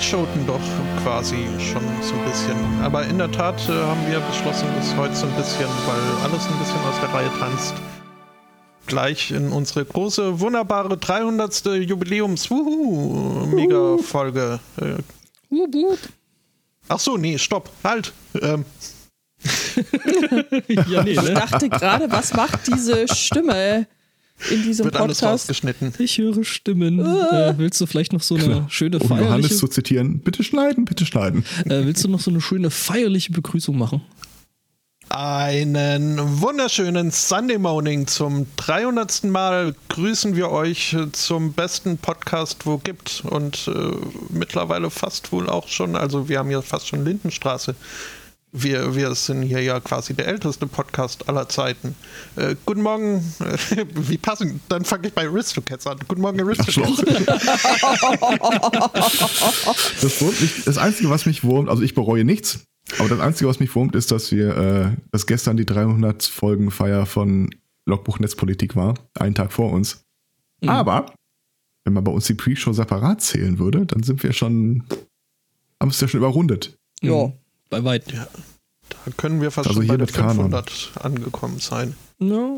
Schoten doch quasi schon so ein bisschen. Aber in der Tat äh, haben wir beschlossen, das heute so ein bisschen, weil alles ein bisschen aus der Reihe tanzt, gleich in unsere große, wunderbare 300. Jubiläums wuhu mega folge äh, Wup, wup. Ach so, nee, stopp, halt. Ähm, ja, nee, Ich ne? dachte gerade, was macht diese Stimme in diesem wird alles Podcast? rausgeschnitten. Ich höre Stimmen. Äh, willst du vielleicht noch so eine schöne Um Johannes feierliche, zu zitieren, bitte schneiden, bitte schneiden. äh, willst du noch so eine schöne feierliche Begrüßung machen? Einen wunderschönen Sunday Morning zum 300. Mal grüßen wir euch zum besten Podcast, wo gibt und äh, mittlerweile fast wohl auch schon, also wir haben ja fast schon Lindenstraße. Wir, wir sind hier ja quasi der älteste Podcast aller Zeiten. Äh, guten Morgen, wie passend, dann fange ich bei Aristocats an. Guten Morgen, Aristocats. Arschloch. Das wurmt mich. Das Einzige, was mich wurmt, also ich bereue nichts, aber das Einzige, was mich wurmt, ist, dass wir, äh, dass gestern die 300 Folgen Feier von Logbuch Netzpolitik war, einen Tag vor uns. Mhm. Aber wenn man bei uns die Pre-Show separat zählen würde, dann sind wir schon, haben es ja schon Also überrundet. Ja. Mhm. Bei weitem. Da können wir fast Also schon bei hier der mit Kanon. 500 angekommen sein. Ja,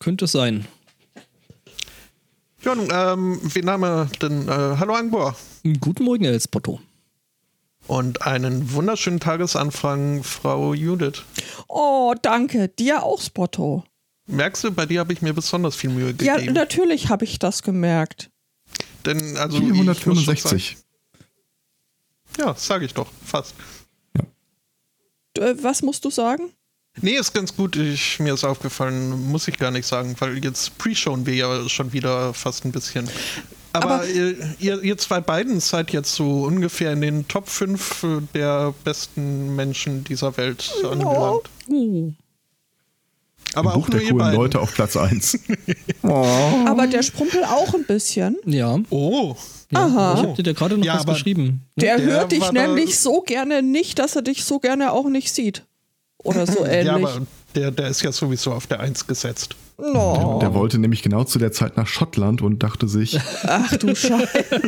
Könnte es sein. Jon, ähm, wie Name denn? Äh, hallo Angbor. Guten Morgen, Herr Spotto. Und einen wunderschönen Tagesanfang, Frau Judith. Oh, danke. Dir auch, Spotto. Merkst du, bei dir habe ich mir besonders viel Mühe Ja, gegeben. natürlich habe ich das gemerkt. Denn, also, ich muss schon 465. sagen- Ja, sage ich doch, fast. D- äh, Was musst du sagen? Nee, ist ganz gut. Ich, mir ist aufgefallen, muss ich gar nicht sagen, weil jetzt pre-showen wir ja schon wieder fast ein bisschen. Aber, Aber- ihr, ihr, ihr zwei beiden seid jetzt so ungefähr in den Top 5 der besten Menschen dieser Welt angelangt. Uh. Oh. Im Aber auch Buch der nur ihr coolen beiden. Leute auf Platz 1. Aber der Sprumpel auch ein bisschen. Ja. Oh, ja. Aha. Ich hab dir da gerade noch Ja, was aber- geschrieben. Ne? Der, Der hört dich war da- nämlich so gerne nicht, dass er dich so gerne auch nicht sieht. Oder so ja, ähnlich. aber der, der ist ja sowieso auf der 1 gesetzt. Oh. no. Der wollte nämlich genau zu der Zeit nach Schottland und dachte sich, Ach du Scheiße.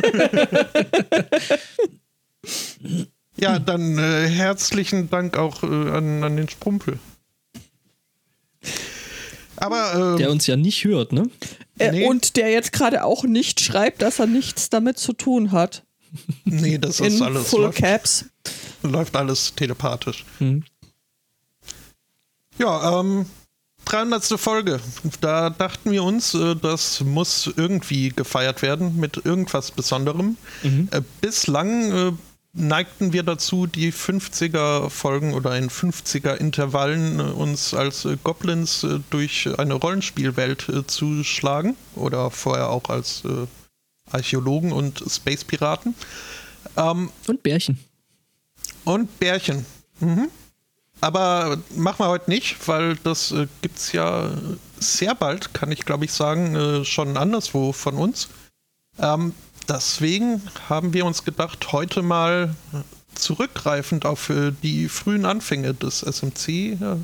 Hm. Ja, dann äh, herzlichen Dank auch äh, an, an den Sprumpel. Aber Der äh, uns ja nicht hört, ne? Äh, Nee. Und der jetzt gerade auch nicht schreibt, dass er nichts damit zu tun hat. nee, das ist In alles Full läuft, Caps. läuft alles telepathisch. Hm. Ja, ähm 300. Folge. Da dachten wir uns, äh, das muss irgendwie gefeiert werden mit irgendwas Besonderem. Äh, bislang äh, neigten wir dazu, die 50er Folgen oder in 50er Intervallen äh, uns als äh, Goblins äh, durch eine Rollenspielwelt äh, zu schlagen oder vorher auch als äh, Archäologen und Space Piraten Und Bärchen. und Bärchen. Mhm. Aber machen wir heute nicht, weil das äh, gibt es ja sehr bald, kann ich glaube ich sagen, äh, schon anderswo von uns. Ähm, deswegen haben wir uns gedacht, heute mal äh, zurückgreifend auf äh, die frühen Anfänge des SMC äh, äh,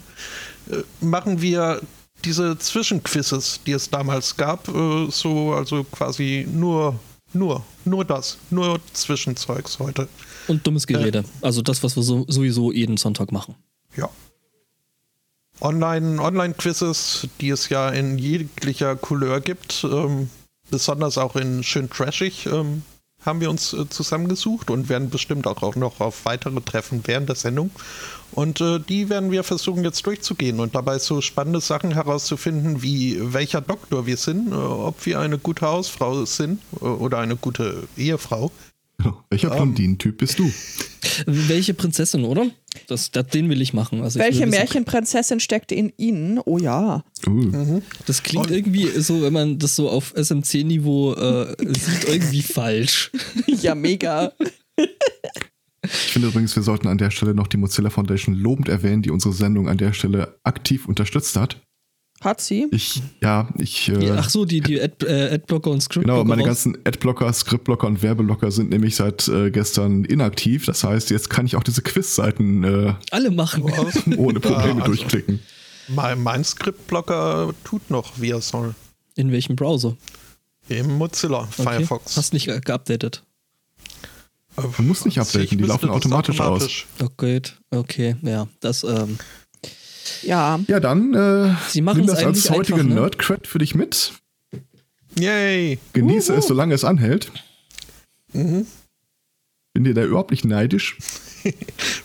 machen wir diese Zwischenquizzes, die es damals gab, äh, so also quasi nur, nur, nur das, nur Zwischenzeugs heute. Und dummes Gerede. Also das, was wir so, sowieso jeden Sonntag machen. Ja. Online- Online-Quizzes, die es ja in jeglicher Couleur gibt, ähm, besonders auch in schön trashig, ähm, haben wir uns äh, zusammengesucht und werden bestimmt auch, auch noch auf weitere treffen während der Sendung. Und äh, die werden wir versuchen jetzt durchzugehen und dabei so spannende Sachen herauszufinden, wie welcher Doktor wir sind, äh, ob wir eine gute Hausfrau sind äh, oder eine gute Ehefrau. "Oh, welcher Blondinentyp bist du? Welche Prinzessin, oder? Das, das, den will ich machen. Also ich Welche will wissen, Märchenprinzessin steckt in ihnen? Oh ja. Mhm. Uh. Das klingt irgendwie so, wenn man das so auf SMC-Niveau äh, sieht, irgendwie falsch. Ja, mega. Ich finde übrigens, wir sollten an der Stelle noch die Mozilla Foundation lobend erwähnen, die unsere Sendung an der Stelle aktiv unterstützt hat. Hat sie? Ich, ja, ich, Die, äh, ach so, die, die Ad, äh, Adblocker und Scriptblocker. genau, meine raus- ganzen Adblocker, Scriptblocker und Werbeblocker sind nämlich seit äh, gestern inaktiv. Das heißt, jetzt kann ich auch diese Quizseiten äh, alle machen. ohne Probleme Ah. also. durchklicken. Mein, mein Skriptblocker tut noch, wie er soll. In welchem Browser? Im Mozilla, Okay. Firefox. Hast nicht ge- geupdatet. Man muss nicht updaten, die Ich wüsste laufen das automatisch, aus. Okay, Oh, okay, ja. Das, ähm, Ja, Ja, dann äh, Sie machen nimm es das als eigentlich heutige einfach, ne? Nerd-Cred für dich mit. Yay! Genieße es, solange es anhält. Mhm. Bin dir da überhaupt nicht neidisch.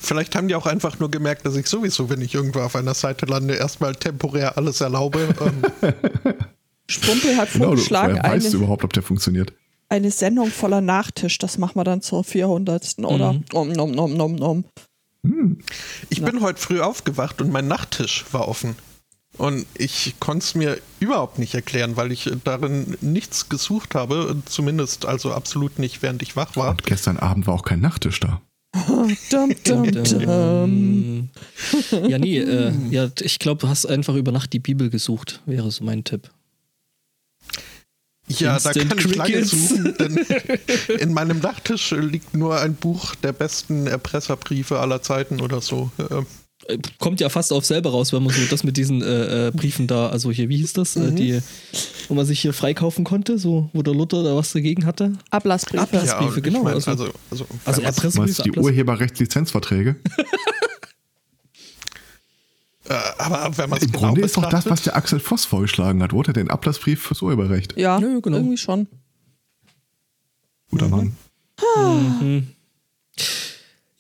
Vielleicht haben die auch einfach nur gemerkt, dass ich sowieso, wenn ich irgendwo auf einer Seite lande, erstmal temporär alles erlaube. Ähm, Spumpel hat du, vorgeschlagen, woher weißt du eine, Genau, überhaupt, ob der funktioniert? eine Sendung voller Nachtisch. Das machen wir dann zur 400. oder? Nom, nom, nom, nom, nom. ich bin heute früh aufgewacht und mein Nachttisch war offen. Und ich konnte es mir überhaupt nicht erklären, weil ich äh, darin nichts gesucht habe. Zumindest, also absolut nicht, während ich wach war. Und gestern Abend war auch kein Nachttisch da. Dum, dum, dum. ähm, ja, nee, äh, ja, ich glaube, du hast einfach über Nacht die Bibel gesucht, wäre so mein Tipp. Ja, Instant da kann ich lange Crickets. suchen, denn in meinem Nachttisch liegt nur ein Buch der besten Erpresserbriefe aller Zeiten oder so. Ähm, Äh, Kommt ja fast auf selber raus, wenn man so das mit diesen äh, äh, Briefen da, also hier, wie hieß das, äh, die, wo man sich hier freikaufen konnte, so, wo der Luther da was dagegen hatte. Ablassbriefe. Ablass- Erpressbriefe, und ich genau, mein, also- also, also, also, Also was- Erpressbriefe. Meinst du die Ablass- Urheberrechtslizenzverträge? äh, aber wenn man es Im genau Grunde ist doch das, betrachtet- was der Axel Voss vorgeschlagen hat, oder? Den Ablassbrief fürs Urheberrecht. Ja, Ja, ja, genau. irgendwie schon. Guter Mann.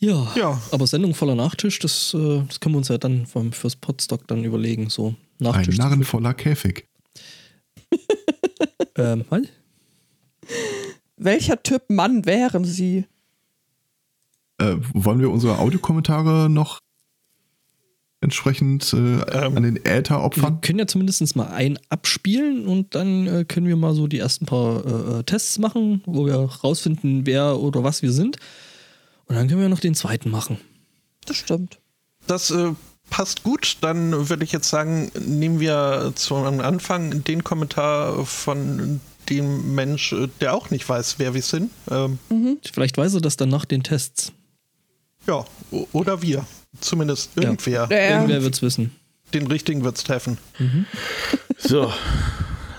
Ja. Ja. aber Sendung voller Nachtisch, das, äh, das können wir uns ja dann vom, fürs Podstock dann überlegen, so. Ein Nachtisch. Narren voller Käfig. Ähm, was? Welcher Typ Mann wären Sie? Äh, wollen wir unsere Audiokommentare noch entsprechend äh, an den Äther Wir opfern? können ja zumindest mal einen abspielen und dann äh, können wir mal so die ersten paar äh, äh, Tests machen, wo wir rausfinden, wer oder was wir sind. Und dann können wir noch den zweiten machen. Das stimmt. Das äh, passt gut. Dann würde ich jetzt sagen, nehmen wir zum Anfang den Kommentar von dem Mensch, äh, der auch nicht weiß, wer wir sind. Ähm, Vielleicht weiß er das dann nach den Tests. Ja, o- oder wir. Zumindest irgendwer. Ja. Irgendwer wird's wissen. Den richtigen wird's treffen. So,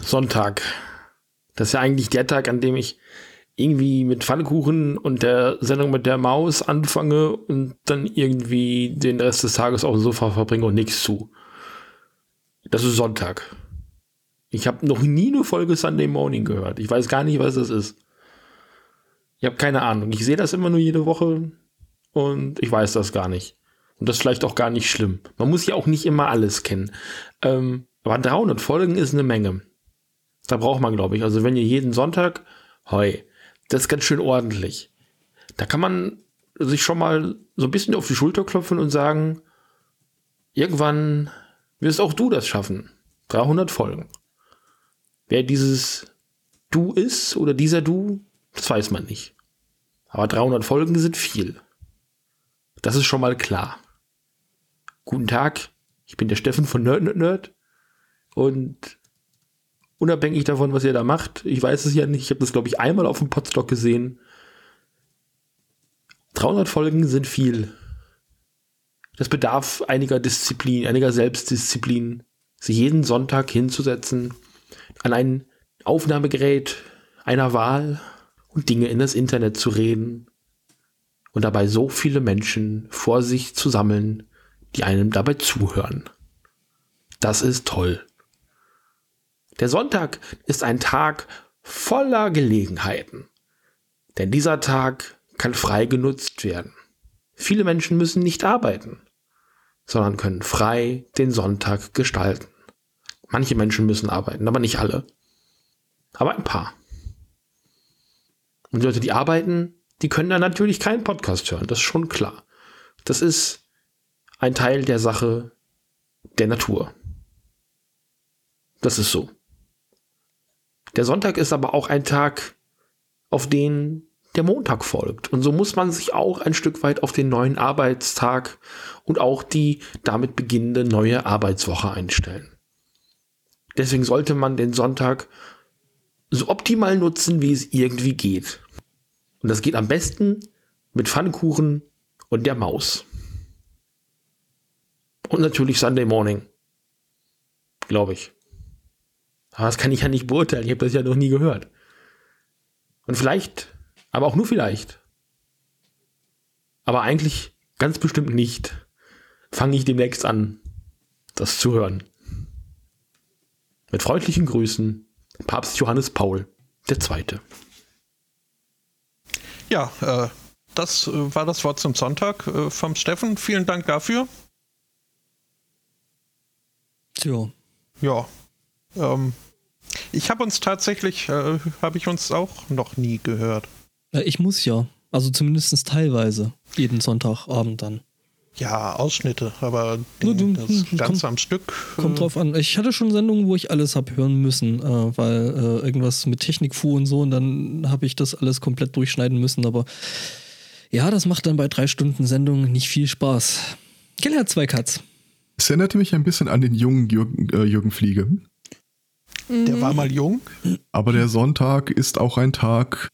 Sonntag. Das ist ja eigentlich der Tag, an dem ich irgendwie mit Pfannkuchen und der Sendung mit der Maus anfange und dann irgendwie den Rest des Tages auf dem Sofa verbringe und nichts zu. Das ist Sonntag. Ich habe noch nie eine Folge Sunday Morning gehört. Ich weiß gar nicht, was das ist. Ich habe keine Ahnung. Ich sehe das immer nur jede Woche und ich weiß das gar nicht. Und das ist vielleicht auch gar nicht schlimm. Man muss ja auch nicht immer alles kennen. Ähm, aber 300 Folgen ist eine Menge. Da braucht man, glaube ich. Also wenn ihr jeden Sonntag, hoi, das ist ganz schön ordentlich. Da kann man sich schon mal so ein bisschen auf die Schulter klopfen und sagen, irgendwann wirst auch du das schaffen. 300 Folgen. Wer dieses Du ist oder dieser Du, das weiß man nicht. Aber 300 Folgen sind viel. Das ist schon mal klar. Guten Tag, ich bin der Steffen von Nerd Nerd Nerd. Und unabhängig davon, was ihr da macht, ich weiß es ja nicht, ich habe das, glaube ich, einmal auf dem Podstock gesehen. 300 Folgen sind viel. Das bedarf einiger Disziplin, einiger Selbstdisziplin, sich jeden Sonntag hinzusetzen, an ein Aufnahmegerät einer Wahl und Dinge in das Internet zu reden und dabei so viele Menschen vor sich zu sammeln, die einem dabei zuhören. Das ist toll. Der Sonntag ist ein Tag voller Gelegenheiten. Denn dieser Tag kann frei genutzt werden. Viele Menschen müssen nicht arbeiten, sondern können frei den Sonntag gestalten. Manche Menschen müssen arbeiten, aber nicht alle. Aber ein paar. Und die Leute, die arbeiten, die können dann natürlich keinen Podcast hören. Das ist schon klar. Das ist ein Teil der Sache der Natur. Das ist so. Der Sonntag ist aber auch ein Tag, auf den der Montag folgt. Und so muss man sich auch ein Stück weit auf den neuen Arbeitstag und auch die damit beginnende neue Arbeitswoche einstellen. Deswegen sollte man den Sonntag so optimal nutzen, wie es irgendwie geht. Und das geht am besten mit Pfannkuchen und der Maus. Und natürlich Sunday Morning. Glaube ich. Aber das kann ich ja nicht beurteilen. Ich habe das ja noch nie gehört. Und vielleicht, aber auch nur vielleicht, aber eigentlich ganz bestimmt nicht. Fange ich demnächst an, das zu hören. Mit freundlichen Grüßen, Papst Johannes Paul II. Ja, äh, das äh, war das Wort zum Sonntag äh, vom Steffen. Vielen Dank dafür. Tja. Ja. Ähm, ich habe uns tatsächlich, äh, habe ich uns auch noch nie gehört. Äh, Ich muss ja. Also zumindest teilweise. Jeden Sonntagabend dann. Ja, Ausschnitte, aber Nur den, du- das du- Ganze komm- am Stück. äh, Kommt drauf an. Ich hatte schon Sendungen, wo ich alles hab hören müssen, äh, weil äh, irgendwas mit Technik fuhr und so und dann habe ich das alles komplett durchschneiden müssen. Aber ja, das macht dann bei drei Stunden Sendung nicht viel Spaß. Gell, Herr Zweikatz? Es erinnerte mich ein bisschen an den jungen Jürgen, äh, Jürgen Fliege. Der war mal jung. Aber der Sonntag ist auch ein Tag,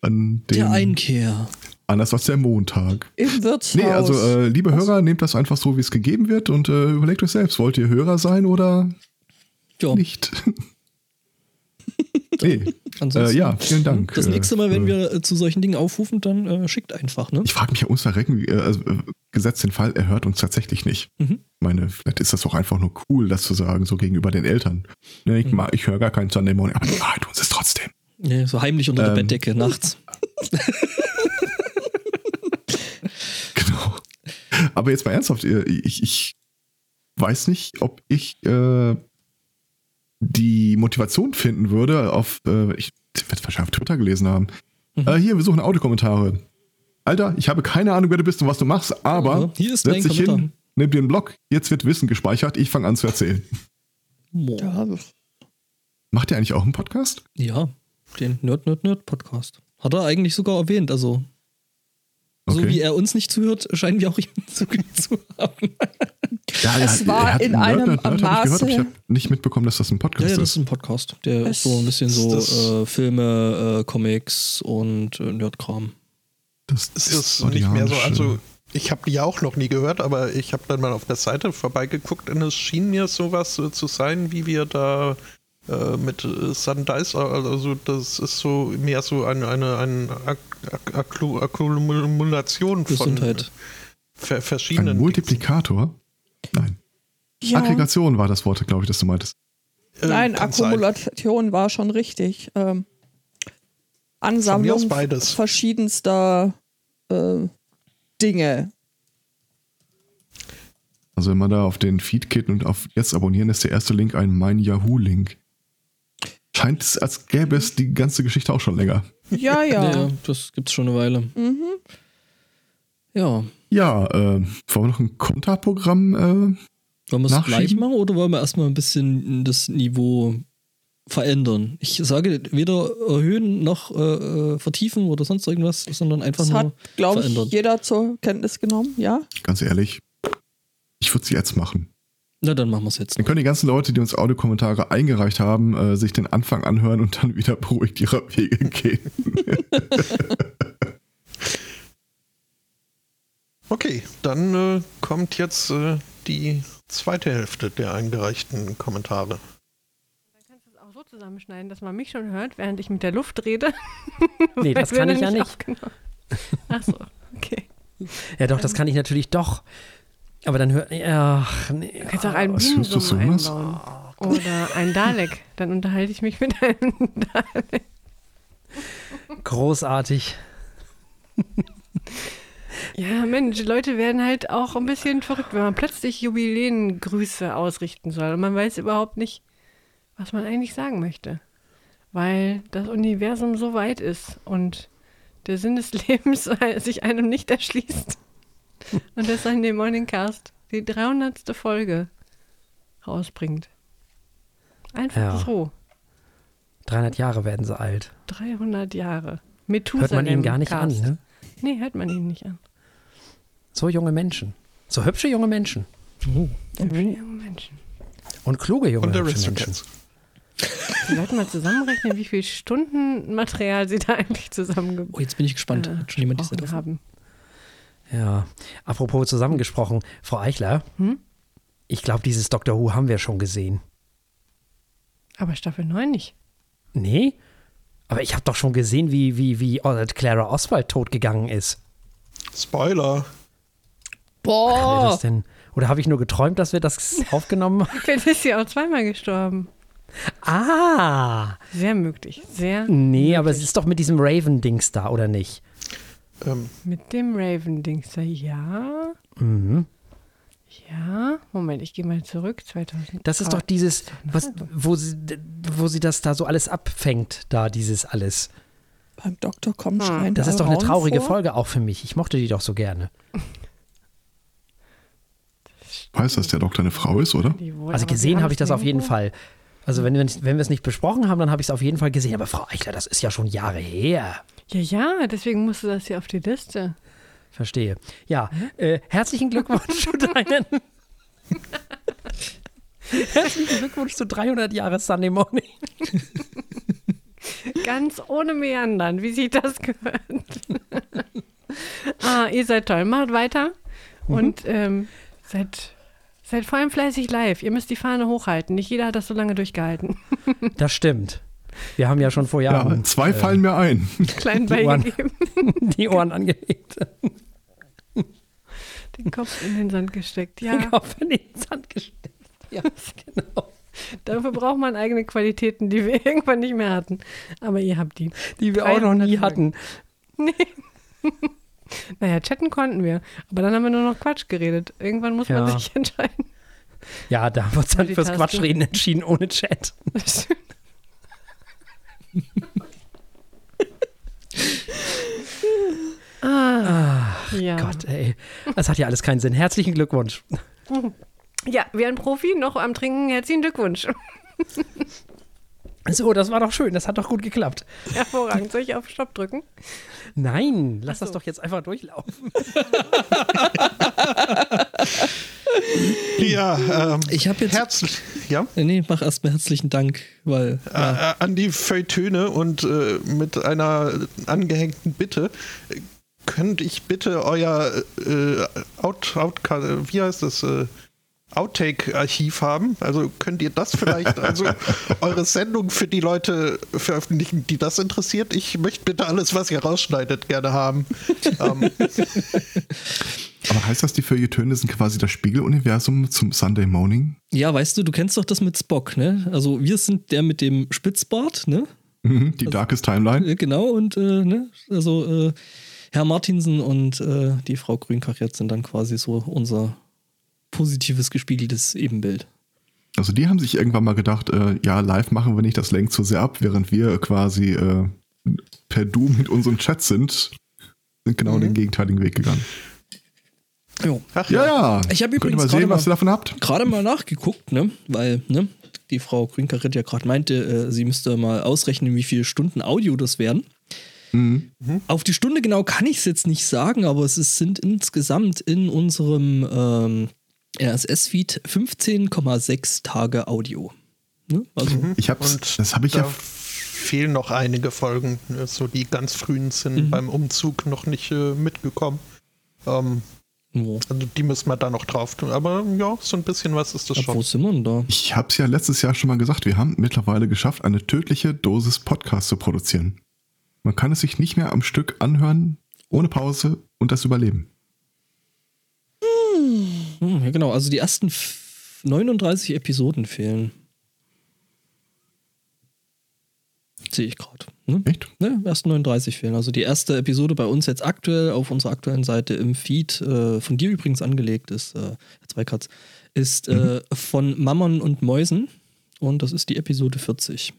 an dem Der Einkehr. anders als der Montag. Im Wirtshaus. Nee, also äh, liebe Hörer, nehmt das einfach so, wie es gegeben wird und äh, überlegt euch selbst, wollt ihr Hörer sein oder Ja, nicht? nee. Äh, ja, vielen Dank. Das nächste Mal, wenn äh, wir äh, zu solchen Dingen aufrufen, dann äh, schickt einfach, ne? Ich frage mich ja uns verrecken, wie, äh, also, äh, gesetzt den Fall, er hört uns tatsächlich nicht. Mhm. Ich meine, vielleicht ist das doch einfach nur cool, das zu sagen, so gegenüber den Eltern. Ne, Mhm. ich ma- ich höre gar keinen Sunday Morning, aber die Wahrheit uns ist trotzdem. Ja, so heimlich unter der Ähm. Bettdecke nachts. Genau. Aber jetzt mal ernsthaft, äh, ich, ich weiß nicht, ob ich äh, die Motivation finden würde, auf, äh, ich werde es wahrscheinlich auf Twitter gelesen haben. Äh, hier, wir suchen Audiokommentare. Alter, ich habe keine Ahnung, wer du bist und was du machst, aber Ja, hier ist setz dein dich Kommentar. hin, nimm dir einen Blog, jetzt wird Wissen gespeichert, ich fange an zu erzählen. Boah. ja, das- Macht ihr eigentlich auch einen Podcast? Ja, den Nerd, Nerd, Nerd Podcast. Hat er eigentlich sogar erwähnt, also. So Okay. wie er uns nicht zuhört, scheinen wir auch ihm zugehört zu haben. Ja, Es war in einem hab ich, gehört, aber ich Maße- habe nicht mitbekommen, dass das ein Ja, Podcast ja, das ist ist. ein Podcast. Der Es- ist so ein bisschen ist so das- äh, Filme, äh, Comics und äh, Nerdkram. Das äh, Es ist nicht mehr so. Audianische- Also, ich habe die ja auch noch nie gehört, aber ich habe dann mal auf der Seite vorbeigeguckt und es schien mir sowas äh, zu sein, wie wir da äh, mit äh, Sundice, also das ist so mehr so eine, eine, eine Ak Ak Akku- Akkumulation von Gesundheit. ver ein verschiedenen. Multiplikator? Nein. ja. Aggregation war das Wort, glaube ich, das du meintest. Äh, Nein, kann sein. Akkumulation war schon richtig. Von mir Ähm, Ansammlung aus beides. verschiedenster äh, Dinge. Also wenn man da auf den Feed geht und auf jetzt abonnieren, ist der erste Link ein Mein Yahoo-Link. Scheint es, als gäbe es die ganze Geschichte auch schon länger. Ja, ja. Mhm. Ja, das gibt's schon eine Weile. Ja. Ja, äh, wollen wir noch ein Konterprogramm? Äh, Wollen wir es gleich Nachschieben? machen oder wollen wir erstmal ein bisschen das Niveau verändern? Ich sage weder erhöhen noch äh, äh, vertiefen oder sonst irgendwas, sondern einfach Das nur hat, glaube ich, verändern. jeder zur Kenntnis genommen, ja? ganz ehrlich, ich würde sie jetzt machen. Na, dann machen wir es jetzt. Dann können die ganzen Leute, die uns Audiokommentare eingereicht haben, äh, sich den Anfang anhören und dann wieder beruhigt ihrer Wege gehen. Okay, dann äh, kommt jetzt äh, die zweite Hälfte der eingereichten Kommentare. Dann kannst du es auch so zusammenschneiden, dass man mich schon hört, während ich mit der Luft rede. Nee, das Weil wir kann ich ja nämlich nicht. aufgenommen- Ach so, okay. Ja, doch, das ähm kann ich natürlich doch. Aber dann hört. Ach, nee. Du kannst auch Oh, einen Was hörst du Bienensummer sowas? einbauen. Oder einen Dalek. Dann unterhalte ich mich mit einem Dalek. Großartig. Ja, Mensch, Leute werden halt auch ein bisschen verrückt, wenn man plötzlich Jubiläengrüße ausrichten soll. Und man weiß überhaupt nicht, was man eigentlich sagen möchte. Weil das Universum so weit ist und der Sinn des Lebens sich einem nicht erschließt. Und das an dem Morningcast die 300. Folge rausbringt. Einfach Ja. so. 300 Jahre werden sie alt. 300 Jahre. Methusalem Hört man ihnen gar nicht an, Cast. ne? Nee, hört man ihn nicht an. So junge Menschen. So hübsche junge Menschen. Hübsche junge Menschen. Und kluge junge Und der hübsche Menschen. Aristocats. Wir sollten mal zusammenrechnen, wie viel Stunden Material sie da eigentlich Oh, zusammengebracht jetzt bin ich gespannt. Äh, Hat schon jemand die Seite offen? haben. Ja. Apropos zusammengesprochen, Frau Eichler, Hm? ich glaube, dieses Doctor Who haben wir schon gesehen. Aber Staffel 9 nicht. Nee? Aber ich habe doch schon gesehen, wie, wie, wie Clara Oswald totgegangen ist. Spoiler. Wer Oh. das Boah. denn? Oder habe ich nur geträumt, dass wir das aufgenommen haben? Vielleicht ist sie auch zweimal gestorben. Ah! Sehr möglich. Sehr Nee, aber es ist doch mit diesem Raven-Dings da, oder nicht? Ähm, mit dem Raven-Dings. da. Ja. Mhm. Ja. Moment, ich gehe mal zurück. 2000. Ah, Das ist doch dieses, was, wo, sie, wo sie das da so alles abfängt, da dieses alles. Beim Doktor kommen Schreien. Das ist doch eine traurige vor. Folge auch für mich. Ich mochte die doch so gerne. Weiß, dass der Doktor eine Frau ist, oder? die wohl, Also aber wir gesehen haben habe ich das auf jeden nirgendwo- Fall. Also wenn, wenn, ich- wenn wir es nicht besprochen haben, dann habe ich es auf jeden Fall gesehen. Aber Frau Eichler, das ist ja schon Jahre her. Ja, ja, deswegen musste das hier auf die Liste. Verstehe. Ja, äh, herzlichen Glückwunsch zu deinen. herzlichen Glückwunsch zu 300 Jahre Sunday Morning. Ganz ohne Meandern, wie sich das gehört. ah, ihr seid toll. Macht weiter. Mhm. Und ähm, seid, seid vor allem fleißig live. Ihr müsst die Fahne hochhalten. Nicht jeder hat das so lange durchgehalten. Das stimmt. Wir haben ja schon vor Jahren Ja, zwei fallen mir ein. Kleinen Die Ball Ohren. gegeben, die Ohren angelegt, den Kopf in den Sand gesteckt. den Ja, Kopf in den Sand gesteckt. Ja, genau. dafür braucht man eigene Qualitäten, die wir irgendwann nicht mehr hatten. Aber ihr habt die. Die wir auch noch nie 300 hatten. Naja, chatten konnten wir. Aber dann haben wir nur noch Quatsch geredet. Irgendwann muss man Ja. sich entscheiden. Ja, da haben wir uns dann Die fürs Taste. Quatschreden entschieden ohne Chat. ah, ja. Gott, ey. Das hat ja alles keinen Sinn. Herzlichen Glückwunsch. Ja, wie ein Profi noch am Trinken. Herzlichen Glückwunsch. So, das war doch schön. Das hat doch gut geklappt. Hervorragend. Soll ich auf Stopp drücken? Nein, lass Ach das so. doch jetzt einfach durchlaufen. Ja, ähm, Ich habe jetzt. herzlich. Ja. Äh, nee, mach erstmal herzlichen Dank, weil. Ja, Äh, an die Feuilletöne und äh, mit einer angehängten Bitte. Äh, Könnt ich bitte euer äh, Out, Out, wie heißt das? Äh, Outtake-Archiv haben? Also könnt ihr das vielleicht, also eure Sendung für die Leute veröffentlichen, die das interessiert? Ich möchte bitte alles, was ihr rausschneidet, gerne haben. ähm, Aber heißt das, die Feuilletöne sind quasi das Spiegeluniversum zum Sunday Morning? ja, weißt du, du kennst doch das mit Spock, ne? Also wir sind der mit dem Spitzbart, ne? Mhm, die Darkest Timeline? Äh, Genau, und äh, ne? Also äh, Herr Martinsen und äh, die Frau Grünkariert sind dann quasi so unser positives, gespiegeltes Ebenbild. Also die haben sich irgendwann mal gedacht, äh, ja, live machen wir nicht, das lenkt zu sehr ab, während wir quasi äh, per Du mit unserem Chat sind, sind Mhm. genau den gegenteiligen Weg gegangen. Jo. ach Ja, ja. Ich hab Könnt ihr übrigens mal gerade sehen, was mal- ihr davon habt. gerade mal nachgeguckt, ne? Weil, ne? Die Frau Grünkarit ja gerade meinte, äh, sie müsste mal ausrechnen, wie viele Stunden Audio das wären. Mhm. Auf die Stunde genau kann ich es jetzt nicht sagen, aber es ist, sind insgesamt in unserem ähm, RSS-Feed 15,6 Tage Audio. Ne? Also, Mhm. Ich hab's, Und das habe ich da ja fehlen noch einige Folgen. So die ganz frühen sind beim Umzug noch nicht äh, mitgekommen. Ähm, wo, also die müssen wir da noch drauf tun. Aber ja, so ein bisschen was ist das ab wo schon. sind wir denn da? Ich habe es ja letztes Jahr schon mal gesagt, wir haben mittlerweile geschafft, eine tödliche Dosis Podcast zu produzieren. Man kann es sich nicht mehr am Stück anhören, ohne Pause und das überleben. Hm, ja, genau. Also die ersten f- 39 Episoden fehlen. Sehe ich gerade. Ne? Echt? Ne, erst 39 fehlen. Also die erste Episode bei uns jetzt aktuell auf unserer aktuellen Seite im Feed, äh, von dir übrigens angelegt ist, äh, Herr Zweikatz, ist äh, von Mammon und Mäusen. Und das ist die Episode 40.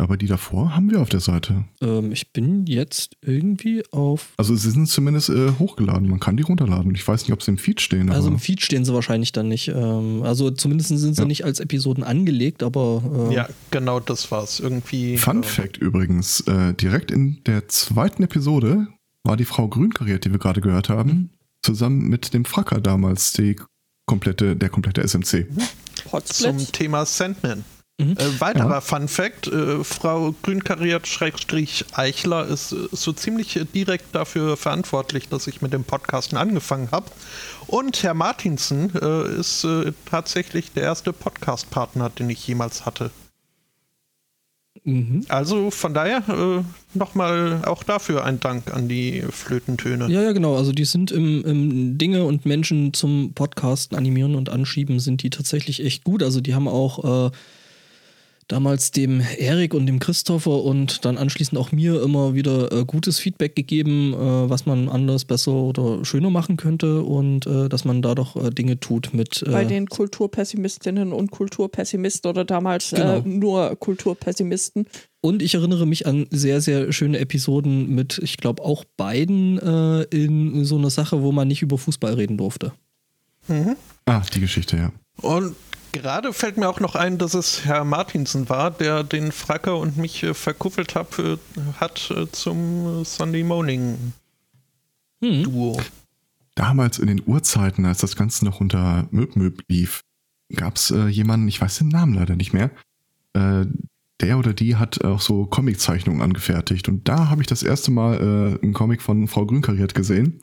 Aber die davor haben wir auf der Seite. Ähm, ich bin jetzt irgendwie auf. Also sie sind zumindest äh, hochgeladen. Man kann die runterladen. Ich weiß nicht, ob sie im Feed stehen. Also im aber Feed stehen sie wahrscheinlich dann nicht. Ähm, also zumindest sind sie Ja. nicht als Episoden angelegt, aber. Äh, Ja, genau das war's. Irgendwie. Fun äh, Fact übrigens, äh, direkt in der zweiten Episode war die Frau Grünkariert, die wir gerade gehört haben, Mhm. zusammen mit dem Fracker damals, die komplette, der komplette SMC. Zum Potsplit. Thema Sandman. Mhm. Äh, weiterer Fun Fact: äh, Frau Grünkariert-Eichler ist äh, so ziemlich äh, direkt dafür verantwortlich, dass ich mit dem Podcasten angefangen habe. Und Herr Martinsen äh, ist äh, tatsächlich der erste Podcast-Partner, den ich jemals hatte. Mhm. Also von daher äh, nochmal auch dafür ein Dank an die Flötentöne. Ja, ja, genau. Also die sind im, im Dinge und Menschen zum Podcasten animieren und anschieben, sind die tatsächlich echt gut. Also die haben auch äh, damals dem Erik und dem Christopher und dann anschließend auch mir immer wieder äh, gutes Feedback gegeben, äh, was man anders, besser oder schöner machen könnte und äh, dass man da doch äh, Dinge tut mit. Äh, Bei den Kulturpessimistinnen und Kulturpessimisten oder damals Genau. äh, nur Kulturpessimisten. Und ich erinnere mich an sehr, sehr schöne Episoden mit, ich glaube, auch beiden äh, in so einer Sache, wo man nicht über Fußball reden durfte. Ah, die Geschichte, ja. Und gerade fällt mir auch noch ein, dass es Herr Martinsen war, der den Fracker und mich äh, verkuffelt hab, äh, hat äh, zum äh, Sunday Morning Hm. Duo. Damals in den Urzeiten, als das Ganze noch unter Möb-Möb lief, gab es äh, jemanden, ich weiß den Namen leider nicht mehr, äh, der oder die hat auch so Comiczeichnungen angefertigt. Und da habe ich das erste Mal äh, einen Comic von Frau Grünkariert gesehen,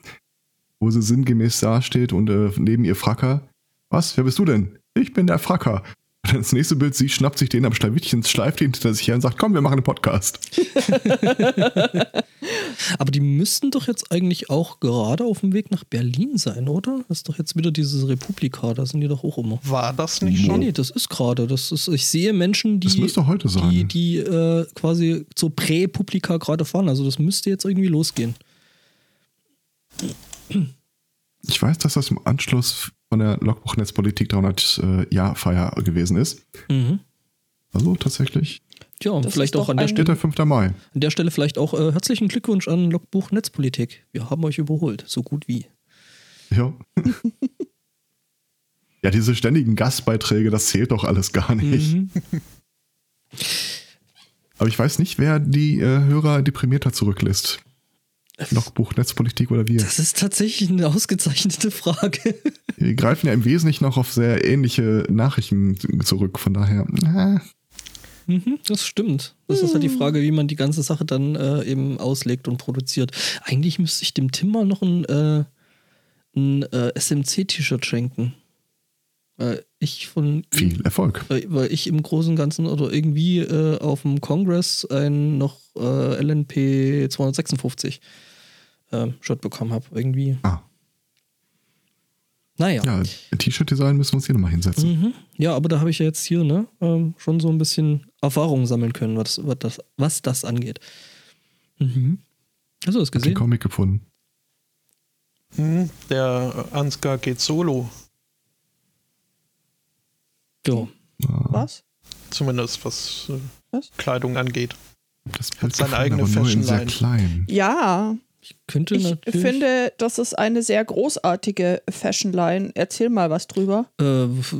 wo sie sinngemäß dasteht und äh, neben ihr Fracker. Was? Wer bist du denn? Ich bin der Fracker. Und dann das nächste Bild, sie schnappt sich den am Schlawittchen, schleift ihn hinter sich her und sagt, komm, wir machen einen Podcast. Aber die müssten doch jetzt eigentlich auch gerade auf dem Weg nach Berlin sein, oder? Das ist doch jetzt wieder dieses Republika, da sind die doch auch immer. War das nicht Nee, schon? nee, das ist gerade. Das ist, ich sehe Menschen, die, Das müsste heute sein. die, die äh, quasi zur Prä-Publika gerade fahren. Also das müsste jetzt irgendwie losgehen. Ich weiß, dass das im Anschluss von der Logbuchnetzpolitik 300 äh, Jahrfeier gewesen ist. Mhm. Also tatsächlich. Tja, Das vielleicht ist auch doch an der, ein- Stelle, Steht der 5. Mai. an der Stelle vielleicht auch äh, herzlichen Glückwunsch an Logbuch Netzpolitik. Wir haben euch überholt, so gut wie. Ja. ja, diese ständigen Gastbeiträge, das zählt doch alles gar nicht. Mhm. Aber ich weiß nicht, wer die äh, Hörer deprimierter zurücklässt. Logbuch, Netzpolitik oder wir. Das ist tatsächlich eine ausgezeichnete Frage. Wir greifen ja im Wesentlichen noch auf sehr ähnliche Nachrichten zurück. Von daher, na, Mhm, das stimmt. Das ist halt die Frage, wie man die ganze Sache dann äh, eben auslegt und produziert. Eigentlich müsste ich dem Tim mal noch ein, äh, ein äh, SMC-T-Shirt schenken. Weil ich von viel ihm, Erfolg. äh, weil ich im Großen und Ganzen oder irgendwie äh, auf dem Kongress ein noch äh, LNP 256 äh, Shirt bekommen habe. Irgendwie. Ah. Naja. Ja, T-Shirt-Design müssen wir uns hier nochmal hinsetzen. Mhm. Ja, aber da habe ich ja jetzt hier ne, ähm, schon so ein bisschen Erfahrung sammeln können, was, was, das, was das angeht. Mhm. Hast du das Hab den gesehen? Comic gefunden. Hm, der Ansgar geht solo, Ja. Was? zumindest was, äh, Was? Kleidung angeht. Das Hat Bild seine gefallen, eigene aber nur in sehr Fashion-Line. klein. Ja, Ich könnte ich natürlich. finde, das ist eine sehr großartige Fashion-Line. Erzähl mal was drüber. Äh, f- äh,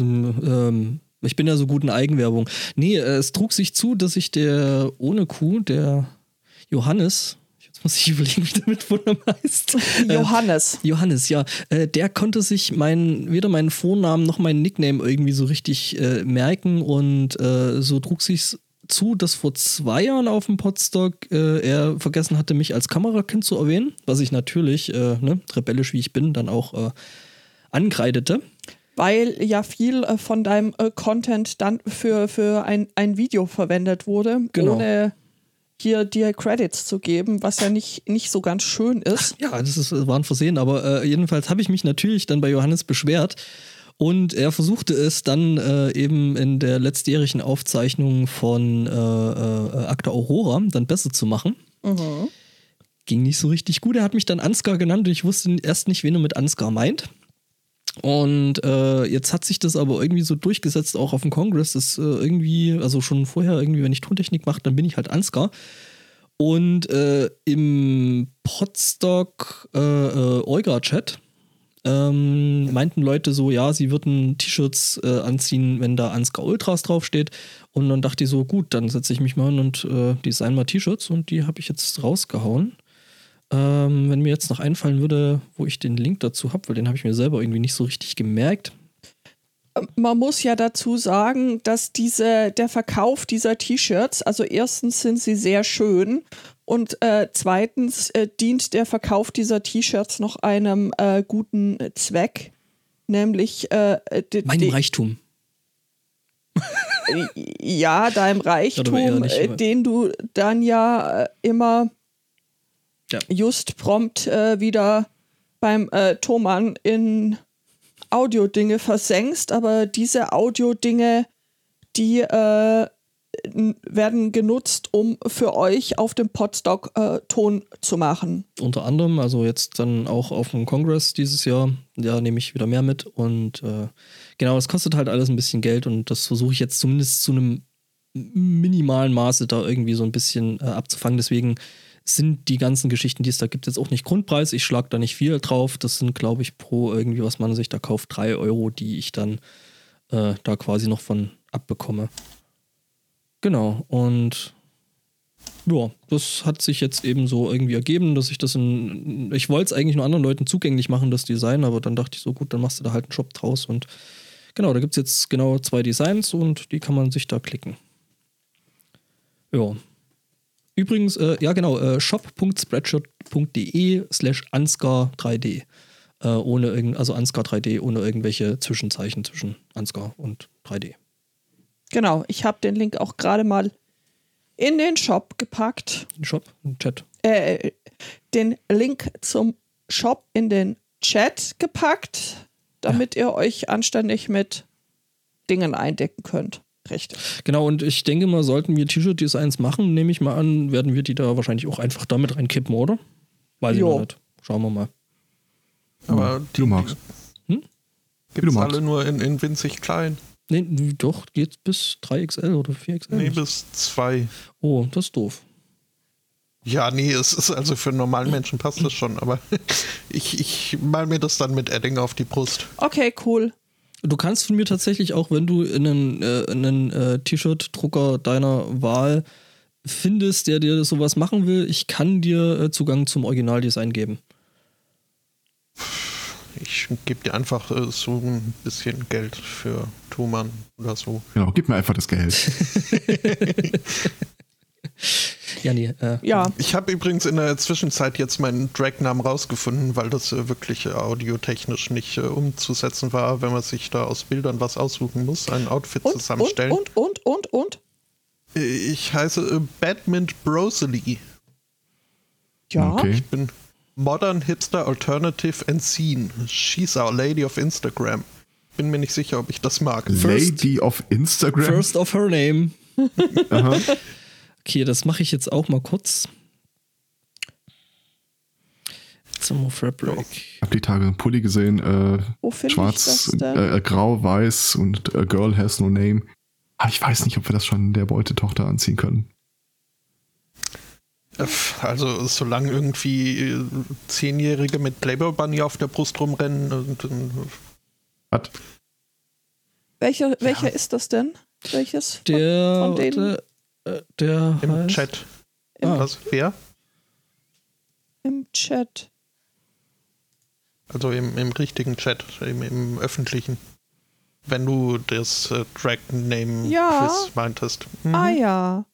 ähm, ich bin ja so gut in Eigenwerbung. Nee, äh, es trug sich zu, dass ich der ohne Kuh, der Johannes, jetzt muss ich überlegen, wie der mit Vornamen heißt. Äh, Johannes. Johannes, ja. Äh, der konnte sich meinen, weder meinen Vornamen noch meinen Nickname irgendwie so richtig äh, merken und äh, so trug sich's zu, dass vor zwei Jahren auf dem Podstock äh, er vergessen hatte, mich als Kamerakind zu erwähnen, was ich natürlich, äh, ne, rebellisch wie ich bin, dann auch äh, ankreidete. weil ja viel äh, von deinem äh, Content dann für, für ein, ein Video verwendet wurde, Genau. ohne hier dir Credits zu geben, was ja nicht, nicht so ganz schön ist. Ja, das ist, war ein Versehen, aber äh, jedenfalls habe ich mich natürlich dann bei Johannes beschwert und er versuchte es dann äh, eben in der letztjährigen Aufzeichnung von äh, äh, Akta Aurora dann besser zu machen. Ging nicht so richtig gut. Er hat mich dann Ansgar genannt und ich wusste erst nicht, wen er mit Ansgar meint. Und äh, jetzt hat sich das aber irgendwie so durchgesetzt, auch auf dem Kongress, dass äh, irgendwie, also schon vorher irgendwie, wenn ich Tontechnik mache, dann bin ich halt Ansgar. Und äh, im Podstock äh, äh, Euga-Chat ähm, meinten Leute so, ja, sie würden T-Shirts äh, anziehen, wenn da Ansgar Ultras draufsteht. Und dann dachte ich so, gut, dann setze ich mich mal hin und äh, design mal T-Shirts und die habe ich jetzt rausgehauen. Ähm, wenn mir jetzt noch einfallen würde, wo ich den Link dazu habe, weil den habe ich mir selber irgendwie nicht so richtig gemerkt. Ähm, Man muss ja dazu sagen, dass diese, der Verkauf dieser T-Shirts, also erstens sind sie sehr schön und äh, zweitens äh, dient der Verkauf dieser T-Shirts noch einem äh, guten Zweck, nämlich äh, de- Meinem de- Reichtum. ja, deinem eher Reichtum, nicht, äh, aber- den du dann ja äh, immer Ja. just prompt äh, wieder beim äh, Thomann in Audiodinge versenkst, aber diese Audiodinge, die äh, n- werden genutzt, um für euch auf dem Podstock äh, Ton zu machen. Unter anderem, also jetzt dann auch auf dem Kongress dieses Jahr, da nehme ich wieder mehr mit. Und äh, genau, das kostet halt alles ein bisschen Geld und das versuche ich jetzt zumindest zu einem minimalen Maße da irgendwie so ein bisschen äh, abzufangen. Deswegen sind die ganzen Geschichten, die es da gibt, jetzt auch nicht Grundpreis. Ich schlage da nicht viel drauf. Das sind, glaube ich, pro irgendwie, was man sich da kauft, drei Euro, die ich dann äh, da quasi noch von abbekomme. Genau, und ja, das hat sich jetzt eben so irgendwie ergeben, dass ich das in. Ich wollte es eigentlich nur anderen Leuten zugänglich machen, das Design, aber dann dachte ich so, gut, dann machst du da halt einen Shop draus und genau, da gibt es jetzt genau zwei Designs und die kann man sich da klicken. Ja. Übrigens, äh, ja genau, äh, shop.spreadshirt.de slash ansgar3d. Äh, ohne irgend, also ansgar3d ohne irgendwelche Zwischenzeichen zwischen ansgar und 3d. Genau, ich habe den Link auch gerade mal in den Shop gepackt. Den Shop, den Chat. äh, den Link zum Shop in den Chat gepackt, damit ihr euch anständig mit Dingen eindecken könnt. Richtig. Genau, und ich denke mal, sollten wir T-Shirt-Designs machen, nehme ich mal an, werden wir die da wahrscheinlich auch einfach damit reinkippen, oder? Weiß ich Jo. noch nicht. Schauen wir mal. Aber Du Hm? magst. gibt es magst. alle nur in, in winzig klein. Nee, n- doch, geht bis 3XL oder 4XL. Nee, bis zwei. oh, das ist doof. Ja, nee, es ist also für einen normalen Menschen passt das schon, aber ich, ich mal mir das dann mit Edding auf die Brust. Okay, cool. Du kannst von mir tatsächlich auch, wenn du einen, äh, einen äh, T-Shirt-Drucker deiner Wahl findest, der dir sowas machen will, ich kann dir äh, Zugang zum Originaldesign geben. Ich gebe dir einfach äh, so ein bisschen Geld für Thomann oder so. Genau, gib mir einfach das Geld. Ja, nee. Äh, Ja, Ich habe übrigens in der Zwischenzeit jetzt meinen Drag-Namen rausgefunden, weil das äh, wirklich äh, audiotechnisch nicht äh, umzusetzen war, wenn man sich da aus Bildern was aussuchen muss, ein Outfit und, und, zusammenstellen. und, und, und, und. Äh, Ich heiße äh, Badman Brosley. Ja, Okay. Ich bin Modern Hipster Alternative and Scene. She's our lady of Instagram. Bin mir nicht sicher, ob ich das mag. Lady of Instagram. First of her name. okay, das mache ich jetzt auch mal kurz. Zum Fabric. Ich habe die Tage einen Pulli gesehen. Äh, Wo find ich schwarz, das denn? Äh, grau, weiß und äh, Girl has no name. Aber ich weiß nicht, ob wir das schon der Beutetochter anziehen können. Äh, pf, Also, solange irgendwie äh, Zehnjährige mit Playboy Bunny auf der Brust rumrennen, und, äh, und, Hat welcher, welcher ist das denn? Welches? von- Der, von denen warte, äh, der im heißt- Chat. Im- Was? Wer? im Chat. Also im, im richtigen Chat, im, im öffentlichen. Wenn du das äh, Drag Name Ja. Quiz meintest. Mhm. Ah ja.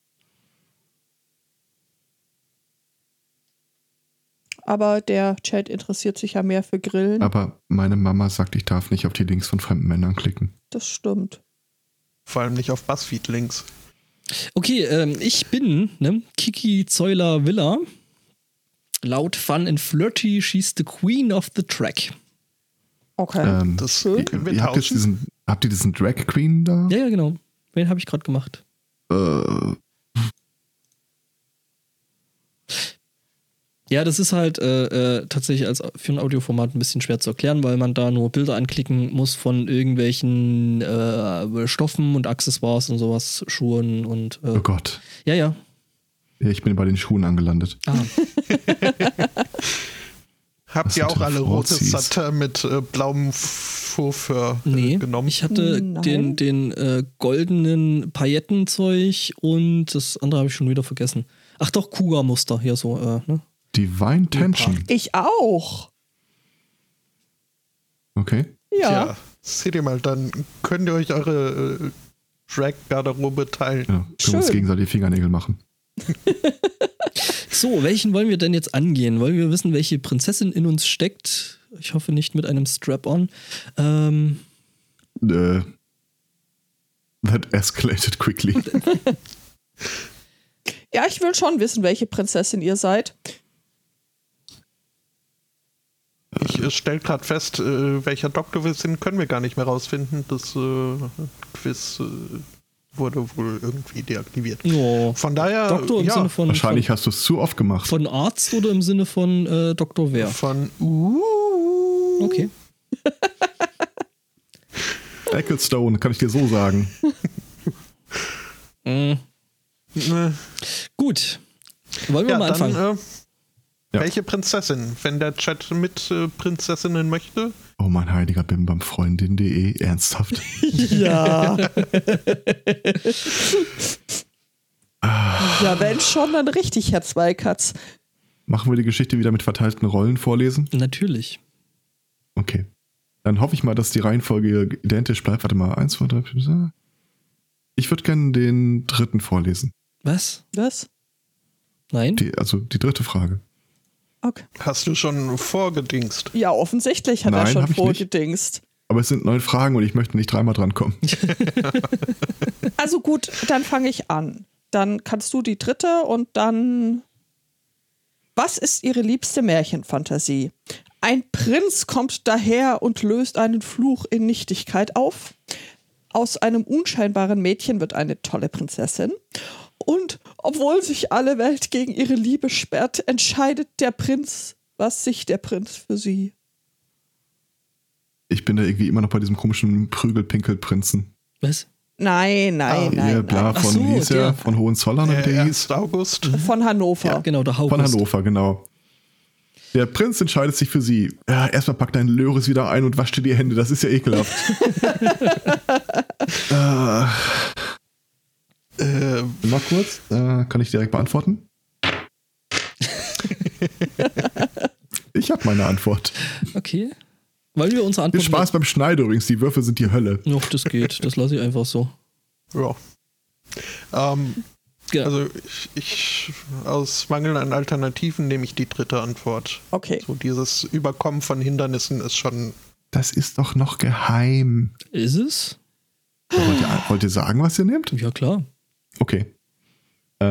Aber der Chat interessiert sich ja mehr für Grillen. Aber meine Mama sagt, ich darf nicht auf die Links von fremden Männern klicken. Das stimmt. Vor allem nicht auf Buzzfeed links. Okay, ähm, ich bin ne, Kiki Zeuler Villa. Laut Fun and Flirty, she's the queen of the track. Okay. ähm, Das Schön. können wir ihr habt, jetzt tauschen. diesen, habt ihr diesen Drag Queen da? Ja, ja, genau. Wen habe ich gerade gemacht? Äh, Ja, das ist halt äh, äh, tatsächlich als für ein Audioformat ein bisschen schwer zu erklären, weil man da nur Bilder anklicken muss von irgendwelchen äh, Stoffen und Accessoires und sowas, Schuhen und äh, oh Gott. ja, ja. Ja, Ich bin bei den Schuhen angelandet. Ah, Habt Was ihr sind auch denn alle für rote Rotzies? Satte mit äh, blauem Fofur äh, nee. genommen? Ich hatte Nein. den, den äh, goldenen Paillettenzeug und das andere habe ich schon wieder vergessen. Ach doch, Kuga-Muster hier so, äh, ne? Divine Tension. Ich auch. Okay. Ja. seht ihr mal, dann könnt ihr euch eure äh, Drag-Garderobe teilen. Ja, Genau. wir uns Schön. gegenseitig die Fingernägel machen. So, welchen wollen wir denn jetzt angehen? Wollen wir wissen, welche Prinzessin in uns steckt? Ich hoffe nicht mit einem Strap-on. Ähm, Äh, That escalated quickly. Ja, ich will schon wissen, welche Prinzessin ihr seid. Ich äh, stelle gerade fest, äh, welcher Doktor wir sind, können wir gar nicht mehr rausfinden. Das äh, Quiz äh, wurde wohl irgendwie deaktiviert. Ja. Von daher, Doktor im ja, Sinne von, Wahrscheinlich hast du es zu oft gemacht. von, von Arzt oder im Sinne von äh, Doktor Wer? von uh, Okay. Ecclestone, kann ich dir so sagen. Mhm. ne, Gut. Wollen wir ja, mal dann, anfangen? äh, Ja. welche Prinzessin? Wenn der Chat mit äh, Prinzessinnen möchte, Oh mein heiliger Bimbam, Freundin.de, ernsthaft. Ja. Ah. ja, wenn schon, dann richtig, Herr Zweikatz. Machen wir die Geschichte wieder mit verteilten Rollen vorlesen? Natürlich. Okay. Dann hoffe ich mal, dass die Reihenfolge identisch bleibt. Warte mal, eins, zwei, drei, vier. fünf. Ich würde gerne den dritten vorlesen. Was? Was? Nein? Die, also die dritte Frage. Okay. hast du schon vorgedingst. Ja, offensichtlich hat er Nein, schon hab ich nicht. vorgedingst. Aber es sind neun Fragen und ich möchte nicht dreimal drankommen. Also gut, dann fange ich an. Dann kannst du die dritte und dann. Was ist Ihre liebste Märchenfantasie? Ein Prinz kommt daher und löst einen Fluch in Nichtigkeit auf. Aus einem unscheinbaren Mädchen wird eine tolle Prinzessin. Und obwohl sich alle Welt gegen ihre Liebe sperrt, entscheidet der Prinz, was sich der Prinz für sie. Ich bin da irgendwie immer noch bei diesem komischen Prügel-Pinkel-Prinzen. Was? Nein, nein, nein. Hier, nein. bla, Ah, Ach von, so, wie hieß er? der. Mhm. von Hohenzollern, und Der der 1. hieß. Äh, August. Von Hannover. Genau, der Haupt. Von Hannover, genau. Der Prinz entscheidet sich für sie. Ja, erstmal pack deinen Löres wieder ein und wasch dir die Hände, das ist ja ekelhaft. Äh, Mal kurz, äh, kann ich direkt beantworten? ich habe meine Antwort. Okay. Wollen wir unsere Viel Antwort. Spaß beim Schneiden übrigens, die Würfel sind die Hölle. Noch, das geht. Das lasse ich einfach so. ja. Ähm, Ja. also ich, ich aus Mangel an Alternativen nehme ich die dritte Antwort. Okay. So dieses Überkommen von Hindernissen ist schon. Das ist doch noch geheim. Ist es? Wollt ihr, wollt ihr sagen, was ihr nehmt? Ja, klar. Okay. Äh,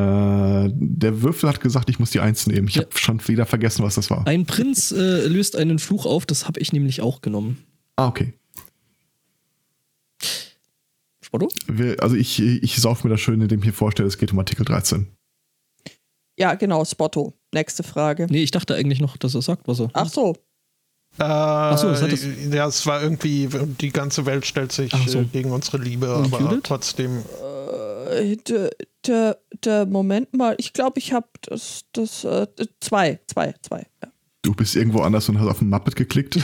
der Würfel hat gesagt, ich muss die Eins nehmen. Ich Ja. habe schon wieder vergessen, was das war. Ein Prinz äh, löst einen Fluch auf, das habe ich nämlich auch genommen. Ah, okay. Spotto? Wir, also ich, ich sauf mir das schön, indem ich mir vorstelle, es geht um Artikel 13. Ja, genau, Spotto. Nächste Frage. Nee, ich dachte eigentlich noch, dass er sagt, was er. Ach so, Äh, so, das hat das- ja, es war irgendwie, die ganze Welt stellt sich Ach so. äh, gegen unsere Liebe, Und aber Judith? trotzdem. Äh, der, der, der Moment mal, ich glaube, ich habe das, das äh, zwei, zwei, zwei. Ja. Du bist irgendwo anders und hast auf ein Muppet geklickt.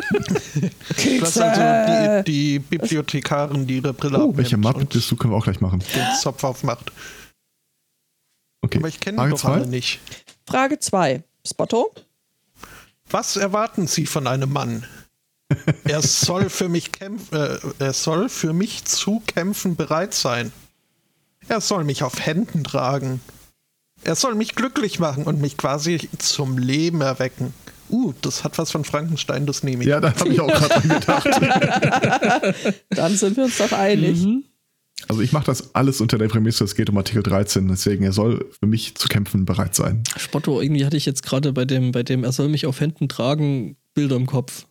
Das ist also die, die Bibliothekarin, die ihre Brille Oh, abnimmt welcher Muppet und bist du? Können wir auch gleich machen. den Zopf aufmacht. Okay. Aber ich kenne die Frage doch zwei? alle nicht. Frage zwei, Spotto. Was erwarten Sie von einem Mann? Er soll für mich kämpf äh, er soll für mich zu kämpfen bereit sein. Er soll mich auf Händen tragen. Er soll mich glücklich machen und mich quasi zum Leben erwecken. Uh, das hat was von Frankenstein, das nehme ich. Ja, das habe ich auch gerade dran gedacht. Dann sind wir uns doch einig. Also ich mache das alles unter der Prämisse, es geht um Artikel 13, deswegen er soll für mich zu kämpfen bereit sein. Spotto, irgendwie hatte ich jetzt gerade bei dem, bei dem, er soll mich auf Händen tragen, Bilder im Kopf.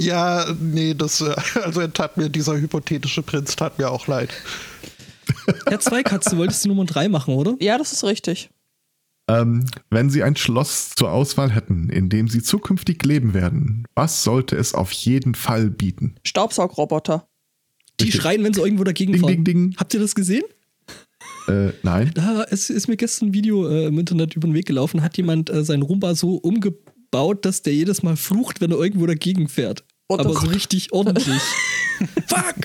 Ja, nee, das äh, also er tat mir dieser hypothetische Prinz tat mir auch leid. Herr Zweikatz, du wolltest die Nummer 3 machen, oder? Ja, das ist richtig. Ähm, wenn Sie ein Schloss zur Auswahl hätten, in dem Sie zukünftig leben werden, was sollte es auf jeden Fall bieten? Staubsaugroboter. Die Richtig. schreien, wenn sie irgendwo dagegen Ding, fahren. ding, ding. Habt ihr das gesehen? Äh, nein. Da ist, ist mir gestern ein Video äh, im Internet über den Weg gelaufen, hat jemand äh, seinen Rumba so umgebaut, dass der jedes Mal flucht, wenn er irgendwo dagegen fährt. Oh Aber so Gott. richtig ordentlich. Fuck!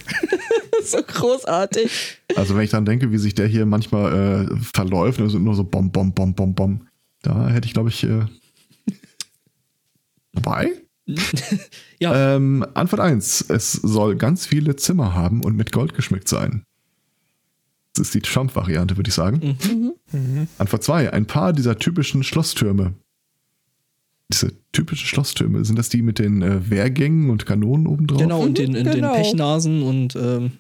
so großartig. Also wenn ich dann denke, wie sich der hier manchmal äh, verläuft, also nur so bom, bom, bom, bom, bom. Da hätte ich, glaube ich, äh, dabei. Ja, Ähm, Antwort 1. Es soll ganz viele Zimmer haben und mit Gold geschmückt sein. Das ist die Trump-Variante, würde ich sagen. Mhm. Antwort 2. Ein paar dieser typischen Schlosstürme. Diese typischen Schlosstürme, sind das die mit den äh, Wehrgängen und Kanonen obendrauf? genau, und Mhm, den, in genau. den Pechnasen und ähm,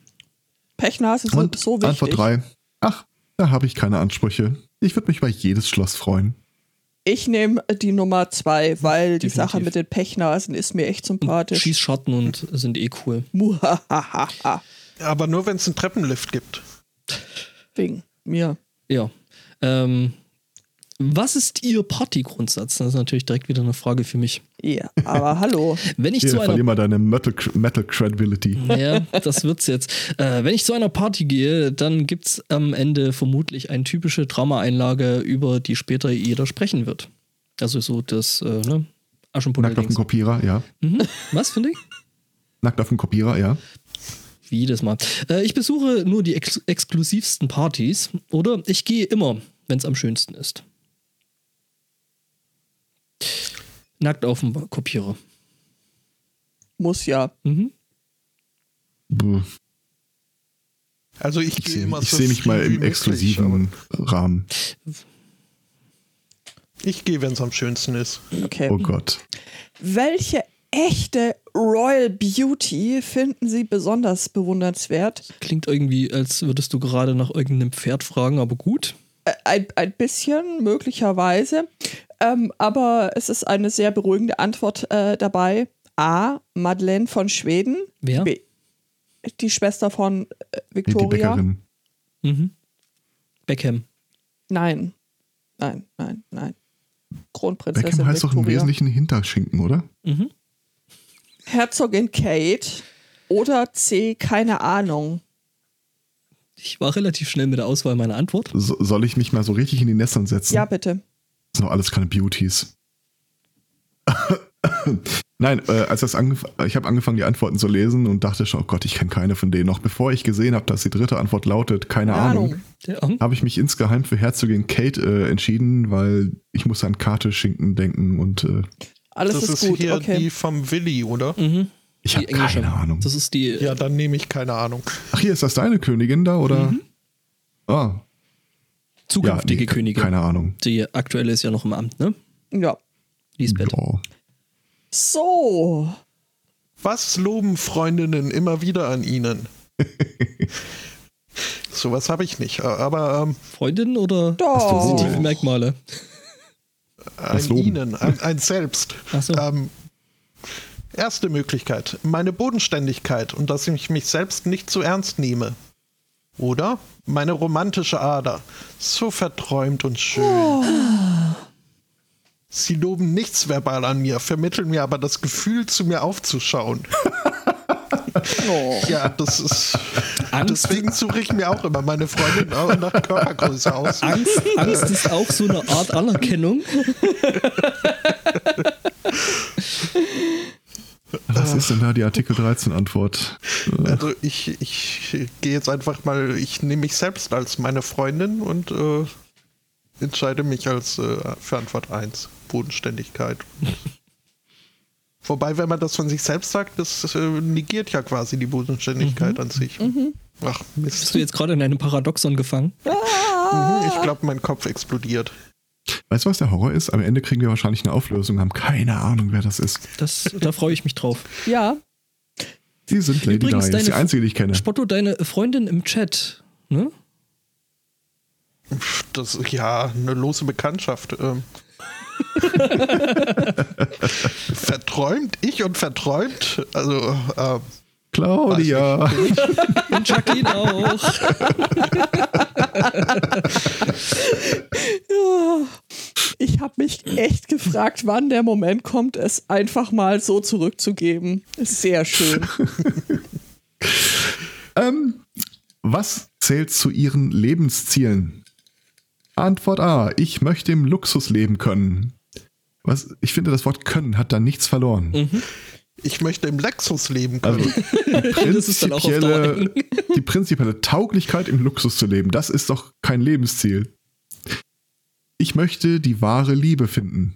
Pechnase sind Und so wichtig. Antwort 3. Ach, da habe ich keine Ansprüche. Ich würde mich über jedes Schloss freuen. Ich nehme die Nummer zwei, weil die Definitiv. Sache mit den Pechnasen ist mir echt sympathisch. Schießschatten und sind eh cool. Muhahaha. Aber nur, wenn es einen Treppenlift gibt. Wegen mir. Ja. Ähm, was ist Ihr Partygrundsatz? Das ist natürlich direkt wieder eine Frage für mich. Ja, aber hallo. Wenn ich Hier, zu einer Hm, verlier mal deine Metal, Metal Credibility. Ja, das wird's jetzt. Äh, wenn ich zu einer Party gehe, dann gibt's am Ende vermutlich eine typische Drama-Einlage, über die später jeder sprechen wird. Also so das, äh, ne? Nackt auf Aschenputtel. dem Kopierer, ja. Mhm. Was, finde ich? Nackt auf dem Kopierer, ja. Wie jedes Mal. Äh, ich besuche nur die ex exklusivsten Partys oder ich gehe immer, wenn es am schönsten ist. Nackt auf dem Kopierer. Muss ja. Mhm. Buh. Also ich, Ich gehe sehe immer ich so seh mich viel mal wie im möglich, exklusiven Rahmen. aber Ich gehe, wenn es am schönsten ist. Okay. Oh Gott. Welche echte Royal Beauty finden Sie besonders bewundernswert? Klingt irgendwie, als würdest du gerade nach irgendeinem Pferd fragen, aber gut. Äh, Ein, ein bisschen, möglicherweise. Ähm, aber es ist eine sehr beruhigende Antwort äh, dabei. A. Madeleine von Schweden. Wer? B. Die Schwester von äh, Nee, Die Victoria. Bäckerin. Mhm. Beckham. Nein. Nein, nein, nein. Kronprinzessin Beckham heißt doch Victoria. im Wesentlichen Hinterschinken, oder? Mhm. Herzogin Kate oder C, keine Ahnung. Ich war relativ schnell mit der Auswahl meiner Antwort. So, soll ich mich mal so richtig in die Nestern setzen? Ja, bitte. Das sind doch alles keine Beauties. Nein, äh, als das angef ich habe angefangen, die Antworten zu lesen und dachte schon, oh Gott, ich kenne keine von denen. Noch bevor ich gesehen habe, dass die dritte Antwort lautet, keine Ahnung, Der Am habe ich mich insgeheim für Herzogin Kate äh, entschieden, weil ich muss an Kate Schinken denken und äh, Alles das ist, ist, gut, hier okay. die vom Willi, oder? mhm. ich Die habe englische. keine Ahnung. Das ist die. Ja, dann nehme ich keine Ahnung. Ach, hier ist das deine Königin da, oder? Ah, ja, Zukünftige nee, ke- Königin. Keine Ahnung. Die aktuelle ist ja noch im Amt, ne? Ja. Lisbeth. Ja. So, Was loben Freundinnen immer wieder an ihnen? Sowas habe ich nicht, aber ähm, Freundin oder Oh. doch. positive Merkmale? an Loben. ihnen, an, an selbst. Ach so. Ähm, erste Möglichkeit, meine Bodenständigkeit und dass ich mich selbst nicht zu ernst nehme. Oder meine romantische Ader, so verträumt und schön. Sie loben nichts verbal an mir, vermitteln mir aber das Gefühl, zu mir aufzuschauen. Oh. Ja, das ist. Angst, Deswegen suche ich mir auch immer meine Freundin auch nach Körpergröße aus. Angst, Angst ist auch so eine Art Anerkennung. Was ist denn da die Artikel 13 Antwort? Also ich, ich gehe jetzt einfach mal, ich nehme mich selbst als meine Freundin und äh, entscheide mich als äh, für Antwort 1, Bodenständigkeit. Wobei, wenn man das von sich selbst sagt, das äh, negiert ja quasi die Bodenständigkeit an sich. Ach, Bist Mist. du jetzt gerade in einem Paradoxon gefangen? Mhm, Ich glaube, mein Kopf explodiert. Weißt du, was der Horror ist? Am Ende kriegen wir wahrscheinlich eine Auflösung, haben keine Ahnung, wer das ist. Das, da freue ich mich drauf. Ja, Sie sind Lady Übrigens, Di, das ist die deine- einzige, die ich kenne. Spotto, deine Freundin im Chat, ne? Pff, Das ja eine lose Bekanntschaft. ähm. verträumt, ich und verträumt. Also ähm, Claudia. Und Jacqueline auch. ich habe mich echt gefragt, wann der Moment kommt, es einfach mal so zurückzugeben. Sehr schön. Ähm, was zählt zu Ihren Lebenszielen? Antwort A. Ich möchte im Luxus leben können. Was, ich finde, das Wort können hat da nichts Mhm. verloren. ich möchte im Lexus leben können. Also, die Das ist dann auch auf Dauer prinzipielle, die prinzipielle Tauglichkeit im Luxus zu leben, das ist doch kein Lebensziel. Ich möchte die wahre Liebe finden.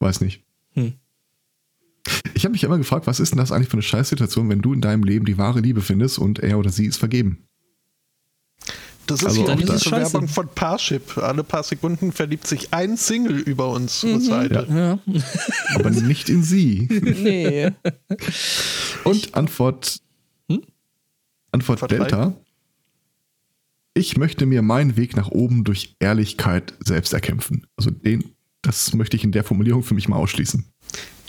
Weiß nicht. Hm. Ich habe mich immer gefragt, was ist denn das eigentlich für eine Scheißsituation, wenn du in deinem Leben die wahre Liebe findest und er oder sie ist vergeben? das ist also hier auch auch da- diese Scheiße. Werbung von Parship. Alle paar Sekunden verliebt sich ein Single über unsere Seite. Mhm. Ja. Aber nicht in sie. Nee. Und Antwort Antwort Vertreiben. Delta. Ich möchte mir meinen Weg nach oben durch Ehrlichkeit selbst erkämpfen. Also den, das möchte ich in der Formulierung für mich mal ausschließen.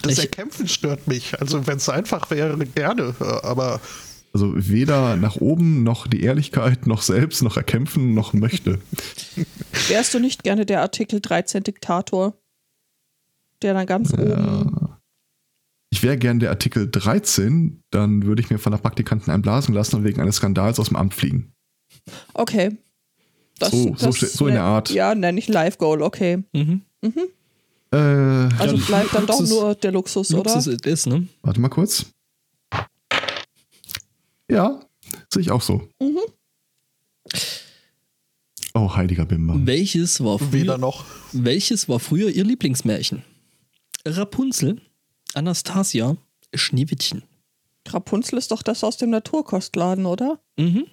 Das Ich- Erkämpfen stört mich. Also wenn es einfach wäre, gerne. äh, Aber Also weder nach oben noch die Ehrlichkeit noch selbst noch erkämpfen noch möchte. Wärst du nicht gerne der Artikel 13 Diktator? Der dann ganz oben. Ich wäre gern der Artikel 13, dann würde ich mir von der Praktikanten einblasen lassen und wegen eines Skandals aus dem Amt fliegen. Okay. So- so ste- so in der nenn- Art. Ja, nenne ich Live Goal, okay. Mhm. Äh, Also Ja, bleibt dann Luxus- doch nur der Luxus, Luxus oder? it is, ne? warte mal kurz. Ja, sehe ich auch so. Mhm. Oh, heiliger Bimba. Welches war weder früher, noch. welches war früher ihr Lieblingsmärchen? Rapunzel, Anastasia, Schneewittchen. Rapunzel ist doch das aus dem Naturkostladen, oder? Mhm.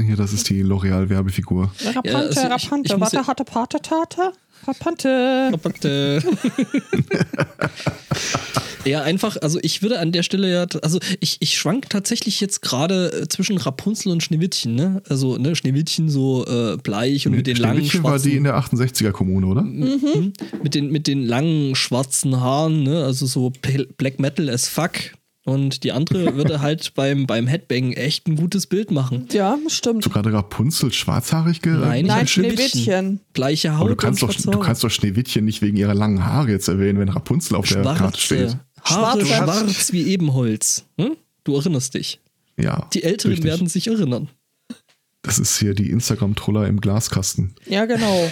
Hier, das ist die L'Oreal-Werbefigur. Rapante, also ich- Rapante, ich muss ja- warte, hatte Pate, Tate? Rapante. Verpackte. ja, einfach, also ich würde an der Stelle ja, also ich, ich schwank tatsächlich jetzt gerade äh, zwischen Rapunzel und Schneewittchen, ne? Also, ne, Schneewittchen so äh, bleich und mit den langen Schneewittchen war die in schwarzen, der 68er-Kommune, oder? Mhm. mit den, mit den langen schwarzen Haaren, ne? Also so Pel- Black Metal as fuck. Und die andere würde halt beim, beim Headbang echt ein gutes Bild machen. Ja, stimmt. Du gerade Rapunzel schwarzhaarig ge Nein, Nein, ich mein Schneewittchen. Bleiche Haut. Aber du kannst, und doch, schwarze du Haare. kannst doch Schneewittchen nicht wegen ihrer langen Haare jetzt erwähnen, wenn Rapunzel auf der Karte steht. Schwarze. Haare Schwarze. schwarz wie Ebenholz. Hm? Du erinnerst dich. Ja. Die Älteren richtig. werden sich erinnern. Das ist hier die Instagram-Troller im Glaskasten. Ja, genau.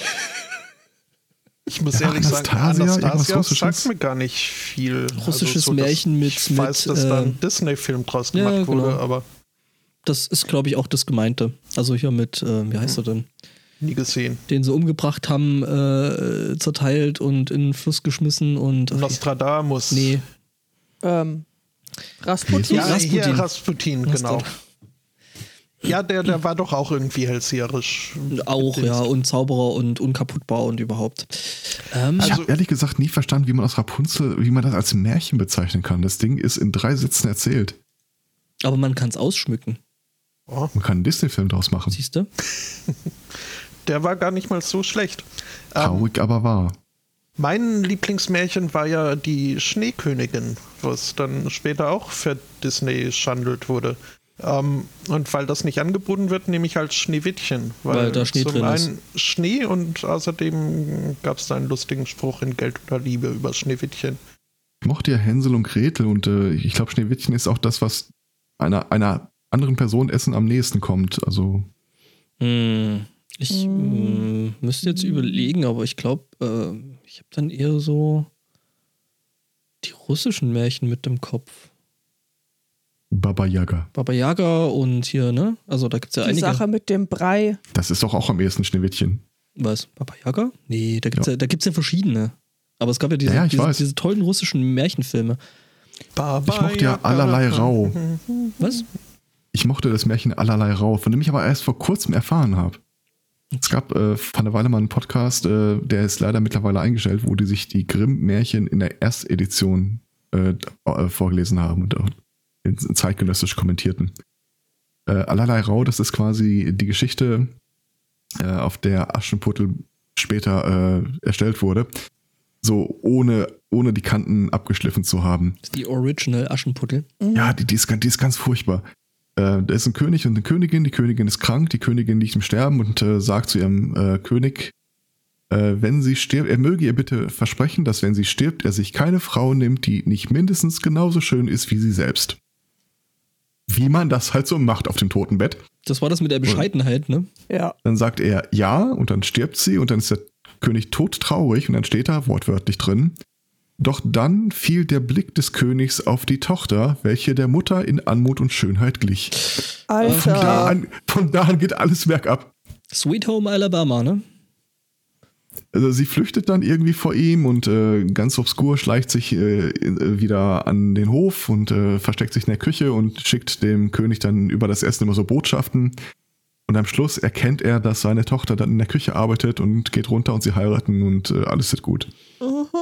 Ich muss Ja, ehrlich Anastasia, sagen, irgendwas Anastasia Russisches? sagt mir gar nicht viel. Also Russisches dass- Märchen mit- Ich weiß, mit, dass da ähm, ein Disney-Film draus ja, gemacht wurde, genau. aber Das ist, glaube ich, auch das Gemeinte. Also hier mit, äh, wie heißt er denn? nie gesehen. Den sie umgebracht haben, äh, zerteilt und in den Fluss geschmissen und. Nostradamus. nee, ähm, Rasputin. Ja, Rasputin. Rasputin. hier Rasputin, genau. Rasputin. Ja, der, der war doch auch irgendwie hellseherisch. auch, ja, und Zauberer und unkaputtbar und überhaupt. Ähm, Ich Also- habe ehrlich gesagt nie verstanden, wie man aus Rapunzel, wie man das als Märchen bezeichnen kann. Das Ding ist in drei Sätzen erzählt. aber man kann es ausschmücken, Oh, Man kann einen Disney-Film draus machen. siehst du? der war gar nicht mal so schlecht. Ähm, Traurig, aber wahr. Mein Lieblingsmärchen war ja die Schneekönigin, was dann später auch für Disney schandelt wurde. Ähm, und weil das nicht angeboten wird, nehme ich halt Schneewittchen. Weil, Weil da Schnee zum drin ist. einen Schnee und außerdem gab es da einen lustigen Spruch in Geld oder Liebe über Schneewittchen. Ich mochte ja Hänsel und Gretel und äh, ich glaube, Schneewittchen ist auch das, was einer, einer anderen Person Essen am nächsten kommt. Also Hm, ich hm, müsste jetzt überlegen, aber ich glaube, äh, ich habe dann eher so die russischen Märchen mit dem Kopf. Baba Yaga. Baba Yaga und hier, ne? Also da gibt es ja Die einige. Sache mit dem Brei. Das ist doch auch am ehesten Schneewittchen. Was? Baba Yaga? Nee, da gibt's ja. da gibt's ja verschiedene. Aber es gab ja diese, Ja, ja, ich diese, weiß. diese tollen russischen Märchenfilme. Baba Ich mochte ja allerlei Rau. Was? Ich mochte das Märchen allerlei Rau, von dem ich aber erst vor kurzem erfahren habe. Es gab äh, vor einer Weile mal einen Podcast, äh, der ist leider mittlerweile eingestellt, wo die sich die Grimm-Märchen in der Erstedition äh, äh, vorgelesen haben und auch in- zeitgenössisch kommentierten. Äh, allerlei Rau, das ist quasi die Geschichte, äh, auf der Aschenputtel später äh, erstellt wurde. So ohne, ohne die Kanten abgeschliffen zu haben. Das ist die Original Aschenputtel. Ja, die, die, ist, ganz- die ist ganz furchtbar. Äh, da ist ein König und eine Königin, die Königin ist krank, die Königin liegt im Sterben und äh, sagt zu ihrem äh, König, äh, wenn sie stirbt, er möge ihr bitte versprechen, dass wenn sie stirbt, er sich keine Frau nimmt, die nicht mindestens genauso schön ist wie sie selbst. Wie man das halt so macht auf dem Totenbett. Das war das mit der Bescheidenheit, ne? Ja. Dann sagt er ja und dann stirbt sie und dann ist der König todtraurig und dann steht da wortwörtlich drin. Doch dann fiel der Blick des Königs auf die Tochter, welche der Mutter in Anmut und Schönheit glich. Von da Alter. an, von da an geht alles bergab. Sweet Home Alabama, ne? Also sie flüchtet dann irgendwie vor ihm und äh, ganz obskur schleicht sich äh, in- äh, wieder an den Hof und äh, versteckt sich in der Küche und schickt dem König dann über das Essen immer so Botschaften. Und am Schluss erkennt er, dass seine Tochter dann in der Küche arbeitet und geht runter und sie heiraten und äh, alles wird gut.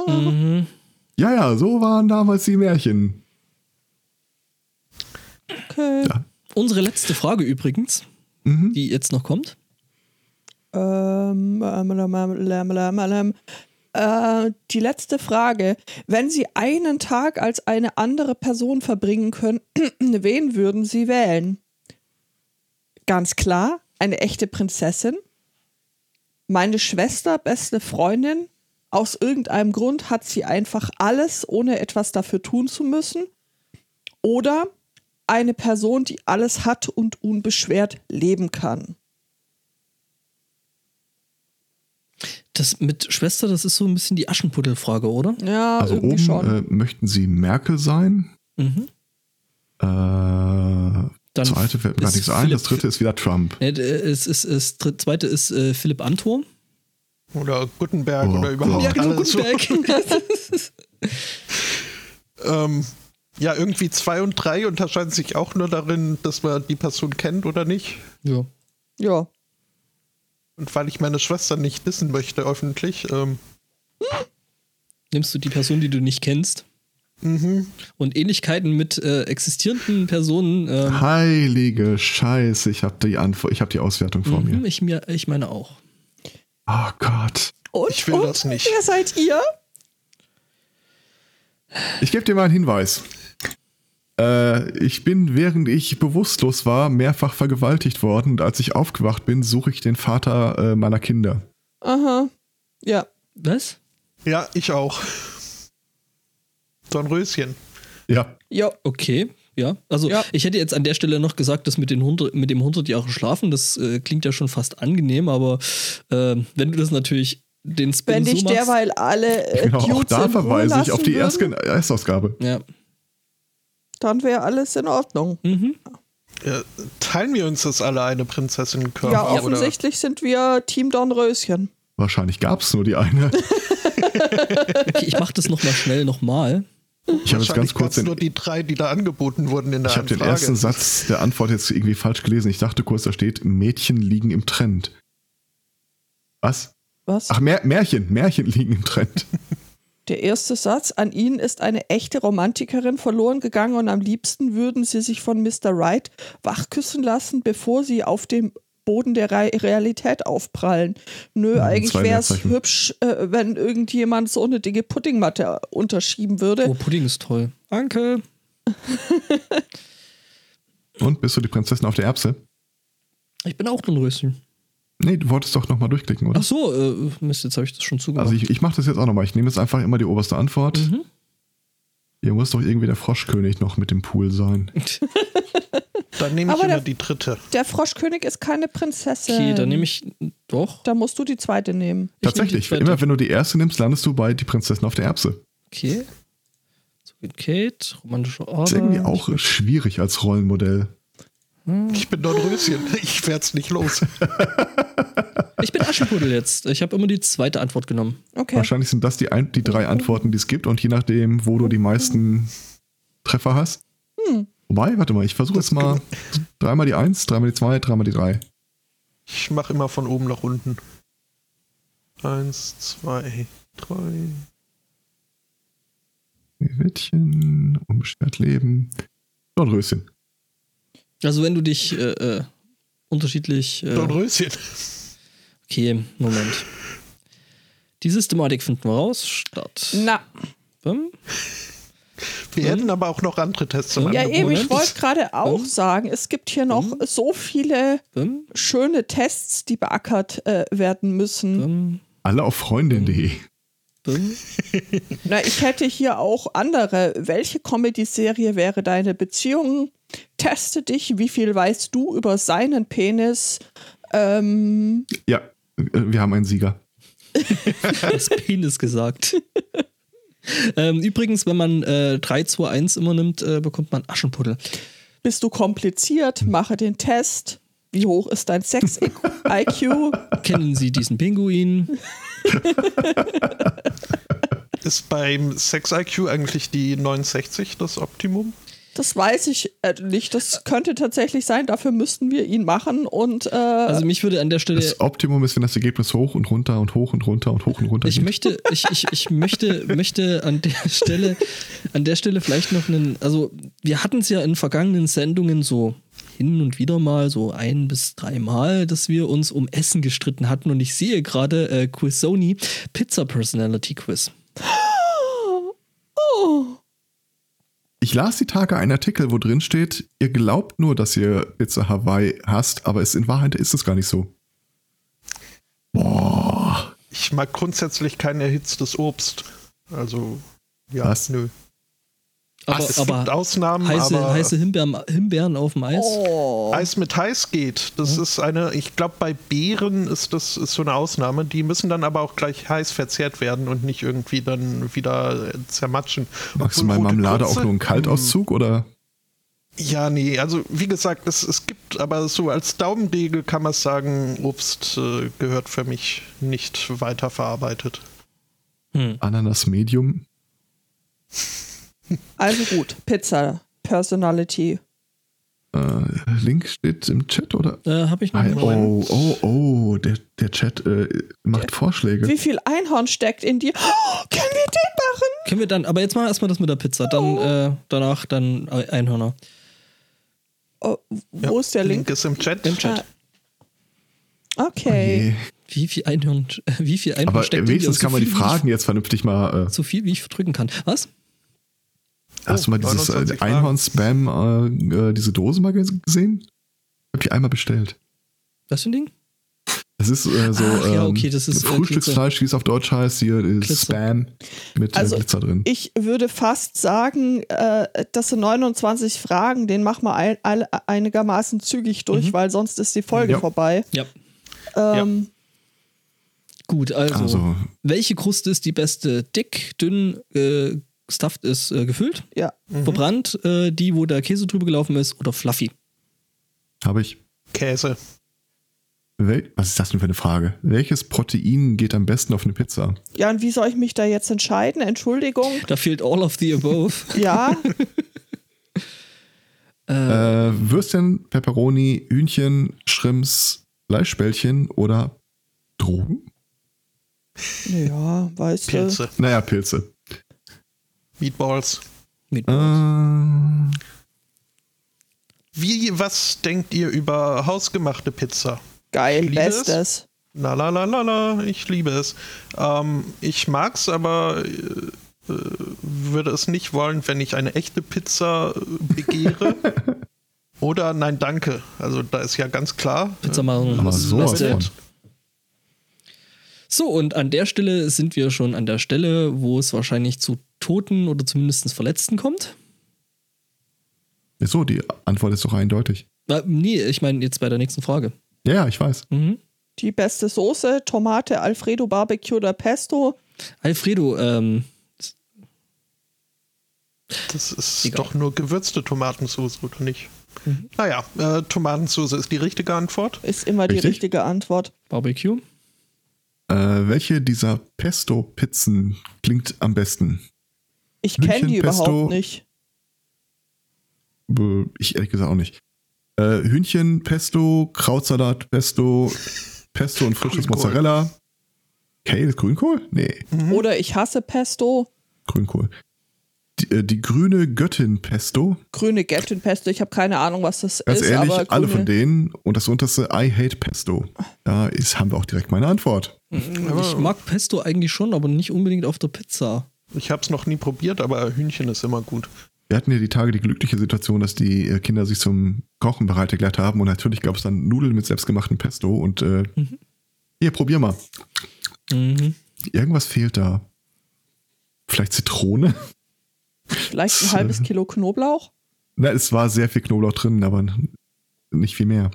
Mhm. Ja, ja, so waren damals die Märchen. Okay. Unsere letzte Frage übrigens, die jetzt noch kommt. Ähm, ähm, ähm, ähm, ähm, ähm, ähm. Äh, die letzte Frage. Wenn Sie einen Tag als eine andere Person verbringen könnten, wen würden Sie wählen? Ganz klar, eine echte Prinzessin. Meine Schwester, beste Freundin. Aus irgendeinem Grund hat sie einfach alles, ohne etwas dafür tun zu müssen. Oder eine Person, die alles hat und unbeschwert leben kann. Das mit Schwester, das ist so ein bisschen die Aschenputtel-Frage, oder? Ja, Also irgendwie oben schon. äh, möchten sie Merkel sein. Mhm. Äh, das zweite fällt mir gar ist nichts ein. Das Philipp- dritte ist wieder Trump. Äh, d- äh, Es ist, es, dr- zweite ist äh, Philipp Antor. Oder Gutenberg Oh oder überhaupt genau, Gott. Ja, alle so. Gutenberg. Ähm, ja, irgendwie zwei und drei unterscheiden sich auch nur darin, dass man die Person kennt oder nicht. ja. Ja. Und weil ich meine Schwester nicht dissen möchte öffentlich, ähm, Nimmst du die Person, die du nicht kennst. Mhm. Und Ähnlichkeiten mit äh, existierenden Personen ähm, Heilige Scheiße, ich habe die Antwort, ich habe die Auswertung vor mhm, mir. ich, mir, ich meine auch. Oh Gott. Und, Ich will und das nicht. Wer seid ihr? Ich gebe dir mal einen Hinweis. Äh, ich bin, während ich bewusstlos war, mehrfach vergewaltigt worden und als ich aufgewacht bin, suche ich den Vater äh, meiner Kinder. Aha. Ja. Was? ja, ich auch. So ein Röschen. Ja. Jo. Okay, ja. Also Ja. ich hätte jetzt an der Stelle noch gesagt, dass mit, den 100, mit dem 100 Jahre Schlafen, das äh, klingt ja schon fast angenehm, aber äh, wenn du das natürlich den Spin Wenn so dich machst, derweil alle äh, Genau, auch Dudes da in Ruhe verweise ich lassen auf die würden, erste, Erstausgabe. ja. dann wäre alles in Ordnung. Mhm. Äh, teilen wir uns das alle eine Prinzessinnenkörper? Ja, oder? offensichtlich sind wir Team Dornröschen. Wahrscheinlich gab es nur die eine. Okay, ich mache das nochmal schnell nochmal. Ich habe jetzt ganz Wahrscheinlich kurz gab's den, nur die drei, die da angeboten wurden in der ich hab den Anfrage. ersten Satz der Antwort jetzt irgendwie falsch gelesen. Ich dachte kurz, da steht, Mädchen liegen im Trend. Was? Was? Ach, Mär Märchen, Märchen liegen im Trend. Der erste Satz, an ihnen ist eine echte Romantikerin verloren gegangen und am liebsten würden sie sich von Mr. Wright wachküssen lassen, bevor sie auf dem Boden der Re Realität aufprallen. Nö, Ja, eigentlich Hm, zwei wäre es Leerzeichen. hübsch, äh, wenn irgendjemand so eine dicke Puddingmatte unterschieben würde. Oh, Pudding ist toll. Danke. Und bist du die Prinzessin auf der Erbse? Ich bin auch ein Röschen. Nee, du wolltest doch nochmal durchklicken, oder? Ach so, äh, Mist, jetzt habe ich das schon zugemacht. Also ich, ich mache das jetzt auch nochmal. Ich nehme jetzt einfach immer die oberste Antwort. Mhm. Hier muss doch irgendwie der Froschkönig noch mit dem Pool sein. Dann nehme ich Aber immer der- die dritte. Der Froschkönig ist keine Prinzessin. okay, dann nehme ich doch. Da musst du die zweite nehmen. Ich Tatsächlich, nehm die zweite. immer wenn du die erste nimmst, landest du bei die Prinzessin auf der Erbse. Okay. So geht Kate, romantische Ist irgendwie Order. auch schwierig als Rollenmodell. Ich bin Dornröschen. Ich werd's nicht los. Ich bin Aschenputtel jetzt. Ich habe immer die zweite Antwort genommen. Okay. Wahrscheinlich sind das die, ein, die Oh. drei Antworten, die es gibt. Und je nachdem, wo du die meisten Treffer hast. Hm. Wobei, warte mal, ich versuche jetzt mal dreimal die Eins, dreimal die Zwei, dreimal die Drei. Ich mache immer von oben nach unten. Eins, zwei, drei. Wittchen, unbeschwert leben. Dornröschen. Also wenn du dich äh, äh, unterschiedlich... Äh, Dornröschen. okay, Moment. Die Systematik finden wir raus. Start. Na, Bam. Mhm. Wir hätten aber auch noch andere Tests im Ja, ja Angebot. eben, Moment. ich wollte gerade auch Hm? sagen, es gibt hier noch so viele Bam. schöne Tests, die beackert äh, werden müssen. Bam. Alle auf Freundin.de. Bam. Na, ich hätte hier auch andere. Welche Comedy-Serie wäre deine Beziehung? Teste dich, wie viel weißt du über seinen Penis? Ähm, Ja, äh, wir haben einen Sieger. Das Penis gesagt. ähm, übrigens, wenn man äh, 3, 2, 1 immer nimmt, äh, bekommt man Aschenputtel. bist du kompliziert? Mache den Test. Wie hoch ist dein Sex-IQ? Kennen Sie diesen Pinguin? Ist beim Sex-IQ eigentlich die 69 das Optimum? Das weiß ich äh, nicht. Das könnte tatsächlich sein. Dafür müssten wir ihn machen. Und äh, Also mich würde an der Stelle Das Optimum ist, wenn das Ergebnis hoch und runter und hoch und runter und hoch und runter Ich geht. möchte, ich, ich, ich möchte, möchte an der Stelle, an der Stelle vielleicht noch einen, also wir hatten es ja in vergangenen Sendungen so hin und wieder mal, so ein bis dreimal, dass wir uns um Essen gestritten hatten und ich sehe gerade äh, Quizoni Pizza Personality Quiz. Ich las die Tage einen Artikel, wo drin steht, ihr glaubt nur, dass ihr Pizza Hawaii hasst, aber es, in Wahrheit ist es gar nicht so. Ich mag grundsätzlich kein erhitztes Obst. Also, ja, Was? nö. Aber, es gibt aber Ausnahmen, heiße, aber heiße Himbeeren, Himbeeren auf dem Eis. Oh. Eis mit heiß geht. Mhm. Das ist eine, ich glaube, bei Beeren ist das ist so eine Ausnahme. Die müssen dann aber auch gleich heiß verzehrt werden und nicht irgendwie dann wieder äh, zermatschen. Magst du Obwohl meine rote Marmelade auch Grütze- nur einen Kaltauszug oder? Ja, nee, also wie gesagt, es, es gibt, aber so als Daumenregel kann man sagen, Obst äh, gehört für mich nicht weiterverarbeitet. Ananas Medium? also gut, Pizza Personality. Äh, Link steht im Chat oder? Äh, Habe ich noch Ei, einen neuen? Oh, oh, oh, der, der Chat äh, macht Vorschläge. Wie viel Einhorn steckt in dir? Oh, können wir den machen? Können wir dann, aber jetzt mal erstmal das mit der Pizza, dann äh, danach dann Ei- Einhörner. Oh, wo ist der Link? Ah. ist im Chat. Im Chat. Oh Oh Okay. Nee. Wie viel Einhorn, wie viel Einhorn Aber äh, steckt in dir? wenigstens So kann man die viel, wie ich- Fragen jetzt vernünftig mal. Äh, So viel, wie ich verdrücken kann. Was? hast du mal dieses äh, 29 Fragen. Einhorn-Spam, äh, äh, diese Dose mal ges- gesehen? Ich hab die einmal bestellt. Was für ein Ding? Das ist äh, so Ach ja, okay, das ist, äh, Frühstücksfleisch, wie es auf Deutsch heißt, hier äh, Klitze. Spam mit Also, äh, Glitzer drin. Ich würde fast sagen, äh, das sind 29 Fragen, den machen wir ein, alle- einigermaßen zügig durch, weil sonst ist die Folge Ja. vorbei. Mhm. Ja. Ähm, Gut, also, also, welche Kruste ist die beste? Dick, dünn, äh, stuffed ist äh, gefüllt, ja. verbrannt, äh, die, wo der Käse drüber gelaufen ist, oder fluffy? habe ich. Käse. Wel Was ist das denn für eine Frage? Welches Protein geht am besten auf eine Pizza? Ja, und wie soll ich mich da jetzt entscheiden? Entschuldigung. Da fehlt all of the above. Ja, Äh, Würstchen, Peperoni, Hühnchen, Schrimps, Fleischbällchen oder Drogen? ja, weißt du. Pilze. Naja, Pilze. Meatballs. Mit Äh, ja, Wie, was denkt ihr über hausgemachte Pizza? Geil, Liebe es? bestes. La la la la la, ich liebe es. Ähm, ich mag's, aber äh, äh, würde es nicht wollen, wenn ich eine echte Pizza äh, begehre. Oder nein, danke. Also da ist ja ganz klar. Pizza machen. aber das so was Beste. von. So, und an der Stelle sind wir schon an der Stelle, wo es wahrscheinlich zu Toten oder zumindest Verletzten kommt. So, die Antwort ist doch eindeutig. Äh, nee, ich meine jetzt bei der nächsten Frage. Ja, ja, ich weiß. Mhm. Die beste Soße, Tomate, Alfredo, Barbecue oder Pesto. Alfredo, ähm, Das ist Egal. doch nur gewürzte Tomatensauce, oder nicht? Naja, äh, Tomatensauce ist die richtige Antwort. Ist immer die Richtig. richtige Antwort. Barbecue. Äh, welche dieser Pesto-Pizzen klingt am besten? Ich kenne Hühnchen, die Pesto. überhaupt nicht. Äh, Ich ehrlich gesagt auch nicht. Äh, Hühnchen, Pesto, Krautsalat, Pesto, Pesto und frisches Grünkohl. Mozzarella. Kale, Grünkohl? Nee, Oder ich hasse Pesto. Grünkohl. Die, äh, die grüne Göttin Pesto. Grüne Gattin Pesto. Ich habe keine Ahnung, was das Ganz ist. ehrlich, aber alle grüne- von denen. Und das unterste, I hate Pesto. Da ist, haben wir auch direkt meine Antwort. Ich mag Pesto eigentlich schon, aber nicht unbedingt auf der Pizza. Ich hab's noch nie probiert, aber Hühnchen ist immer gut. Wir hatten ja die Tage die glückliche Situation, dass die äh, Kinder sich zum Kochen bereit erklärt haben. Und natürlich gab es dann Nudeln mit selbstgemachtem Pesto. Und äh, hier, probier mal. Mhm. Irgendwas fehlt da. Vielleicht Zitrone? Vielleicht ein halbes Kilo Knoblauch. Na, es war sehr viel Knoblauch drin, aber nicht viel mehr.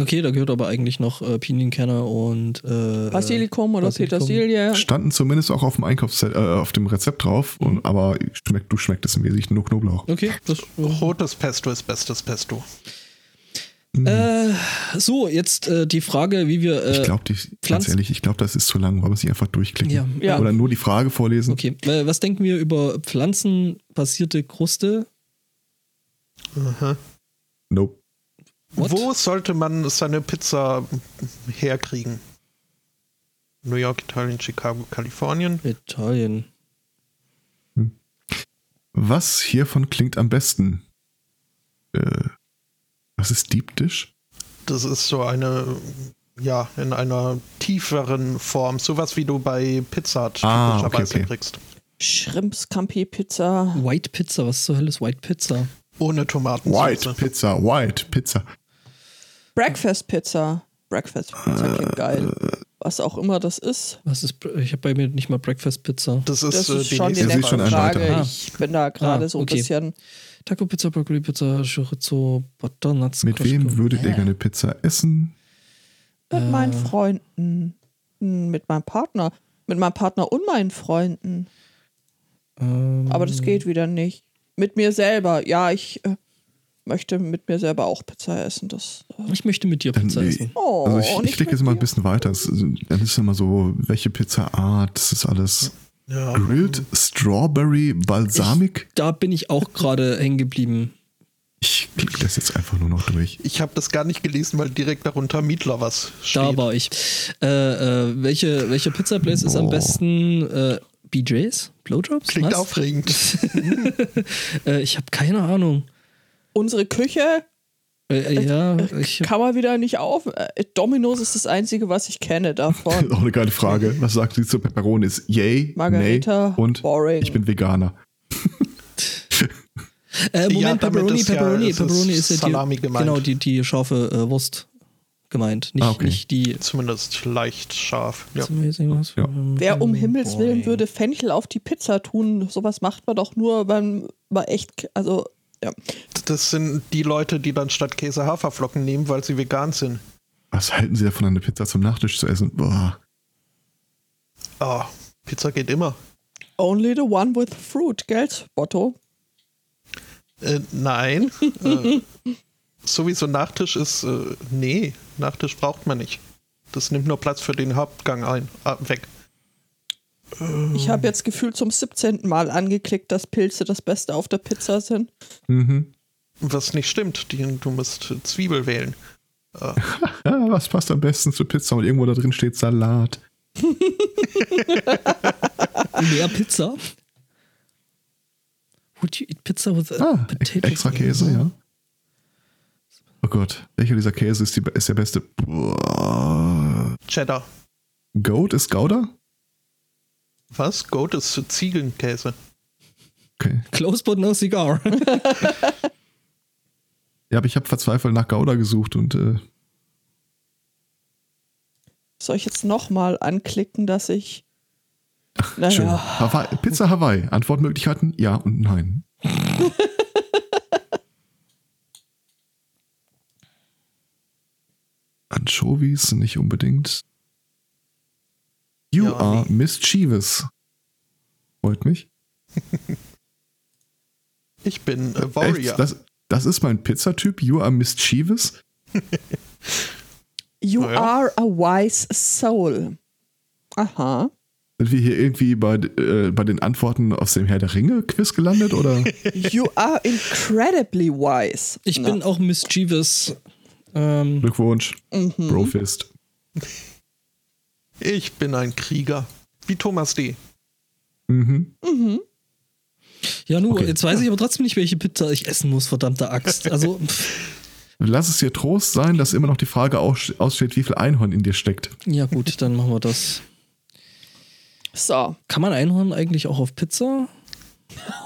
Okay, da gehört aber eigentlich noch äh, Pinienkerne und äh, Basilikum oder Basilikum. Petersilie. Standen zumindest auch auf dem Einkaufszettel, äh, auf dem Rezept drauf, Mhm. und, aber schmeckt, du schmeckt es im Wesentlichen nur Knoblauch. Okay, das. Rotes Pesto ist bestes Pesto. Äh, so, jetzt äh, die Frage, wie wir. Äh, Hm, ich glaube, die, ganz Pflanzen- ehrlich, ich glaube, das ist zu lang, weil wir sie einfach durchklicken. Ja, Ja. Oder nur die Frage vorlesen. okay. Äh, was denken wir über pflanzenbasierte Kruste? Nope. What? Wo sollte man seine Pizza herkriegen? New York, Italien, Chicago, Kalifornien. Italien. Was hiervon klingt am besten? Äh, was ist Deep Dish? Das ist so eine, ja, in einer tieferen Form. Sowas wie du bei Pizza Hut Ah, okay, typischerweise okay. kriegst. Shrimps, Campi Pizza. White Pizza, was zur Hölle ist White Pizza? Ohne Tomatensoße. White Pizza, White Pizza. Breakfast Pizza. Breakfast Äh, Pizza klingt geil. Was auch immer das ist. Was ist, Br- ich habe bei mir nicht mal Breakfast Pizza. Das ist, Das äh, ist die schon die nächste Das letzte ist schon Ah. Frage. ein Frage. weiterer. Ich bin da gerade Ah, so ein okay. bisschen. Taco Pizza, Broccoli Pizza, Chorizo, Butternuts. Mit wem Costco. würdet ihr gerne Pizza essen? Mit Äh. meinen Freunden. Hm, Mit meinem Partner. Mit meinem Partner und meinen Freunden. Ähm, Aber das geht wieder nicht. Mit mir selber. Ja, ich äh, möchte mit mir selber auch Pizza essen. Das. Äh, ich möchte mit dir Dann- Pizza essen. oh, also ich, und ich klicke jetzt mit mal ein dir. bisschen weiter. Es- Dann ist immer so, welche Pizzaart? Das ist alles Ja. Grilled Strawberry Balsamic. Da bin ich auch gerade hängen geblieben. Ich klicke das jetzt einfach nur noch durch. Ich habe das gar nicht gelesen, weil direkt darunter Mietler was steht. Da war ich. Äh, äh, welche, welche Pizza Place ist am besten? Äh, BJs? Blowjobs? Klingt Was? aufregend. Äh, ich habe keine Ahnung. Unsere Küche Äh, äh, ja, ich, kann man wieder nicht auf. Äh, Domino's ist das Einzige, was ich kenne davon. Auch eine geile Frage. Was sagt sie zu Peperonis? Yay, Margarita, nay und boring. ich bin Veganer. äh, Moment, Ja, damit Pepperoni, ist ja- Pepperoni. es ist Pepperoni ist ja die, Salami gemeint. Genau, die, die scharfe äh, Wurst gemeint. Nicht, Ah, okay. nicht die. Zumindest leicht scharf. Ja. Ja. Wer Oh um Himmels Willen Boing. würde Fenchel auf die Pizza tun? Sowas macht man doch nur, wenn man echt. Also, ja. Das sind die Leute, die dann statt Käse Haferflocken nehmen, weil sie vegan sind. Was halten Sie davon, eine Pizza zum Nachtisch zu essen? Boah. Ah, Pizza geht immer. Only the one with fruit, gell, Botto? Äh, nein. äh, sowieso Nachtisch ist. Äh, nee, Nachtisch braucht man nicht. Das nimmt nur Platz für den Hauptgang ein, ah, weg. Ich Hm. habe jetzt gefühlt zum 17. Mal angeklickt, dass Pilze das Beste auf der Pizza sind. Mhm. Was nicht stimmt, die, du musst Zwiebel wählen. Ja, was passt am besten zur Pizza? Und irgendwo da drin steht Salat. Mehr Pizza. Would you eat pizza with uh, Ah, e- potatoes? extra Käse, ja. Oh Gott, welcher dieser Käse ist, die, ist der beste? Boah. Cheddar. Goat ist Gouda? Was? Goat ist Ziegenkäse. Okay. Close but no cigar. Ja, aber ich habe verzweifelt nach Gouda gesucht und äh, Soll ich jetzt nochmal anklicken, dass ich. schön. Naja, Hawaii, Pizza Hawaii. Antwortmöglichkeiten? Ja und nein. Anchovies nicht unbedingt. You Ja, are mischievous. Freut mich. Ich bin äh, Echt? Warrior. Das, das ist mein Pizzatyp. You are mischievous. you Naja. are a wise soul. Aha. Sind wir hier irgendwie bei, äh, bei den Antworten aus dem Herr der Ringe-Quiz gelandet? Oder? You are incredibly wise. Ich Na, bin auch mischievous. Ähm, Glückwunsch. Mhm. Brofist. ich bin ein Krieger. Wie Thomas D. Mhm. ja, nur, Okay. jetzt weiß ich aber trotzdem nicht, welche Pizza ich essen muss, verdammte Axt. Also, pff, Lass es dir Trost sein, dass immer noch die Frage aus- aussteht, wie viel Einhorn in dir steckt. ja gut, dann machen wir das. So. Kann man Einhorn eigentlich auch auf Pizza?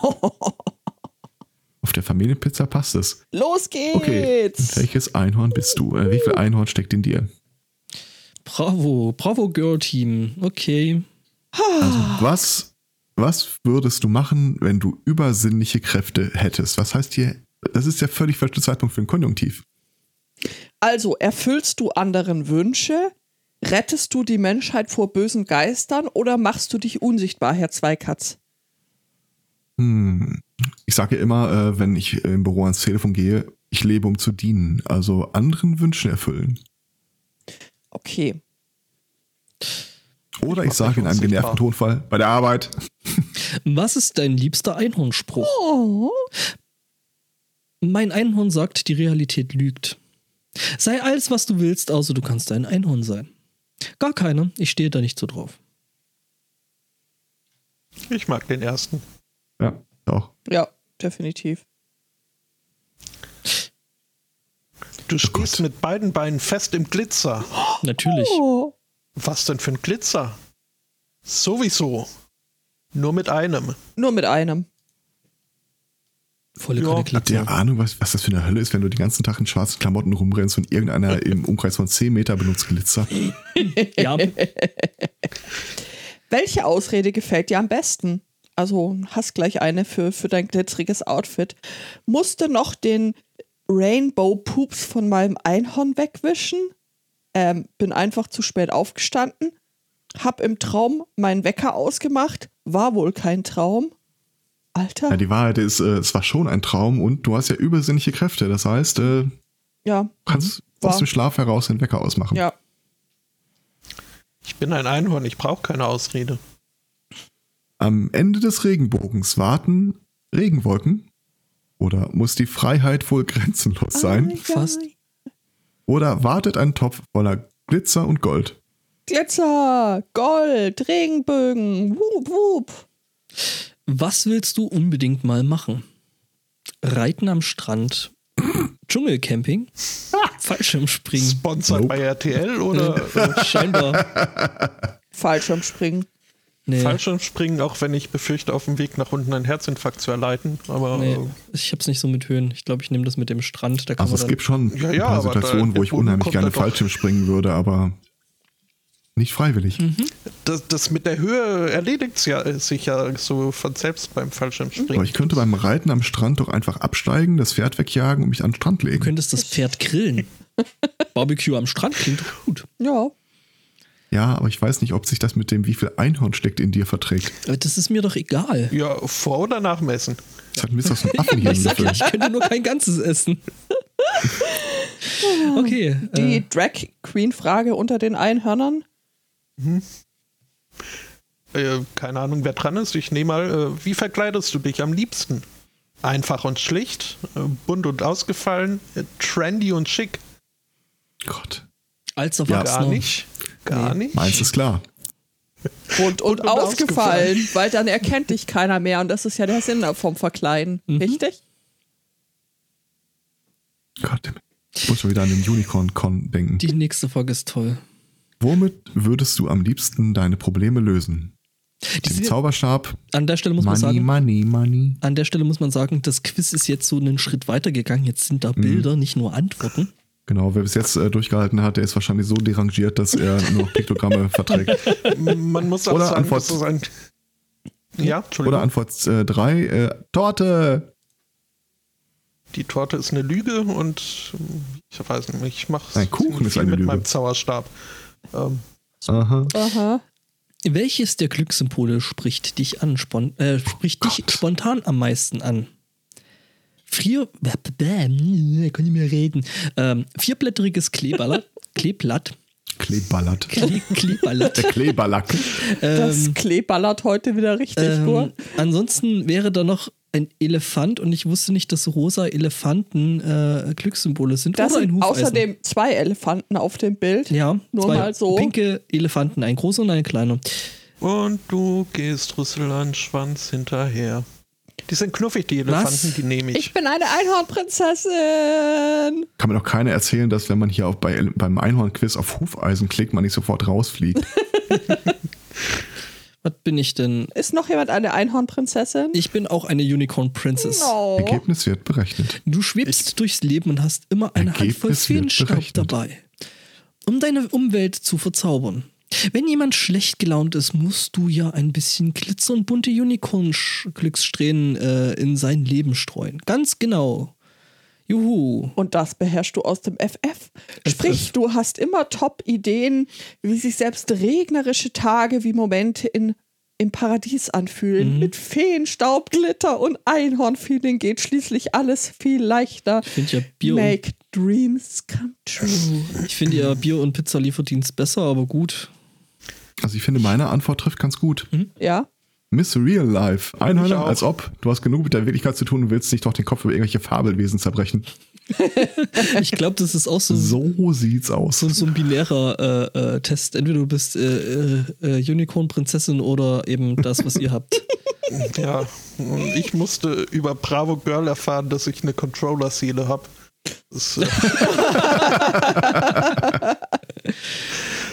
Auf der Familienpizza passt es. Los Okay. geht's! Welches Einhorn bist du? Äh, wie viel Einhorn steckt in dir? Bravo, Bravo Girl Team. Okay. Also, Ah. Was, was würdest du machen, wenn du übersinnliche Kräfte hättest? Was heißt hier? Das ist ja völlig falscher Zeitpunkt für ein Konjunktiv. Also, erfüllst du anderen Wünsche? Rettest du die Menschheit vor bösen Geistern oder machst du dich unsichtbar, Herr Zweikatz? Hm. Ich sage ja immer, äh, wenn ich im Büro ans Telefon gehe, ich lebe, um zu dienen. Also anderen Wünschen erfüllen. Okay. Oder Ich ich, mach mich sage in einem unsichtbar. genervten Tonfall, bei der Arbeit. Was ist dein liebster Einhornspruch? Oh, Mein Einhorn sagt, die Realität lügt. Sei alles, was du willst, außer du kannst ein Einhorn sein. Gar keine, ich stehe da nicht so drauf. Ich mag den ersten. Ja, auch. Ja, definitiv. Du stehst Oh Gott. mit beiden Beinen fest im Glitzer. Natürlich. Oh. Was denn für ein Glitzer? Sowieso. Nur mit einem. Nur mit einem. Volle Ja, ja, Habt ihr Ahnung, was, was das für eine Hölle ist, wenn du den ganzen Tag in schwarzen Klamotten rumrennst und irgendeiner im Umkreis von 10 Meter benutzt Glitzer? Ja, Welche Ausrede gefällt dir am besten? Also hast gleich eine für, für dein glitzeriges Outfit. Musste noch den Rainbow Poops von meinem Einhorn wegwischen? Ähm, bin einfach zu spät aufgestanden. Hab im Traum meinen Wecker ausgemacht. War wohl kein Traum. Alter, Ja, die Wahrheit ist, äh, es war schon ein Traum und du hast ja übersinnliche Kräfte. Das heißt, äh, du ja, kannst Mhm. Wahr. aus dem Schlaf heraus den Wecker ausmachen. ja. Ich bin ein Einhorn, ich brauche keine Ausrede. Am Ende des Regenbogens warten Regenwolken. Oder muss die Freiheit wohl grenzenlos Ah, sein? fast. Oder wartet ein Topf voller Glitzer und Gold? Glitzer, Gold, Regenbögen, wup, wup. Was willst du unbedingt mal machen? Reiten am Strand, Dschungelcamping, Fallschirmspringen. Sponsored Nope. bei RTL oder äh, Scheinbar. Fallschirmspringen. Nee, Fallschirmspringen, auch wenn ich befürchte, auf dem Weg nach unten einen Herzinfarkt zu erleiden. Aber nee, äh, ich hab's nicht so mit Höhen. Ich glaube, ich nehme das mit dem Strand. Da kann Also man es dann, gibt schon Ja, ein ja, paar aber da- Situationen, wo ich oben unheimlich kommt gerne er doch. Fallschirm springen würde, aber nicht Mhm. freiwillig. das, das mit der Höhe erledigt ja, äh, sich ja so von selbst beim Fallschirmspringen. Aber Oh, ich könnte beim Reiten am Strand doch einfach absteigen, das Pferd wegjagen und mich an den Strand du legen. könntest das Pferd grillen. Barbecue am Strand klingt doch gut. Ja. Ja, aber ich weiß nicht, ob sich das mit dem, wie viel Einhorn steckt in dir, verträgt. Aber das ist mir doch egal. Ja, vor- oder nachmessen. Das hat mir jetzt aus dem Affen hier Ich sag ja, Löffel. ich könnte nur kein ganzes essen. Okay. Die Äh, Drag Queen-Frage unter den Einhörnern. Äh, keine Ahnung, wer dran ist. Ich nehme mal, äh, wie verkleidest du dich am liebsten? Einfach und schlicht, äh, bunt und ausgefallen, äh, trendy und schick. Gott, als Gar Erwachsener. nicht. Gar nicht. meins ist klar. Und, und, Und ausgefallen, ausgefallen. weil dann erkennt dich keiner mehr. Und das ist ja der Sinn vom Verkleiden. Mhm. Richtig? Gott, ich muss schon wieder an den Unicorn-Con denken. Die nächste Folge ist toll. Womit würdest du am liebsten deine Probleme lösen? Dem Diese- Zauberstab? An der Stelle muss man Money, sagen, money, money. An der Stelle muss man sagen, das Quiz ist jetzt so einen Schritt weitergegangen. Jetzt sind Mhm. da Bilder, nicht nur Antworten. Genau, wer bis jetzt äh, durchgehalten hat, der ist wahrscheinlich so derangiert, dass er nur noch Piktogramme verträgt. Man muss auch Oder sagen, Antwort. dass es ein. Ja, Oder Entschuldigung. Antwort 3, äh, drei, äh, Torte. die Torte ist eine Lüge und ähm, ich weiß nicht, ich mache Ein Kuchen ist eine mit Lüge. meinem Zauberstab. Ähm, Aha. Aha. Welches der Glückssymbole spricht dich an, spon äh, spricht dich spontan am meisten an? Vier, bäh, kann ich mehr reden. Ähm, vierblättriges Kleeballert, Kleeblatt, Kleeballert. Klee, Kleeballert. Der Kleeballack. Das Ähm, Klee ballert heute wieder richtig ähm, gut. ansonsten wäre da noch ein Elefant und ich wusste nicht, dass rosa Elefanten äh, Glückssymbole sind. Das oder ein sind Hufeisen. außerdem zwei Elefanten auf dem Bild. ja, Nur zwei mal so. pinke Elefanten, ein großer und ein kleiner. und du gehst Rüssel an Schwanz hinterher. Die sind knuffig, die Elefanten, die nehme ich. Ich bin eine Einhornprinzessin. Kann mir doch keiner erzählen, dass wenn man hier auf bei, beim Einhorn-Quiz auf Hufeisen klickt, man nicht sofort rausfliegt. Was bin ich denn? Ist noch jemand eine Einhornprinzessin? Oh. Ich bin auch eine Unicorn Princess. No. Ergebnis wird berechnet. Du schwebst durchs Leben und hast immer eine Ergebnis Handvoll wird Feenstaub berechnet. dabei, um deine Umwelt zu verzaubern. Wenn jemand schlecht gelaunt ist, musst du ja ein bisschen Glitzer und bunte Unicorn-Glückssträhnen äh, in sein Leben streuen. Ganz genau. Juhu. Und das beherrschst du aus dem FF. Sprich, FF. du hast immer Top-Ideen, wie sich selbst regnerische Tage wie Momente in, im Paradies anfühlen. Mit Feen, Staub, Glitter und Einhornfeeling geht schließlich alles viel leichter. Ich finde ja Bier und, Make dreams come true. ich find ja Bier- und Pizzalieferdienst besser, aber gut. Also ich finde, meine Antwort trifft ganz gut. Ja, Miss Real Life. Einhörner, auch. als ob. Du hast genug mit der Wirklichkeit zu tun und willst nicht doch den Kopf über irgendwelche Fabelwesen zerbrechen. Ich glaube, das ist auch so, so. So sieht's aus. so ein binärer äh, äh, Test. Entweder du bist äh, äh, äh, Unicorn-Prinzessin oder eben das, was ihr habt. Ja, und ich musste über Bravo Girl erfahren, dass ich eine Controller-Seele äh, habe.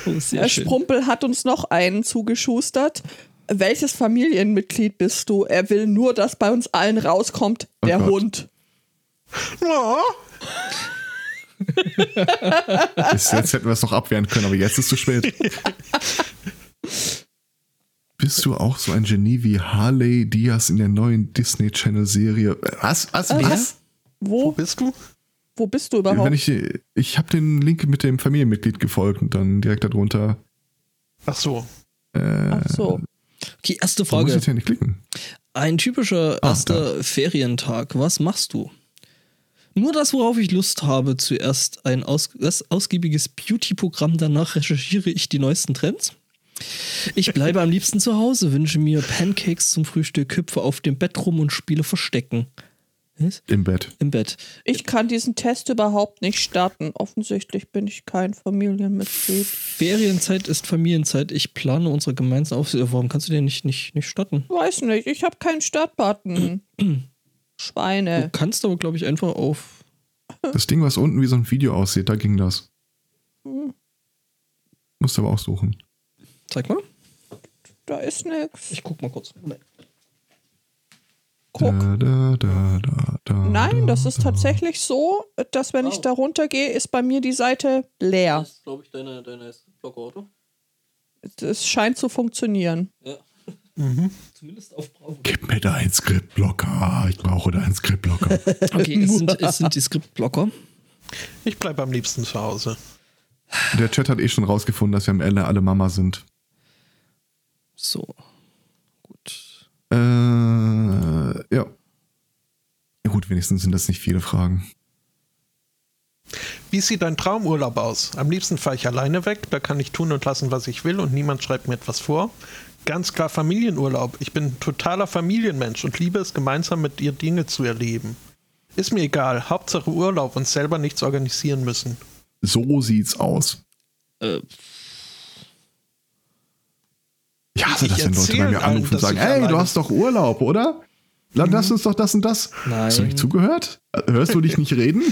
Oh, sehr Herr schön. Äh, Sprumpel hat uns noch einen zugeschustert. Welches Familienmitglied bist du? Er will nur, dass bei uns allen rauskommt, Oh der Gott. Hund. Ja, Bis jetzt hätten wir es noch abwehren können, aber jetzt ist zu spät. Bist du auch so ein Genie wie Harley Diaz in der neuen Disney Channel Serie? Was? Was? Was? wo Wo, bist du? wo bist du überhaupt? Wenn ich ich habe den Link mit dem Familienmitglied gefolgt und dann direkt darunter. Ach so. Äh, Ach so. Okay, erste Frage. Muss Frage. ich denn nicht klicken? Ein typischer Ah, erster Ferientag. Was machst du? Nur das, worauf ich Lust habe, zuerst ein aus das ausgiebiges Beauty-Programm, danach recherchiere ich die neuesten Trends. Ich bleibe am liebsten zu Hause, wünsche mir Pancakes zum Frühstück, hüpfe auf dem Bett rum und spiele Verstecken. Was? Im Bett. Im Bett. Ich kann diesen Test überhaupt nicht starten. Offensichtlich bin ich kein Familienmitglied. Ferienzeit ist Familienzeit. Ich plane unsere gemeinsame Aufsicht. Warum kannst du den nicht, nicht, nicht starten? Weiß nicht, ich habe keinen Startbutton. Du Schweine. kannst aber, glaube ich, einfach auf. Das Ding, was unten wie so ein Video aussieht, da ging das. Musst aber auch suchen. Zeig mal. Da ist nix. Ich guck mal kurz. Moment. Guck. Äh. Da, da, da, da, da, Nein, das da, ist da. tatsächlich so, dass wenn ich da runtergehe, ist bei mir die Seite leer. ist, glaube ich, deine, deine Blogger, oder? Es scheint zu funktionieren. Zumindest auf Bravo. Gib mir da einen Skriptblocker. Ich brauche da einen Skriptblocker. Okay, es sind, es sind die Skriptblocker. Ich bleibe am liebsten zu Hause. Der Chat hat eh schon rausgefunden, dass wir am Ende alle Mama sind. So. Gut. Äh, ja. Ja gut, wenigstens sind das nicht viele Fragen. Wie sieht dein Traumurlaub aus? Am liebsten fahre ich alleine weg, da kann ich tun und lassen, was ich will und niemand schreibt mir etwas vor. Ganz klar Familienurlaub. Ich bin ein totaler Familienmensch und liebe es, gemeinsam mit ihr Dinge zu erleben. Ist mir egal, Hauptsache Urlaub und selber nichts organisieren müssen. So sieht's aus. Äh, Ich hasse Ich das, wenn Leute bei erzählen mir allen, anrufen und dass sagen, ich ey, du alleine- hast doch Urlaub, oder? Dann lass uns doch das und das. Hast du Nein. nicht zugehört? Hörst du dich nicht reden?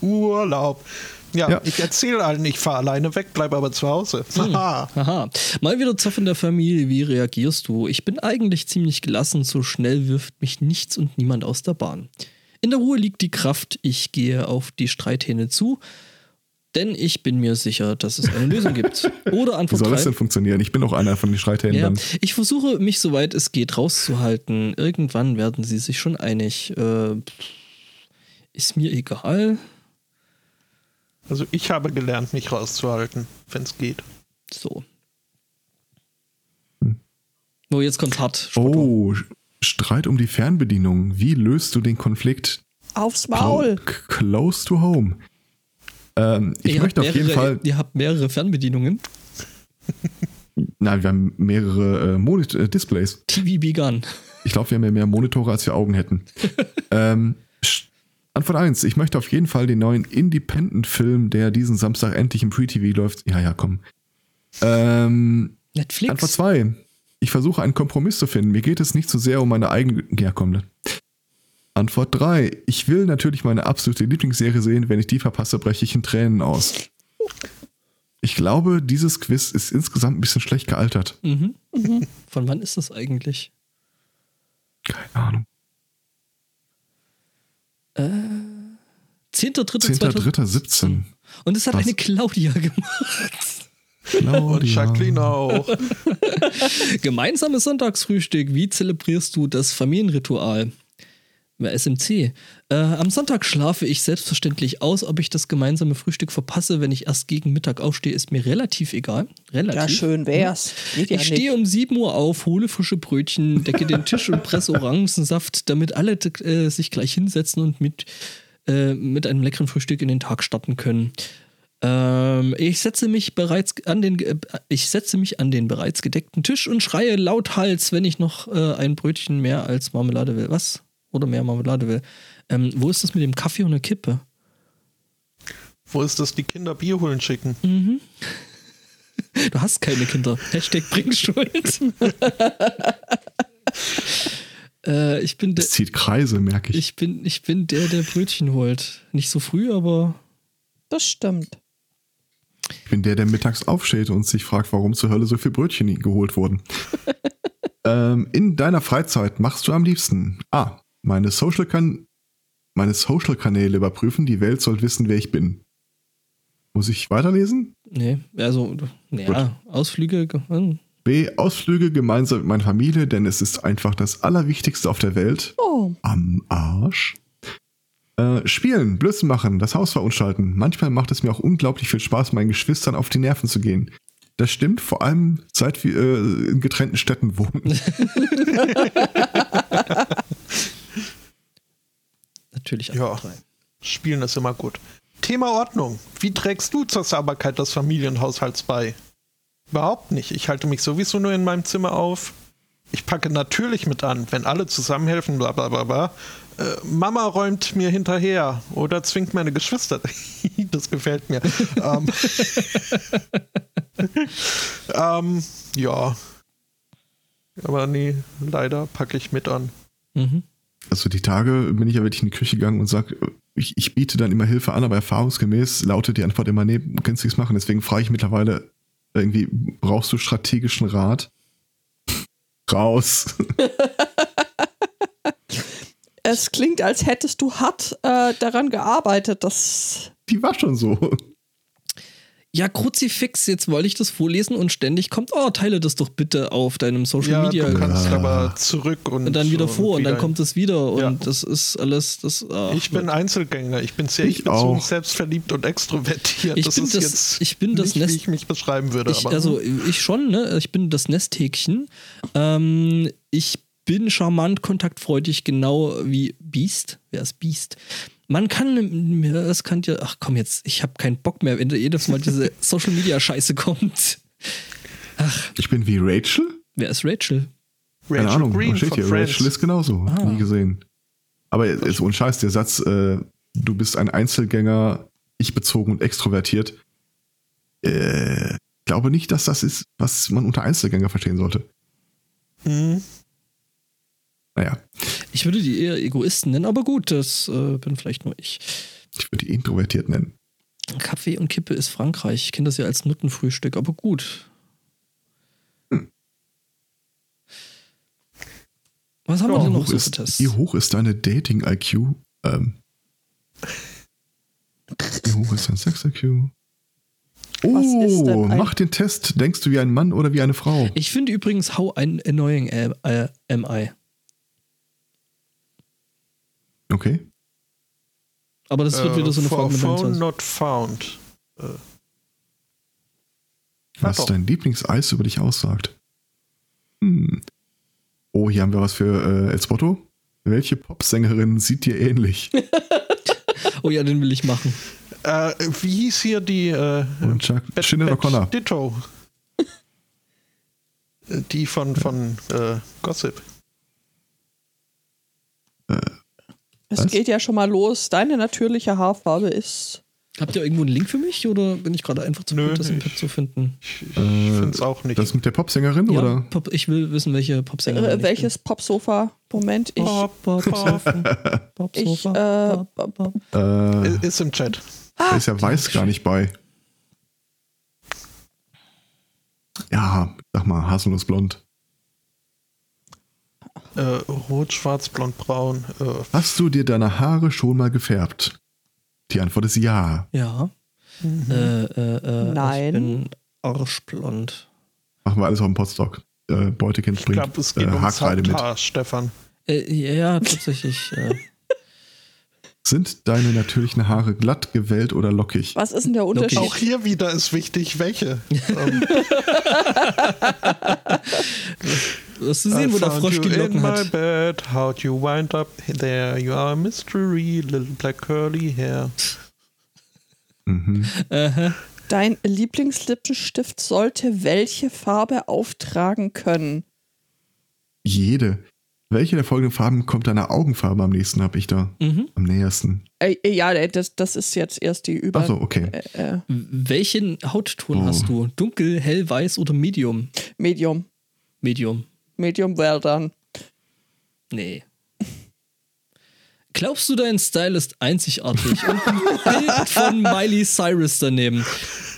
Urlaub. Ja, Ja. ich erzähle allen, ich fahre alleine weg, bleibe aber zu Hause. Haha. haha. Mal wieder Zoff in der Familie. Wie reagierst du? Ich bin eigentlich ziemlich gelassen. So schnell wirft mich nichts und niemand aus der Bahn. In der Ruhe liegt die Kraft. Ich gehe auf die Streithähne zu. Denn ich bin mir sicher, dass es eine Lösung gibt. Oder Wie Antwort soll das drei. denn funktionieren? Ich bin auch einer von den Ja, Streithändlern. ich versuche mich, soweit es geht, rauszuhalten. Irgendwann werden sie sich schon einig. Äh, ist mir egal. Also ich habe gelernt, mich rauszuhalten, wenn es geht. So. Hm. Nur jetzt kommt hart. Spotto. Oh, Streit um die Fernbedienung. Wie löst du den Konflikt? Aufs Maul. Cl- Close to home. Ähm, Ihr ich habt möchte auf jeden mehrere- Fall. Ihr habt mehrere Fernbedienungen. Nein, wir haben mehrere äh, Monit äh, Displays. TV Begun. Ich glaube, wir haben ja mehr Monitore, als wir Augen hätten. ähm, sch- Antwort 1. Ich möchte auf jeden Fall den neuen Independent-Film, der diesen Samstag endlich im Free-TV läuft. Ja, ja, komm. Ähm, Netflix. Antwort 2. Ich versuche einen Kompromiss zu finden. Mir geht es nicht so sehr um meine eigene... Ja, komm. ne? Antwort 3. Ich will natürlich meine absolute Lieblingsserie sehen. Wenn ich die verpasse, breche ich in Tränen aus. Ich glaube, dieses Quiz ist insgesamt ein bisschen schlecht gealtert. Mhm. Von wann ist das eigentlich? Keine Ahnung. 10.3.2017. 10.3.17. Und es hat Was? eine Claudia gemacht. Oh Und Jacqueline auch. Gemeinsames Sonntagsfrühstück. Wie zelebrierst du das Familienritual? Na, SMC. Äh, am Sonntag schlafe ich selbstverständlich aus. Ob ich das gemeinsame Frühstück verpasse, wenn ich erst gegen Mittag aufstehe, ist mir relativ egal. Relativ. Ja, schön wär's. Geht ja Ich stehe nicht. um 7 Uhr auf, hole frische Brötchen, decke den Tisch und presse Orangensaft, damit alle äh, sich gleich hinsetzen und mit, äh, mit einem leckeren Frühstück in den Tag starten können. Ähm, ich setze mich bereits an den, äh, ich setze mich an den bereits gedeckten Tisch und schreie lauthals, wenn ich noch äh, ein Brötchen mehr als Marmelade will. Was? Oder mehr Marmelade will. Ähm, wo ist das mit dem Kaffee und der Kippe? Wo ist das, die Kinder Bier holen schicken? Du hast keine Kinder. Hashtag Bringschuld. äh, ich bin der. Es zieht Kreise, merke ich. Ich bin, ich bin der, der Brötchen holt. Nicht so früh, aber Das stimmt. Ich bin der, der mittags aufsteht und sich fragt, warum zur Hölle so viel Brötchen geholt wurden. ähm, in deiner Freizeit machst du am liebsten A. Meine Social kan meine Social Kanäle überprüfen, die Welt soll wissen, wer ich bin. Muss ich weiterlesen? nee. Also, ja, Ausflüge. ge- hm. B. Ausflüge gemeinsam mit meiner Familie, denn es ist einfach das Allerwichtigste auf der Welt. Oh, Am Arsch. Äh, spielen, Blödsinn machen, das Haus verunstalten. Manchmal macht es mir auch unglaublich viel Spaß, meinen Geschwistern auf die Nerven zu gehen. Das stimmt, vor allem seit wir äh, in getrennten Städten wohnen. Natürlich alle Ja. drei. Spielen ist immer gut. Thema Ordnung. Wie trägst du zur Sauberkeit des Familienhaushalts bei? Überhaupt nicht. Ich halte mich sowieso nur in meinem Zimmer auf. Ich packe natürlich mit an, wenn alle zusammenhelfen, bla bla bla bla. Äh, Mama räumt mir hinterher oder zwingt meine Geschwister. das gefällt mir. ähm, ähm, ja. Aber nee, leider packe ich mit an. Mhm. Also die Tage bin ich ja wirklich in die Küche gegangen und sage, ich, ich biete dann immer Hilfe an, aber erfahrungsgemäß lautet die Antwort immer, nee, kannst nichts machen. Deswegen frage ich mittlerweile irgendwie, brauchst du strategischen Rat? Raus. es klingt, als hättest du hart äh, daran gearbeitet, dass. Die war schon so. Ja, Kruzifix, jetzt wollte ich das vorlesen und ständig kommt, oh, teile das doch bitte auf deinem Social Ja, Media. du kannst Ja. aber zurück und, Und dann wieder vor und dann kommt es wieder und Ja. das ist alles, das. ah, ach, Ich bin Einzelgänger, ich bin sehr Ich ich-bezogen, auch. selbstverliebt und extrovertiert. Ich das bin ist das- jetzt ich bin das nicht, Nest- wie ich mich beschreiben würde. Ich, aber also ich schon, ne? Ich bin das Nesthäkchen. Ähm, ich bin charmant, kontaktfreudig, genau wie Beast. Wer ist Beast? Man kann, ja, das kann ja, ach komm jetzt, ich habe keinen Bock mehr, wenn da jedes Mal diese Social Media Scheiße kommt. Ich bin wie Rachel? Wer ist Rachel? Rachel Keine Ahnung, Green was steht von hier? Friends. Rachel ist genauso. Ah. Nie gesehen. Aber ist ohne Scheiß, der Satz, äh, du bist ein Einzelgänger, ich bezogen und extrovertiert. Äh, glaube nicht, dass das ist, was man unter Einzelgänger verstehen sollte. Hm. Mhm. Naja, Ich würde die eher Egoisten nennen, aber gut, das äh, bin vielleicht nur ich. ich würde die introvertiert nennen. Kaffee und Kippe ist Frankreich. Ich kenne das ja als Nuttenfrühstück, aber gut. Hm. Was haben wir Ja, denn Wie noch hoch, so für ist, Tests? wie hoch ist deine Dating-IQ? Ähm, wie hoch ist dein Sex-IQ? Was ist Oh, denn ein- mach den Test. Denkst du wie ein Mann oder wie eine Frau? Ich finde übrigens How an- Annoying äh, äh, Am I. Okay. Aber das Äh, wird wieder so eine for Frage mit Phone 29. not found. Was doch. dein Lieblingseis über dich aussagt. Hm. Oh, hier haben wir was für äh, Elsbotto. Welche Popsängerin sieht dir ähnlich? Oh ja, den will ich machen. Äh, wie hieß hier die äh, Und Chuck Bat- Shinnet Bat O'Connor. Ditto? Äh, die von, von äh, Gossip. Es Was? geht ja schon mal los. Deine natürliche Haarfarbe ist. Habt ihr irgendwo einen Link für mich oder bin ich gerade einfach zu Nö, blöd, das im ich- Pad zu finden? Ich, ich Äh, finde es auch nicht. Das mit der Popsängerin Ja, oder? Pop, ich will wissen, welche Popsängerin. Äh, ich welches Popsofa? Moment, ich. bin. Pop, Pop, Pop, Pop, Pop, Ich, Sofa, äh, Pop, Pop, Pop. Äh, Ist im Chat. da ist ja Weiß gar nicht bei. Ja, sag mal, haselnuss blond. Äh, rot, schwarz, blond, braun. Äh, Hast du dir deine Haare schon mal gefärbt? Die Antwort ist ja. Ja. Äh, äh, äh, Mhm. Nein. Ich bin arschblond. Machen wir alles auf dem Podstock. Äh, Beutekind ich bringt glaube, es äh, geht ums Haarkreide mit. Haupthaar, Stefan. Äh, ja, ja, tatsächlich. äh, Sind deine natürlichen Haare glatt, gewellt oder lockig? Was ist denn der Loki. Unterschied? Auch hier wieder ist wichtig, welche. ähm, wirst du sehen, wo der Frosch die Locken Äh, in my hat. bed, how'd you wind up there? You are a mystery, little black curly hair. Dein Lieblingslippenstift sollte welche Farbe auftragen können? Jede. Welche der folgenden Farben kommt deiner Augenfarbe am nächsten, habe ich da? Mhm. Am nähersten. Äh, äh, ja, das, das ist jetzt erst die Über. Achso, okay. äh, äh, Welchen Hautton Oh. hast du? Dunkel, hell, weiß oder Medium? Medium. Medium. Medium well done. Nee. Glaubst du, dein Style ist einzigartig? Und ein Bild von Miley Cyrus daneben.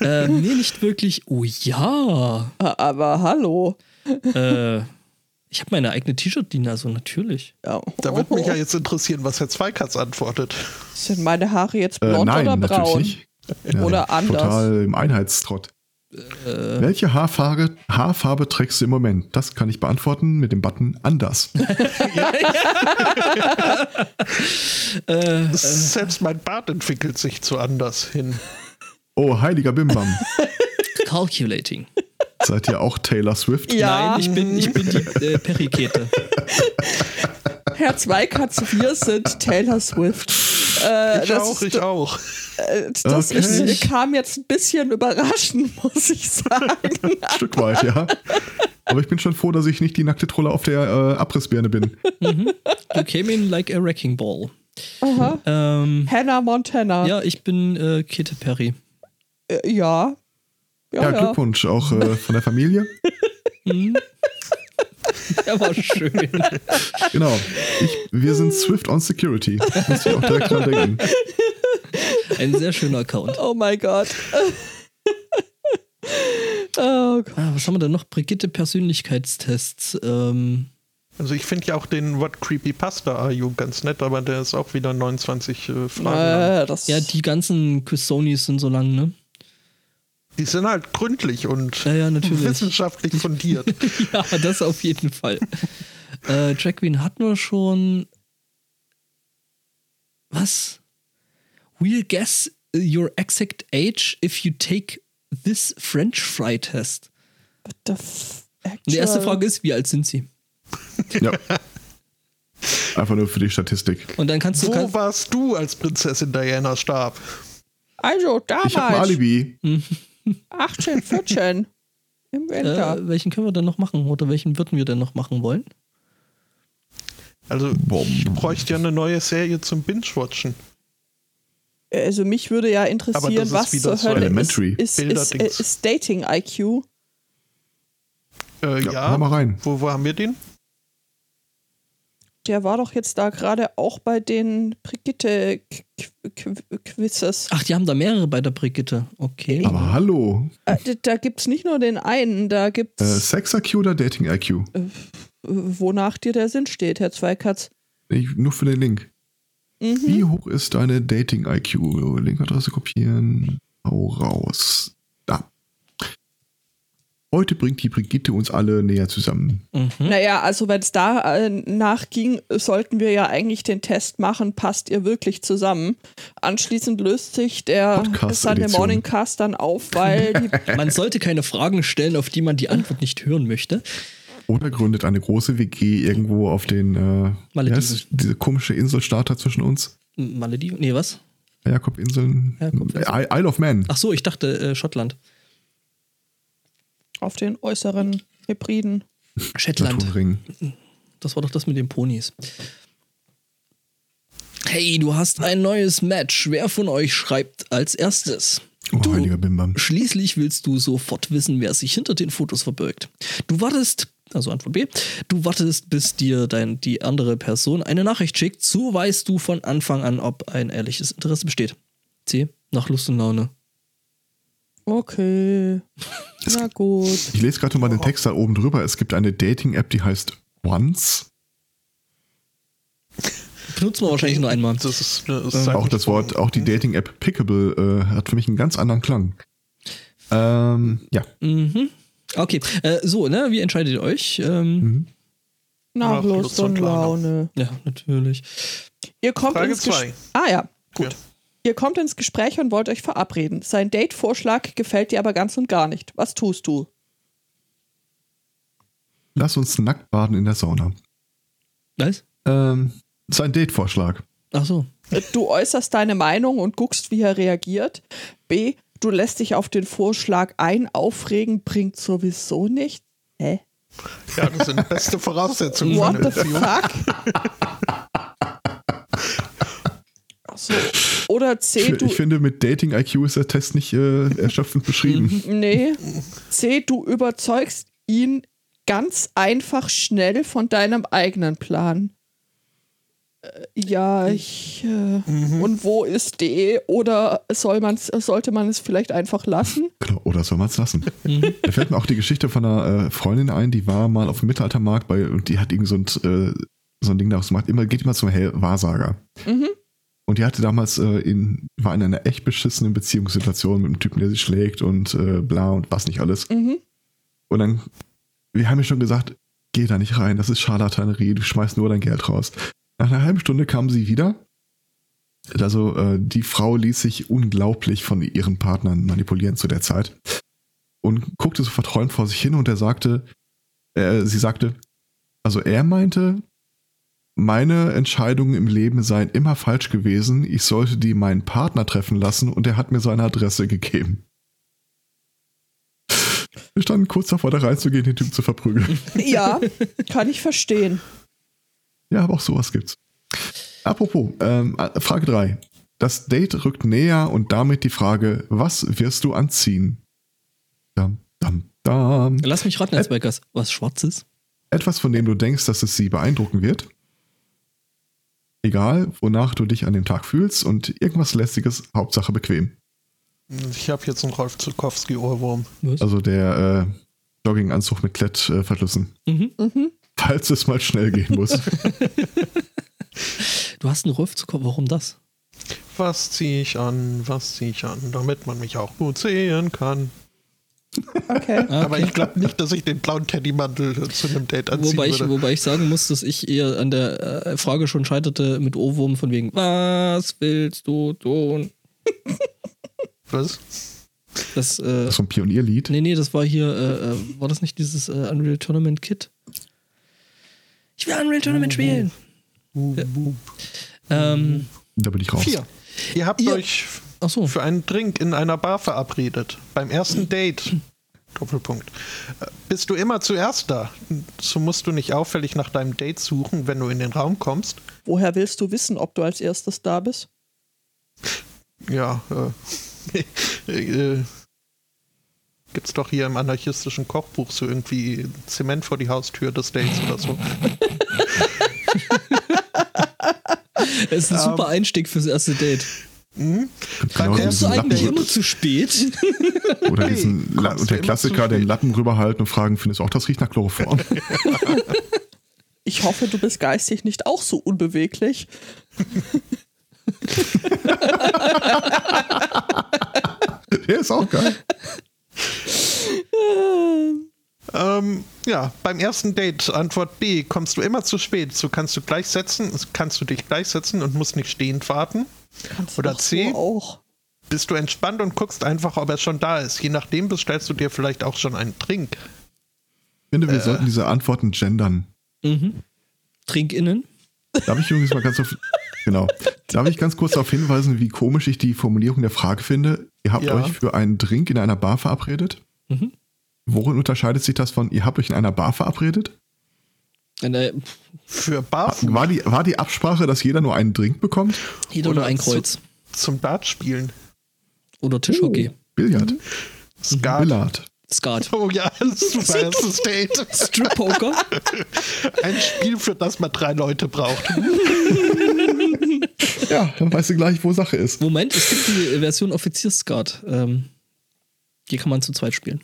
Äh, nee, nicht wirklich. Oh ja. Ah, Aber hallo. Äh, ich habe meine eigene T-Shirt-Linie, also natürlich. Ja. Da würde Oh. mich ja jetzt interessieren, was Herr Zweikatz antwortet. Sind meine Haare jetzt Äh, blond nein, oder natürlich braun? nicht. Ja, Oder anders. Äh. Total im Einheitstrott. Welche Haarfarbe, Haarfarbe trägst du im Moment? Das kann ich beantworten mit dem Button anders. Äh, Selbst mein Bart entwickelt sich zu anders hin. Oh, heiliger Bimbam. calculating. Seid ihr auch Taylor Swift? Ja, Nein, ich bin, ich bin die äh, Perikete. Herr Zweikatz, wir sind Taylor Swift. Äh, Ich das auch, ist, ich auch. äh, das Okay. ist, kam jetzt ein bisschen überraschend, muss ich sagen. Ein Stück weit, ja. Aber ich bin schon froh, dass ich nicht die nackte Trolle auf der äh, Abrissbirne bin. You came in like a wrecking ball. Aha. Ähm, Hannah Montana. ja, ich bin äh, Kete Perry. Äh, ja. Ja, Glückwunsch auch äh, von der Familie. Hm? Der war schön. Genau. Ich, wir sind Swift on Security. Muss ich auch direkt dran denken. Ein sehr schöner Account. Oh mein Gott. oh Gott. Ah, was haben wir denn noch? Brigitte Persönlichkeitstests. Ähm, Also ich finde ja auch den What Creepy Pasta Are You ganz nett, aber der ist auch wieder 29 äh, Fragen lang. Äh, das ja, die ganzen Quizonis sind so lang, ne? Die sind halt gründlich und Ja, ja, natürlich. wissenschaftlich fundiert. ja, das auf jeden Fall. äh, Drag Queen hatten wir schon. Was? We'll guess your exact age if you take this French fry test. the f- Und die erste actual- Frage ist, wie alt sind sie? Ja. Einfach nur für die Statistik. Und dann kannst du. Wo Kann, warst du, als Prinzessin Diana starb? Also Ich habe ein damals, Alibi. 18, 14 im Winter. äh, welchen können wir denn noch machen? Oder welchen würden wir denn noch machen wollen? Also ich bräuchte ja eine neue Serie zum Binge-Watchen. Also mich würde ja Aber das interessieren, ist was wieder zur so Hölle ist, Elementary. ist, ist, Bilderdings. ist, ist Dating IQ. Äh, Ja, ja, hau mal rein. Wo, wo haben wir den? Der war doch jetzt da gerade auch bei den Brigitte-Quizzes. Ach, die haben da mehrere bei der Brigitte. Okay. Aber hallo. Äh, d- da gibt's nicht nur den einen, da Äh, gibt's Sex-IQ oder Dating-IQ? äh, wonach dir der Sinn steht, Herr Zweikatz. Ich- Nur für den Link. Mhm. Wie hoch ist deine Dating-IQ? Linkadresse kopieren. Hau raus. Da. Heute bringt die Brigitte uns alle näher zusammen. Mhm. Naja, also wenn es da äh, nachging, sollten wir ja eigentlich den Test machen, passt ihr wirklich zusammen. Anschließend löst sich der Podcast-Edition. Sunday Morning Cast dann auf, weil die Man sollte keine Fragen stellen, auf die man die Antwort nicht hören möchte. Oder gründet eine große WG irgendwo auf den. Äh, wie Malediven. heißt es? diese komische Inselstaater zwischen uns. Malediven? Nee, was? Jakobinseln. Äh, Jakobinseln. Isle of Man. Ach so, ich dachte äh, Schottland. auf den äußeren Hebriden. Shetland. Naturring. Das war doch das mit den Ponys. Hey, du hast ein neues Match. Wer von euch schreibt als erstes? Oh, heiliger Bimbam. Schließlich willst du sofort wissen, wer sich hinter den Fotos verbirgt. Du wartest, also Antwort B, du wartest, bis dir dein, die andere Person eine Nachricht schickt. So weißt du von Anfang an, ob ein ehrliches Interesse besteht. C. Nach Lust und Laune. Okay. Na gut. Ich lese gerade mal den Text da oben drüber. Es gibt eine Dating-App, die heißt Once. Benutzt man wahrscheinlich nur einmal. Das ist eine Ähm, Auch Seitensprung. das Wort, auch die Dating-App Pickable äh, hat für mich einen ganz anderen Klang. Ähm, ja. Mhm. Okay, äh, so, ne, wie entscheidet ihr euch? Ähm, Na, Ach, bloß Lust so und Laune. Laune. Ja, natürlich. Ihr kommt Frage ins Ges- zwei. Ah ja, gut. Ja. Ihr kommt ins Gespräch und wollt euch verabreden. Sein Date-Vorschlag gefällt dir aber ganz und gar nicht. Was tust du? Lass uns nackt baden in der Sauna. Was? Ähm, sein Date-Vorschlag. Ach so. Du äußerst deine Meinung und guckst, wie er reagiert. B. Du lässt dich auf den Vorschlag ein. Aufregen bringt sowieso nichts. Hä? Ja, das sind beste Voraussetzungen für What eine the Beziehung. fuck? Ach so. Also, Oder Ich, C. fi- Du, ich finde, mit Dating IQ ist der Test nicht äh, erschöpfend beschrieben. nee. C. Du überzeugst ihn ganz einfach schnell von deinem eigenen Plan. Äh, Ja, ich. Äh, Mhm. Und wo ist D? Oder soll man's, sollte man es vielleicht einfach lassen? Genau, oder soll man es lassen? da fällt mir auch die Geschichte von einer äh, Freundin ein, die war mal auf dem Mittelaltermarkt bei und die hat irgend so ein, äh, so ein Ding daraus gemacht. Immer, geht immer zum Hell Wahrsager. Und die hatte damals äh, in, war in einer echt beschissenen Beziehungssituation mit einem Typen, der sie schlägt und äh, bla und was nicht alles. Und dann, wir haben ja schon gesagt, geh da nicht rein, das ist Scharlatanerie, du schmeißt nur dein Geld raus. Nach einer halben Stunde kam sie wieder. Also äh, die Frau ließ sich unglaublich von ihren Partnern manipulieren zu der Zeit und guckte so verträumt vor sich hin und er sagte, äh, sie sagte, also er meinte, meine Entscheidungen im Leben seien immer falsch gewesen, ich sollte die meinen Partner treffen lassen und er hat mir seine Adresse gegeben. Wir standen kurz davor, da reinzugehen, den Typen zu verprügeln. Ja, kann ich verstehen. Ja, aber auch sowas gibt's. Apropos, ähm, Frage 3. Das Date rückt näher und damit die Frage, was wirst du anziehen? Dam, dam, dam. Lass mich Äh, raten, Netzwerkers. Was Schwarzes? Etwas, von dem du denkst, dass es sie beeindrucken wird. Egal, wonach du dich an dem Tag fühlst und irgendwas Lästiges, Hauptsache bequem. Ähm, Ich habe jetzt einen Rolf Zukowski-Ohrwurm. Was? Also der äh, Jogginganzug mit Klettverschlüssen. Mhm. Falls es mal schnell gehen muss. Du hast einen Rolf Zucker, warum das? Was ziehe ich an? Was ziehe ich an? Damit man mich auch gut sehen kann. Okay. Ah, Aber okay. ich glaube nicht, dass ich den blauen Teddymantel zu einem Date anziehen Wobei ich, würde. wobei ich sagen muss, dass ich eher an der äh, Frage schon scheiterte mit Ohrwurm von wegen, was willst du tun? Was? Das, äh, Das ist so ein Pionierlied. nee, nee, das war hier, äh, äh, war das nicht dieses äh, Unreal Tournament Kit? Ich will Unreal Tournament spielen. Ähm, Da bin ich raus. Vier. Ihr habt Ihr- euch ach so. für einen Drink in einer Bar verabredet. Beim ersten Date. Doppelpunkt. Äh, Bist du immer zuerst da? So musst du nicht auffällig nach deinem Date suchen, wenn du in den Raum kommst. Woher willst du wissen, ob du als erstes da bist? Ja, äh, äh, gibt's doch hier im anarchistischen Kochbuch so irgendwie Zement vor die Haustür des Dates oder so. Es ist ein super Ähm. Einstieg fürs erste Date. Genau, Kommst Kommst du diesen eigentlich Lappen- immer zu spät? Oder diesen Nee, La kommst und du der immer Klassiker, zu den spät. Lappen rüberhalten und fragen, findest du auch, das riecht nach Chloroform? Ich hoffe, du bist geistig nicht auch so unbeweglich. der ist auch geil. Ähm, ja, beim ersten Date, Antwort B, kommst du immer zu spät. So kannst du gleich setzen, kannst du dich gleich setzen und musst nicht stehend warten. Kannst Oder doch C? So auch. Bist du entspannt und guckst einfach, ob er schon da ist. Je nachdem bestellst du dir vielleicht auch schon einen Trink. Ich finde, wir sollten diese Antworten gendern. mhm. Trink innen. Darf ich übrigens mal ganz auf, genau. Darf ich ganz kurz darauf hinweisen, wie komisch ich die Formulierung der Frage finde? Ihr habt Ja. euch für einen Drink in einer Bar verabredet? Mhm. Worin unterscheidet sich das von, ihr habt euch in einer Bar verabredet? Und, äh, pff, Für Barfuß War die, war die Absprache, dass jeder nur einen Drink bekommt? jeder nur Oder ein zu- Kreuz. Ah. zum Dartspielen. Oder Tischhockey. Oh. Mhm. Billard. Skat. Billard. Skat. Oh ja, super erstes Date. Strip Poker. Ein Spiel, für das man drei Leute braucht. Ja, dann weißt du gleich, wo Sache ist. Moment, es gibt die Version Offizierskat. Ähm, die kann man zu zweit spielen.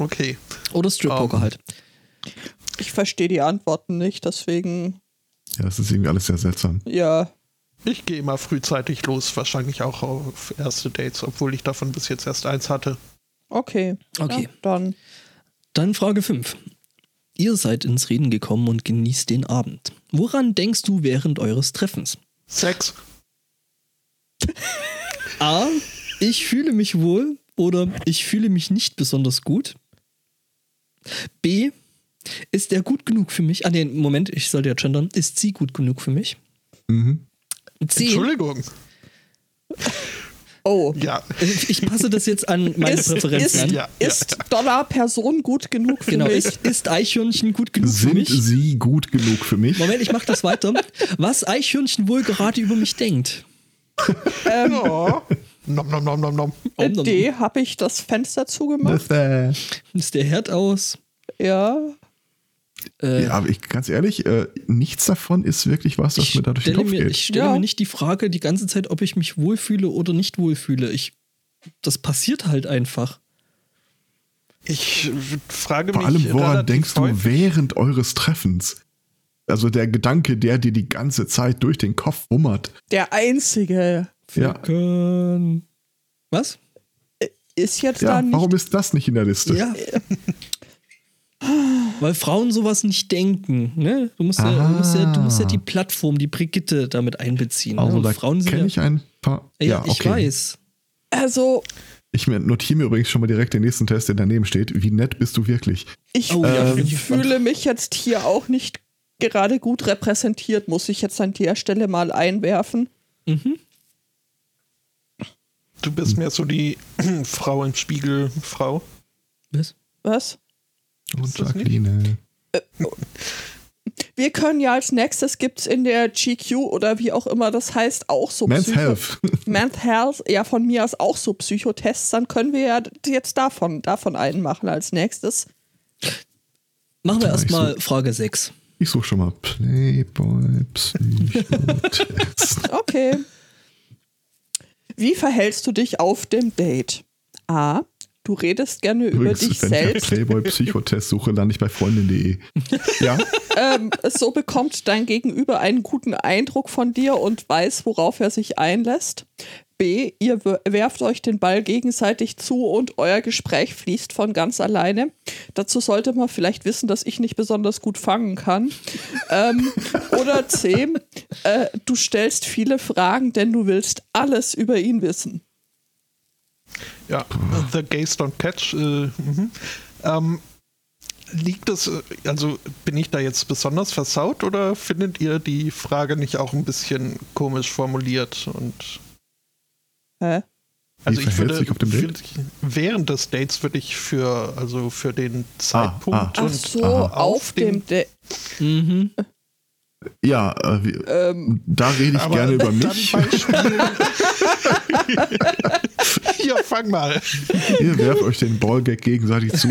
Okay. Oder Strip Poker Ähm, halt. Ich verstehe die Antworten nicht, deswegen, Ja, das ist irgendwie alles sehr seltsam. ja. Ich gehe immer frühzeitig los, wahrscheinlich auch auf erste Dates, obwohl ich davon bis jetzt erst eins hatte. Okay. Okay. Ja, dann. Dann Frage 5. Ihr seid ins Reden gekommen und genießt den Abend. Woran denkst du während eures Treffens? Sex. A. Ich fühle mich wohl oder ich fühle mich nicht besonders gut. B. Ist er gut genug für mich? Ah, nee, Moment, ich sollte ja gendern. Ist sie gut genug für mich? Mhm. Zehn. Entschuldigung. Oh. Ja. Ich passe das jetzt an meine ist, Präferenzen ist, an. Ja, ja, ist Dollar Person gut genug für Genau, mich? ist, ist Eichhörnchen gut genug für Sind mich? sie gut genug für mich? Moment, ich mach das weiter. Was Eichhörnchen wohl gerade über mich denkt. ja. Nom, nom, nom, nom, nom. Äh, Om nom. Ähm, D, habe ich das Fenster zugemacht? Das, äh, Ist der Herd aus? ja. Äh, ja, aber ich, ganz ehrlich, äh, nichts davon ist wirklich was, was ich mir da durch den stelle, Kopf mir, geht. ich stelle Ja. mir nicht die Frage die ganze Zeit, ob ich mich wohlfühle oder nicht wohlfühle. Ich, das passiert halt einfach. Ich äh, frage Vor mich. allem, woran relativ denkst du häufig- während eures Treffens? Also der Gedanke, der dir die ganze Zeit durch den Kopf wummert. Der einzige Ja, Können. Was? ist jetzt da ja nicht. warum ist das nicht in der Liste? Ja. Weil Frauen sowas nicht denken. Ne? Du, musst ja, du, musst ja, du musst ja die Plattform, die Brigitte damit einbeziehen. ne? Ah. Also Und da Frauen sind kenne ja, ich ein paar. ja, Ja, ich okay. weiß. Also, Ich mir- notiere mir übrigens schon mal direkt den nächsten Test, der daneben steht. Wie nett bist du wirklich? ich Oh, ja, bin ich gespannt. fühle mich jetzt hier auch nicht gerade gut repräsentiert, muss ich jetzt an der Stelle mal einwerfen. Mhm. Du bist mehr so die Frau im Spiegel, Frau. Was? Was? Und Ist das nicht? Jacqueline. Wir können ja als nächstes gibt's in der GQ oder wie auch immer das heißt auch so Men's Psycho- Health. Men's Health, ja von mir aus auch so Psychotests, dann können wir ja jetzt davon, davon einen machen als nächstes. Machen wir Ja, ich erstmal Frage 6. Ich suche schon mal Playboy Psychotest. Okay. Wie verhältst du dich auf dem Date? A. Du redest gerne über Übrigens, dich wenn ich selbst. Playboy Psychotest suche, lande ich bei freundin.de. Ja, Ähm, so bekommt dein Gegenüber einen guten Eindruck von dir und weiß, worauf er sich einlässt. B. Ihr wer- werft euch den Ball gegenseitig zu und euer Gespräch fließt von ganz alleine. Dazu sollte man vielleicht wissen, dass ich nicht besonders gut fangen kann. ähm, oder C. Äh, du stellst viele Fragen, denn du willst alles über ihn wissen. Ja, The Gays Don't Catch. Äh, mhm. ähm, liegt es, äh, also bin ich da jetzt besonders versaut oder findet ihr die Frage nicht auch ein bisschen komisch formuliert? Und Hä? also ich verhält würde sich auf dem Bild? für- während des Dates würde ich für, also für den Zeitpunkt ah. Ach und so, aha. auf dem Date. Mhm. ja äh, wie- Ähm, da rede ich Aber gerne über dann mich. beim Spielen. ja, fang mal. Ihr werft euch den Ballgag gegenseitig zu.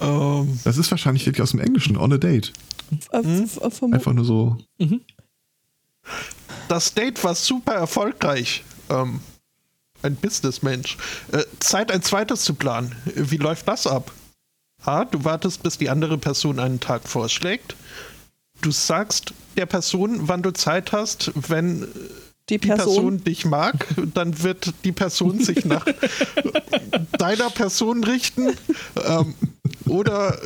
Ähm, Das ist wahrscheinlich wirklich aus dem Englischen, on a date. Äh, f- äh, vom- Einfach nur so. Das Date war super erfolgreich. Ähm, ein Businessmensch. Äh, Zeit, ein zweites zu planen. Äh, Wie läuft das ab? A. Du wartest, bis die andere Person einen Tag vorschlägt. Du sagst der Person, wann du Zeit hast. Wenn die die Person, Person. dich mag, dann wird die Person sich nach deiner Person richten. Ähm, oder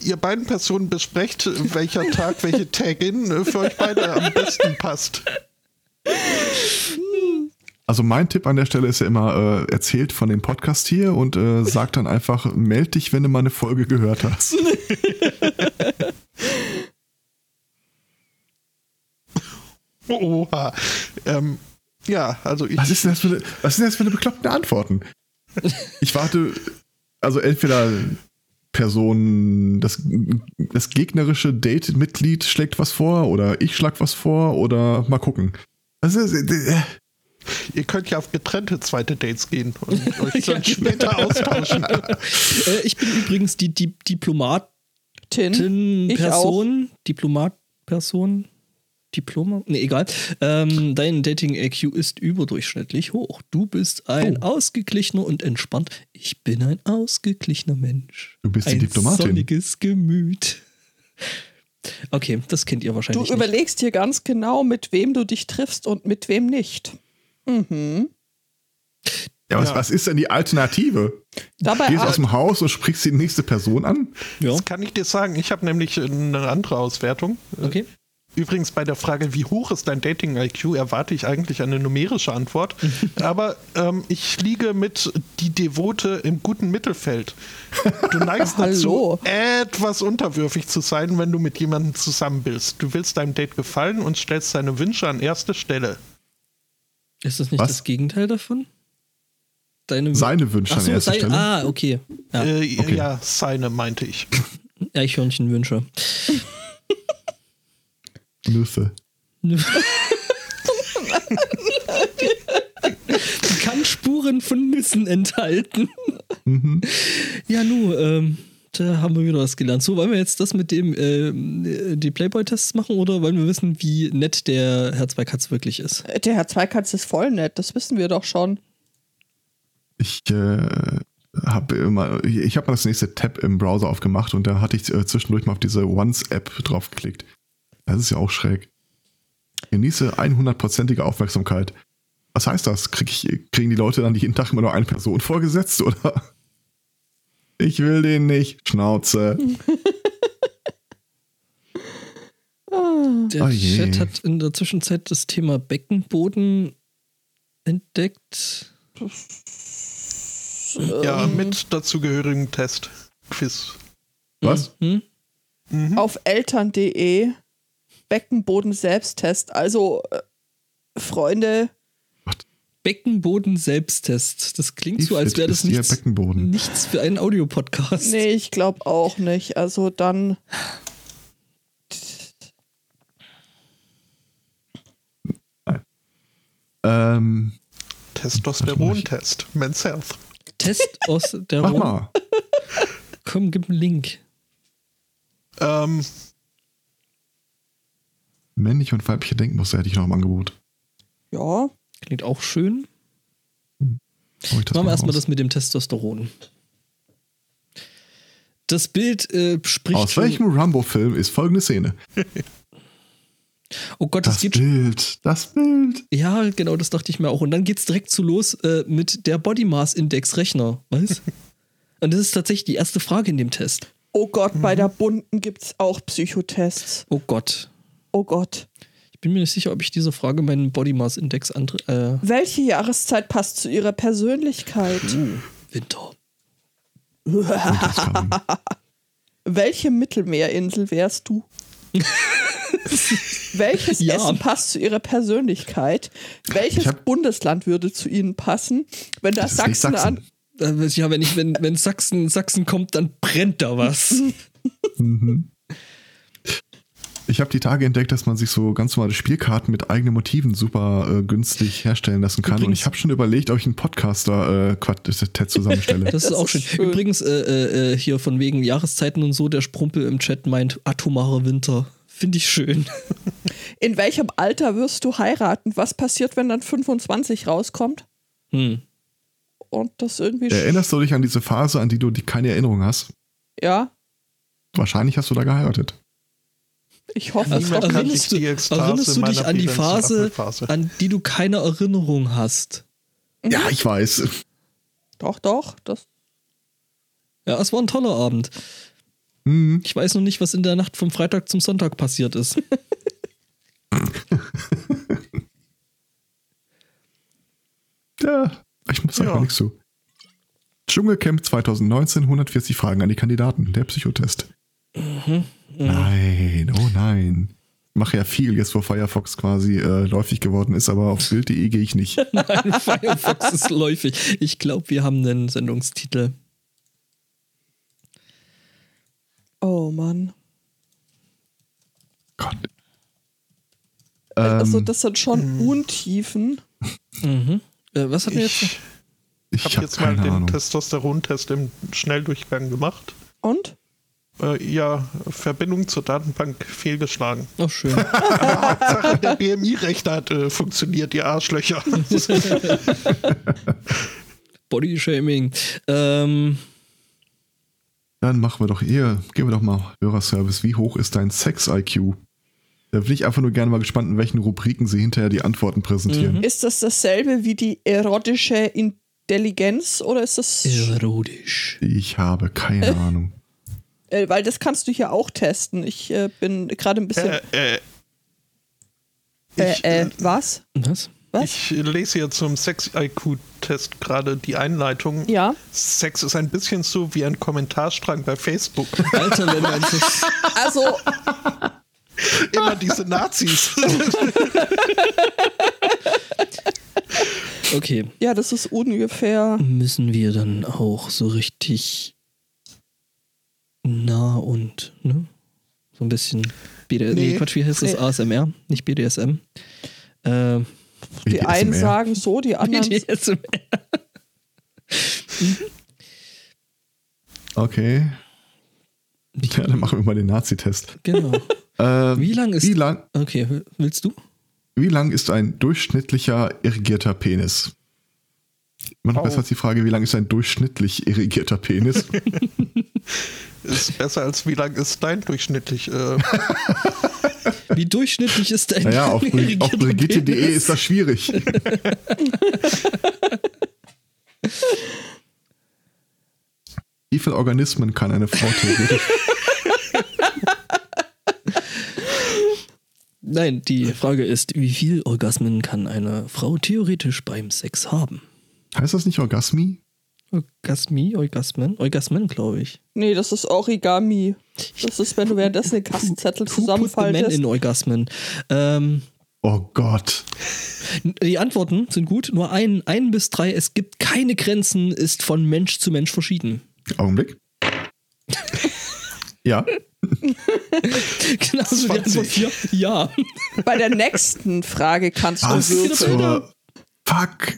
ihr beiden Personen besprecht, welcher Tag, welche Tagin äh, für euch beide am besten passt. Also mein Tipp an der Stelle ist ja immer, äh, erzählt von dem Podcast hier und äh, sagt dann einfach, meld dich, wenn du mal eine Folge gehört hast. Oha. Ähm, ja, also ich. Was ist denn das für eine, was sind das für eine bekloppte Antworten? Ich warte, also entweder Personen, das, das gegnerische Date-Mitglied schlägt was vor oder ich schlag was vor oder mal gucken. Was ist, äh, Ihr könnt ja auf getrennte zweite Dates gehen und euch Ja, dann später austauschen. Äh, ich bin übrigens die, die Diplomatin, Ich Hm, Person, Diplomatperson, Diploma, nee, egal. Ähm, dein Dating-IQ ist überdurchschnittlich hoch. Du bist ein Oh. ausgeglichener und entspannt. Ich bin ein ausgeglichener Mensch. Du bist die ein Diplomatin. sonniges Gemüt. Okay, das kennt ihr Du wahrscheinlich nicht. überlegst dir ganz genau, mit wem du dich triffst und mit wem nicht. Mhm. ja, was, Ja. was ist denn die Alternative? Dabei Gehst aus hat, dem Haus und sprichst die nächste Person an? Ja, Das kann ich dir sagen. Ich habe nämlich eine andere Auswertung. okay. Übrigens bei der Frage, wie hoch ist dein Dating-IQ, erwarte ich eigentlich eine numerische Antwort. Aber ähm, ich liege mit die Devote im guten Mittelfeld. Du neigst dazu, Hallo. etwas unterwürfig zu sein, wenn du mit jemandem zusammen bist. Du willst deinem Date gefallen und stellst deine Wünsche an erste Stelle. Ist das nicht Was? das Gegenteil davon? Deine Seine Wünsche Ach an so, erster sei, Stelle. Ah, okay. Ja, äh, okay. ja seine meinte ich. Eichhörnchenwünsche. Nüsse. Kann Spuren von Nüssen enthalten. Mhm. Ja, nu, ähm, da haben wir wieder was gelernt. So, wollen wir jetzt das mit dem ähm, äh, die Playboy-Tests machen oder wollen wir wissen, wie nett der Herz bei Katz wirklich ist? Der Herr Zweikatz ist voll nett, das wissen wir doch schon. Ich äh, habe immer, ich, ich habe mal das nächste Tab im Browser aufgemacht und da hatte ich äh, zwischendurch mal auf diese Once-App draufgeklickt. Das ist ja auch schräg. Genieße 100%ige Aufmerksamkeit. Was heißt das? Krieg ich, kriegen die Leute dann jeden Tag immer nur eine Person vorgesetzt oder? Ich will den nicht. Schnauze. Der Oh je. Chat hat in der Zwischenzeit das Thema Beckenboden entdeckt. Ja, mit dazugehörigem Test. Quiz. Was? Hm? Auf eltern.de Beckenboden-Selbsttest. Also, äh, Freunde, Beckenboden-Selbsttest. Das klingt so, als Fit wäre das ist ihr nichts, Beckenboden. nichts für einen Audiopodcast. nee, ich glaube auch nicht. Also dann. Ähm, Testosteron-Test. Men's Health. Test aus der mach Rom- mal. Komm, gib einen Link. Ähm, Männliche und weibliche Denkmuster hätte ich noch im Angebot. Ja, Klingt auch schön. Hau ich das Machen wir erstmal raus. das mit dem Testosteron. Das Bild äh, spricht. Aus schon- welchem Rambo-Film ist folgende Szene? Oh Gott, Das, das geht Bild, das Bild. Ja, genau, das dachte ich mir auch. Und dann geht's direkt zu los äh, mit der Body Mass Index Rechner, weißt? Und das ist tatsächlich die erste Frage in dem Test. Oh Gott, Mhm. bei der bunten gibt es auch Psychotests. Oh Gott. Oh Gott. Ich bin mir nicht sicher, ob ich diese Frage meinen Body Mass Index andre äh, Welche Jahreszeit passt zu ihrer Persönlichkeit? äh, Winter. Das kann man- Welche Mittelmeerinsel wärst du? Welches Ja. Essen passt zu ihrer Persönlichkeit? Welches Ich hab- Bundesland würde zu ihnen passen? Wenn das, Das ist nicht Sachsen, Sachsen. an. Äh, weiß ich Ja, wenn ich wenn wenn Sachsen Sachsen kommt, dann brennt da was. ich habe die Tage entdeckt, dass man sich so ganz normale Spielkarten mit eigenen Motiven super äh, günstig herstellen lassen kann. Und Übrigens- ich habe schon überlegt, ob ich einen Podcaster äh, Quartett zusammenstelle. Das, ist auch schön. schön. Übrigens äh, äh, äh, hier von wegen Jahreszeiten und so, der Sprumpel im Chat meint atomare Winter. Finde ich schön. In welchem Alter wirst du heiraten? Was passiert, wenn dann 25 rauskommt? Hm. Und das irgendwie. sch- Erinnerst du dich an diese Phase, an die du die keine Erinnerung hast? Ja, Wahrscheinlich hast du da geheiratet. ich hoffe es Also, Niemand doch kann nicht. sich Erinnerst du, die Ekstase erinnerst du dich meiner an die Penis- und Phase, Apfelphase. an die du keine Erinnerung hast? Ja, ich weiß. Doch, doch. Das Ja, es war ein toller Abend. Hm, Ich weiß noch nicht, was in der Nacht vom Freitag zum Sonntag passiert ist. ja, ich muss sagen, Ja. nichts zu. Dschungelcamp 2019, 140 Fragen an die Kandidaten. Der Psychotest. Nein, oh nein. Ich mache ja viel jetzt, wo Firefox quasi äh, läufig geworden ist, aber auf Bild.de gehe ich nicht. Nein, Firefox ist läufig. Ich glaube, wir haben einen Sendungstitel. oh Mann. Gott. Also, Ähm, das sind schon Untiefen. Mhm. Äh, was hatten wir jetzt? Ich ich habe hab jetzt mal keine den Ahnung. Testosteron-Test im Schnelldurchgang gemacht. Und? Äh, ja, Verbindung zur Datenbank fehlgeschlagen. Ach, schön. Sache, der BMI-Recht hat äh, funktioniert, ihr Arschlöcher. Bodyshaming. Ähm, Dann machen wir doch eher, gehen wir doch mal Hörerservice. Wie hoch ist dein Sex-IQ? Da bin ich einfach nur gerne mal gespannt, in welchen Rubriken sie hinterher die Antworten Mhm. präsentieren. Ist das dasselbe wie die erotische Intelligenz oder ist das. erotisch. Ich habe keine Ahnung. Äh, weil das kannst du hier auch testen. Ich äh, bin gerade ein bisschen. äh, äh, Äh, Ich, äh, was? Was? Was? Ich lese hier zum Sex-IQ-Test gerade die Einleitung. Ja. Sex ist ein bisschen so wie ein Kommentarstrang bei Facebook. Alter, wenn man sich. Also, Immer diese Nazis. Okay. ja, das ist ungefähr. Müssen wir dann auch so richtig nah und, ne? So ein bisschen BDSM. Nee, Nee. Quatsch, wie heißt das? Nee. ASMR, nicht BDSM. Äh, Die BDSMR. einen sagen so, die anderen. BDSM. Okay. Ja, dann machen wir mal den Nazi-Test. Genau. Ähm, Wie lang ist- Wie lang, Okay, willst du? wie lang ist ein durchschnittlicher irrigierter Penis? Man Oh. besser als die Frage, wie lang ist ein durchschnittlich irrigierter Penis? ist besser als wie lang ist dein durchschnittlich. Äh, Wie durchschnittlich ist dein Naja, auf, Bri- auf irrigierter brigitte.de Penis? ist das schwierig. Wie viele Organismen kann eine Frau theoretisch? Nein, die Frage ist, wie viel Orgasmen kann eine Frau theoretisch beim Sex haben? Heißt das nicht Orgasmi? Orgasmi, Orgasmen? Orgasmen, glaube ich. Nee, das ist Origami. Das ist, wenn du währenddessen den Kassenzettel Who put the zusammenfaltest. men in Orgasmen? Ähm, Oh Gott. die Antworten sind gut. Nur ein, ein bis drei. Es gibt keine Grenzen, ist von Mensch zu Mensch verschieden. Augenblick. ja. Genau, so die Antwort 20. vier. Ja. Bei der nächsten Frage kannst du Was würfeln. zur Fuck.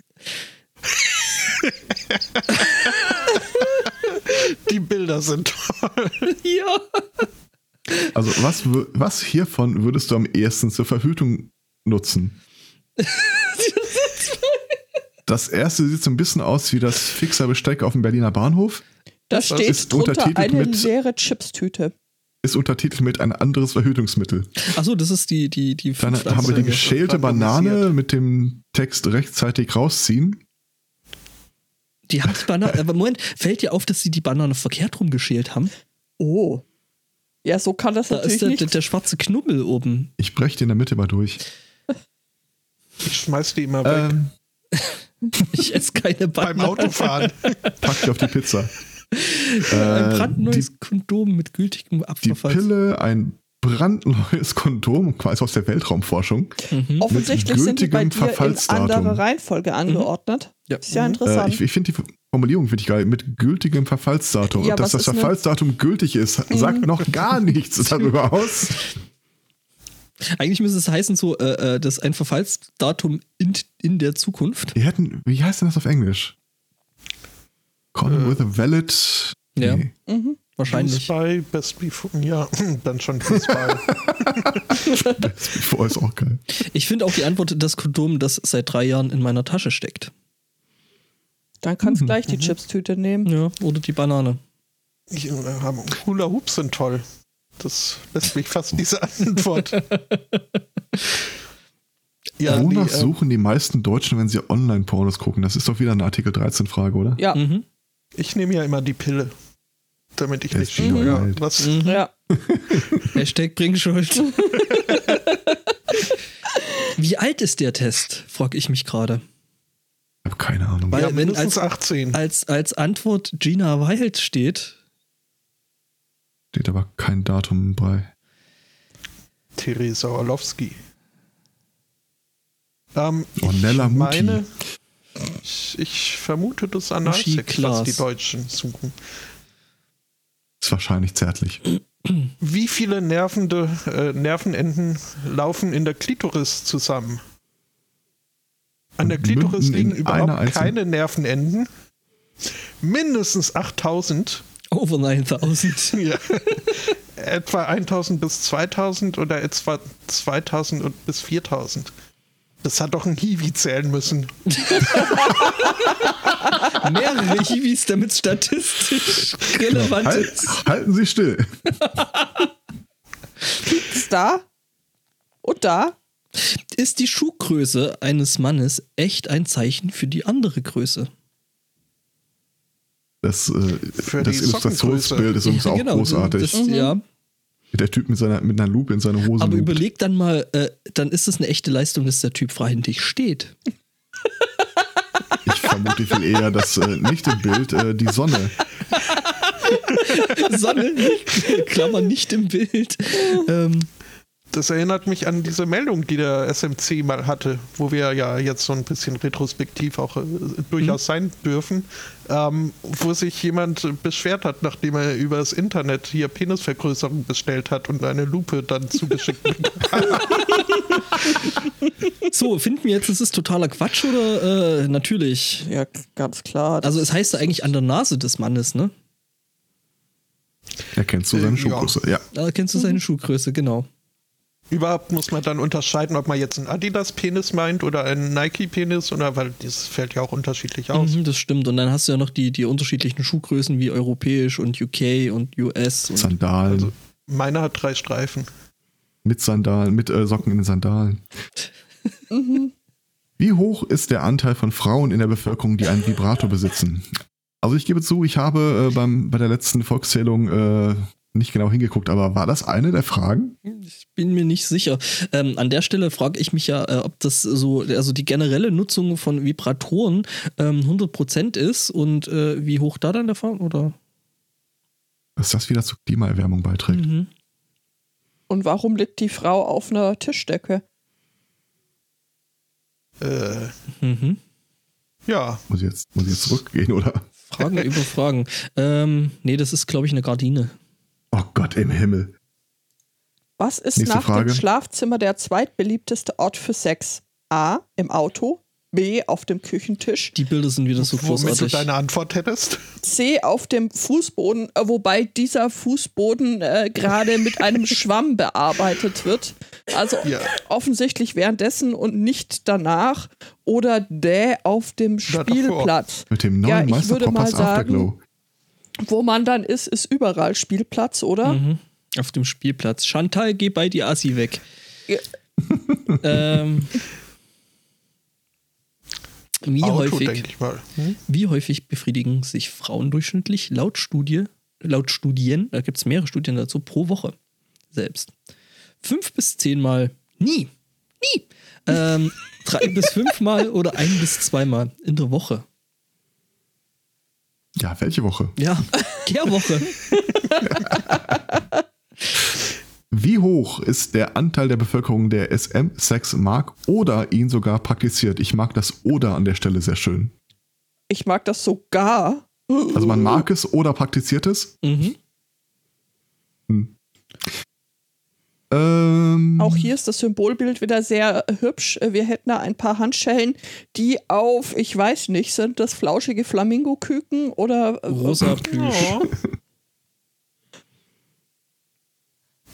die Bilder sind toll. ja. Also was, wür- was hiervon würdest du am ehesten zur Verhütung nutzen? Das erste sieht so ein bisschen aus wie das fixer Besteck auf dem Berliner Bahnhof. Da ist steht drunter untertitelt eine mit- leere Chipstüte. Ist untertitelt mit ein anderes Verhütungsmittel. Achso, das ist die, die, die Dann fünfte haben wir die Ansage. geschälte Banane mit dem Text rechtzeitig rausziehen. Die haben die Banane. Aber Moment, fällt dir auf, dass sie die Banane verkehrt rumgeschält haben? Oh. Ja, so kann das Da natürlich ist der, der, nicht. der schwarze Knubbel oben. Ich breche die in der Mitte mal durch. Ich schmeiß die immer weg. Ähm, Ich esse keine Banane. Beim Autofahren. pack die auf die Pizza. Ein Äh, brandneues Kondom mit gültigem Die Abverfall. Pille, ein brandneues Kondom, quasi aus der Weltraumforschung. Offensichtlich mit sind die bei dir gültigem in Verfallsdatum. andere Reihenfolge angeordnet. Ja. Ist ja Mhm. Äh, interessant. ich ich finde die Formulierung finde ich geil. Mit gültigem Verfallsdatum. Ja, Und dass was das ist eine- Verfallsdatum gültig ist, sagt noch gar nichts darüber aus. Eigentlich müsste es heißen so, äh, äh, dass ein Verfallsdatum in, in der Zukunft. Die hätten, wie heißt denn das auf Englisch? Condom with a valid. Ja. Mhm. Nee. Wahrscheinlich. Spy, Hm, Best Before. Ja, hm, dann schon Spy. Before ist auch geil. Ich finde auch die Antwort das Kondom, das seit drei Jahren in meiner Tasche steckt. Dann kannst Mhm. du gleich die Chipstüte nehmen. Ja. Oder die Banane. Ich, äh, Hula Hoops sind toll. Das lässt mich fast diese Antwort. ja, die, Wonach äh, suchen die meisten Deutschen, wenn sie Online-Pornos gucken? Das ist doch wieder eine Artikel 13-Frage, oder? Ja. Mhm. ich nehme ja immer die Pille, damit ich Das nicht ist schiebe. Ja, halt. was, Mhm. Ja. Hashtag Bringschuld. Wie alt ist der Test, frage ich mich gerade. Ich habe keine Ahnung. Weil ja, wenn mindestens als, 18. als, als Antwort Gina Wild steht, Steht aber kein Datum bei. Theresa Orlowski. Ähm, Ornella ich Muti. meine, ich, ich vermute das Muschi Analsex, was Klaas. die Deutschen suchen. Ist wahrscheinlich zärtlich. Wie viele nervende äh, Nervenenden laufen in der Klitoris zusammen? An der Und Klitoris münden in liegen einer überhaupt einzigen- keine Nervenenden. Mindestens 8000, over 9000. ja. etwa 1000 bis 2000 oder etwa 2000 und bis 4000. Das hat doch ein Hiwi zählen müssen. Mehrere Hiwis, damit statistisch relevant Halt, ist. halten Sie still. Ist da und da. Ist die Schuhgröße eines Mannes echt ein Zeichen für die andere Größe? Das, äh, Für das die äh, Illustrationsbild ist übrigens Ja, auch genau, großartig. Das, Ja. der Typ mit, seiner, mit einer Lupe in seine Hose. Aber lugt. überleg dann mal, äh, dann ist es eine echte Leistung, dass der Typ freihändig steht. Ich vermute viel eher, dass äh, nicht im Bild äh, die Sonne. Sonne, Klammer nicht im Bild. Ähm, Das erinnert mich an diese Meldung, die der SMC mal hatte, wo wir ja jetzt so ein bisschen retrospektiv auch äh, durchaus sein dürfen, ähm, wo sich jemand beschwert hat, nachdem er über das Internet hier Penisvergrößerung bestellt hat und eine Lupe dann zugeschickt bekam. so, finden wir jetzt, es ist totaler Quatsch oder äh, natürlich? Ja, ganz klar. Also es heißt ja eigentlich an der Nase des Mannes, ne? Erkennst du Äh, seine ja. Schuhgröße? Ja. Da Ah, kennst du seine Schuhgröße, genau. Überhaupt muss man dann unterscheiden, ob man jetzt einen Adidas-Penis meint oder einen Nike-Penis oder weil das fällt ja auch unterschiedlich aus. Mhm, das stimmt. Und dann hast du ja noch die, die unterschiedlichen Schuhgrößen wie europäisch und UK und US. Und Sandalen. Meiner hat drei Streifen. mit Sandalen, mit äh, Socken in den Sandalen. Mhm. Wie hoch ist der Anteil von Frauen in der Bevölkerung, die einen Vibrator besitzen? Also ich gebe zu, ich habe äh, beim, bei der letzten Volkszählung äh, nicht genau hingeguckt, aber war das eine der Fragen? ich bin mir nicht sicher. Ähm, an der Stelle frage ich mich ja, äh, ob das so, also die generelle Nutzung von Vibratoren ähm, 100% ist und äh, wie hoch da dann der Fall, oder? Dass das wieder zur Klimaerwärmung beiträgt. Mhm. Und warum liegt die Frau auf einer Tischdecke? Äh, Mhm. ja, Muss ich jetzt, muss ich jetzt zurückgehen, oder? Fragen über Fragen. Ähm, nee, das ist, glaube ich, eine Gardine. Oh Gott im Himmel. Was ist Nächste nach Frage. dem Schlafzimmer der zweitbeliebteste Ort für Sex? A. Im Auto. B. Auf dem Küchentisch. Die Bilder sind wieder so womit du großartig. deine Antwort hättest. C. Auf dem Fußboden, äh, wobei dieser Fußboden äh, gerade mit einem Schwamm bearbeitet wird. Also Ja. offensichtlich währenddessen und nicht danach. Oder D. Auf dem Da davor. Spielplatz. Mit dem Ja, neuen ich würde mal Meisterpoppers Afterglow. Wo man dann ist, ist überall Spielplatz, oder? Mhm. Auf dem Spielplatz. Chantal, geh bei die Assi weg. Ja. ähm, wie, Auto, häufig, denke ich mal. Hm? wie häufig befriedigen sich Frauen durchschnittlich laut Studie, laut Studien, da gibt es mehrere Studien dazu, pro Woche selbst? Fünf bis zehnmal, nie, nie. Ähm, drei bis fünfmal oder ein bis zweimal in der Woche. Ja, welche Woche? Ja, Kehrwoche. Wie hoch ist der Anteil der Bevölkerung, der SM-Sex mag oder ihn sogar praktiziert? Ich mag das oder an der Stelle sehr schön. Ich mag das sogar. Also man mag es oder praktiziert es. Hm. Mhm. Ähm, Auch hier ist das Symbolbild wieder sehr äh, hübsch. Wir hätten da ein paar Handschellen, die auf, ich weiß nicht, sind das flauschige Flamingoküken oder äh, Rosa Plüsch.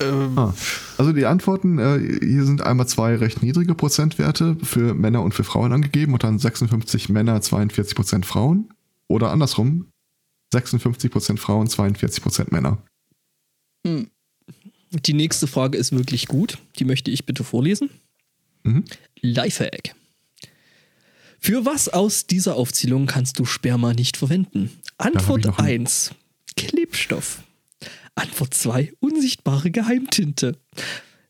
Ähm, Ah. Also die Antworten, äh, hier sind einmal zwei recht niedrige Prozentwerte für Männer und für Frauen angegeben und dann 56 Männer, 42 Prozent Frauen. Oder andersrum, 56 Prozent Frauen, 42 Prozent Männer. Die nächste Frage ist wirklich gut. Die möchte ich bitte vorlesen. Mhm. Lifehack. Für was aus dieser Aufzählung kannst du Sperma nicht verwenden? ich Antwort noch einen. 1. Klebstoff. Antwort 2. Unsichtbare Geheimtinte.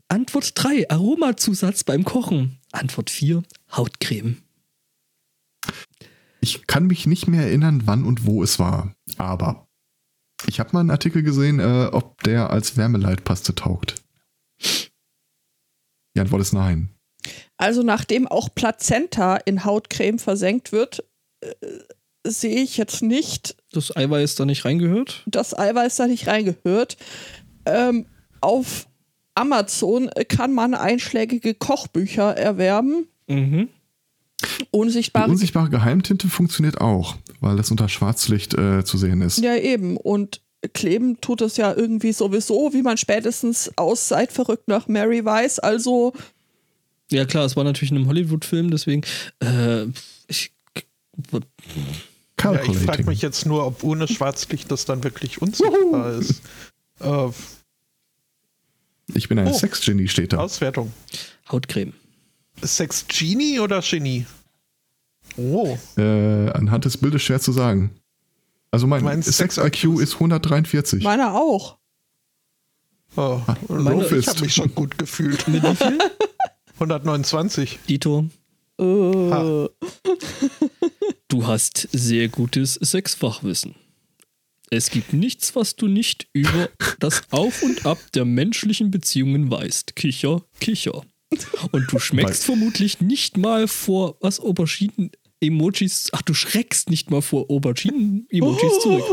Antwort 3. Aromazusatz beim Kochen. Antwort 4. Hautcreme. Ich kann mich nicht mehr erinnern, wann und wo es war. Aber ich habe mal einen Artikel gesehen, äh, ob der als Wärmeleitpaste taugt. Die Antwort ist nein. Also nachdem auch Plazenta in Hautcreme versenkt wird, äh, sehe ich jetzt nicht, Das Eiweiß da nicht reingehört? dass Eiweiß da nicht reingehört. Ähm, auf Amazon kann man einschlägige Kochbücher erwerben. Mhm. Die Unsichtbare unsichtbare Geheimtinte funktioniert auch, weil das unter Schwarzlicht äh, zu sehen ist. Ja, eben. Und kleben tut es ja irgendwie sowieso, wie man spätestens aus Seid verrückt nach Mary weiß. Also, Ja, klar, es war natürlich in einem Hollywood-Film, deswegen. Äh, ich, Ja, ich frage Calculating. mich jetzt nur, ob ohne Schwarzlicht das dann wirklich unsichtbar ist. Äh, ich, bin ein Oh. Sexgenie, steht da. Auswertung. Hautcreme. Sex Genie oder Genie? Oh, Äh, anhand des Bildes schwer zu sagen. Also mein Du meinst Sex-IQ ist 143. meiner auch. Oh, meine- ich habe mich schon gut gefühlt. Mit wie viel? 129. Dito, Äh, du hast sehr gutes Sexfachwissen. Es gibt nichts, was du nicht über das Auf und Ab der menschlichen Beziehungen weißt. Kicher, kicher. Und du schmeckst vermutlich nicht mal vor, was Auberginen-Emojis. Ach, du schreckst nicht mal vor Auberginen-Emojis zurück.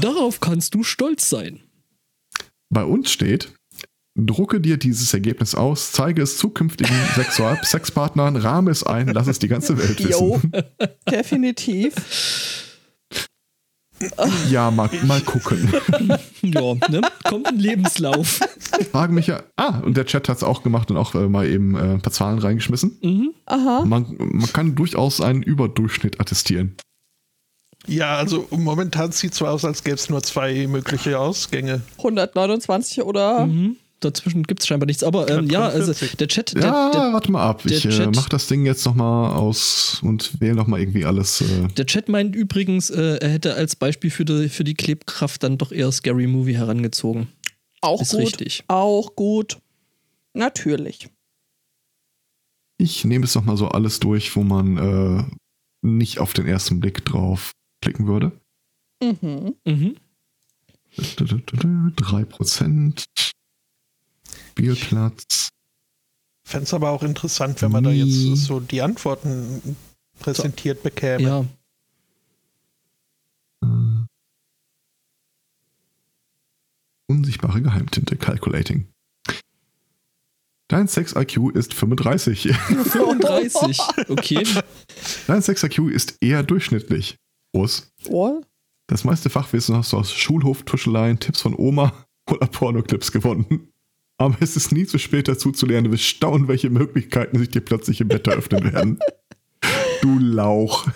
Darauf kannst du stolz sein. Bei uns steht, drucke dir dieses Ergebnis aus, zeige es zukünftigen Sexual Sexpartnern, rahme es ein, lass es die ganze Welt jo, wissen. definitiv. Ja, mal, mal gucken. Ja, ne? Kommt ein Lebenslauf. Frage mich ja. Ah, und der Chat hat es auch gemacht und auch äh, mal eben äh, ein paar Zahlen reingeschmissen. Mhm, Aha. Man, man kann durchaus einen Überdurchschnitt attestieren. Ja, also momentan sieht zwar aus, als gäbe es nur zwei mögliche Ausgänge. 129 oder Mhm. Dazwischen gibt es scheinbar nichts. Aber ähm, ja, also 140. der Chat, der, Ja, der, warte mal ab. der Ich äh, Chat- mach das Ding jetzt nochmal aus und wähle nochmal irgendwie alles. Äh, der Chat meint übrigens, äh, er hätte als Beispiel für die, für die Klebkraft dann doch eher Scary Movie herangezogen. auch Ist gut. richtig. Auch gut. Natürlich. ich nehme es nochmal so alles durch, wo man äh, nicht auf den ersten Blick drauf klicken würde. Mhm. Mhm. 3%. Spielplatz. Fände es aber auch interessant, wenn man da jetzt Nie. so die Antworten präsentiert bekäme. Hm. Ja. Äh, unsichtbare Geheimtinte. Calculating. Dein Sex-IQ ist 35. 35. Okay. Dein Sex-IQ ist eher durchschnittlich. Groß. Oh. Das meiste Fachwissen hast du aus Schulhof, Tuscheleien, Tipps von Oma oder Pornoclips gewonnen. Aber es ist nie zu spät dazu zu lernen, du wirst staunen, welche Möglichkeiten sich dir plötzlich im Bett eröffnen werden. Du Lauch.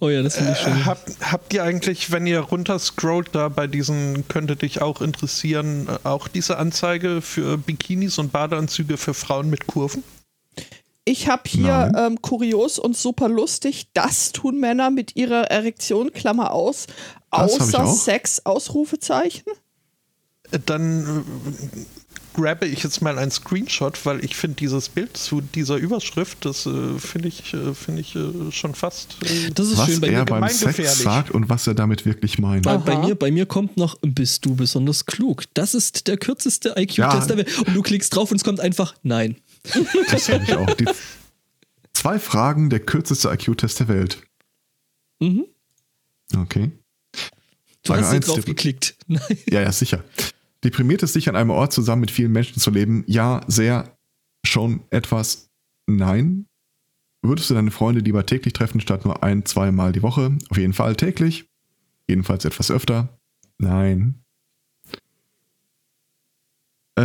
Oh ja, das finde ich schön. Habt, habt ihr eigentlich, wenn ihr runterscrollt, da bei diesen könnte dich auch interessieren, äh, auch diese Anzeige für Bikinis und Badeanzüge für Frauen mit Kurven? Ich habe hier ähm, kurios und super lustig, das tun Männer mit ihrer Erektion, Klammer aus, Das hab ich außer auch. Sex, Ausrufezeichen. Äh, Dann äh, grabbe ich jetzt mal einen Screenshot, weil ich finde dieses Bild zu dieser Überschrift, das äh, finde ich, äh, finde ich äh, schon fast. Äh, Das ist Was schön. Bei, er mir, beim gemeingefährlich. Sex sagt und was er damit wirklich meint. bei, bei, Aha. mir, bei mir kommt noch, bist du besonders klug? Das ist der kürzeste IQ-Test Ja. der Welt. Und du klickst drauf und es kommt einfach, nein. Das hab ich auch. Die zwei Fragen, der kürzeste IQ-Test der Welt. Mhm. Okay. Du Frage hast ja eins, drauf Tipp. geklickt. Nein. Ja, ja, sicher. Deprimiert es dich, an einem Ort zusammen mit vielen Menschen zu leben? Ja, sehr. Schon etwas? Nein. Würdest du deine Freunde lieber täglich treffen, statt nur ein, zweimal die Woche? Auf jeden Fall täglich. Jedenfalls etwas öfter? Nein. Äh,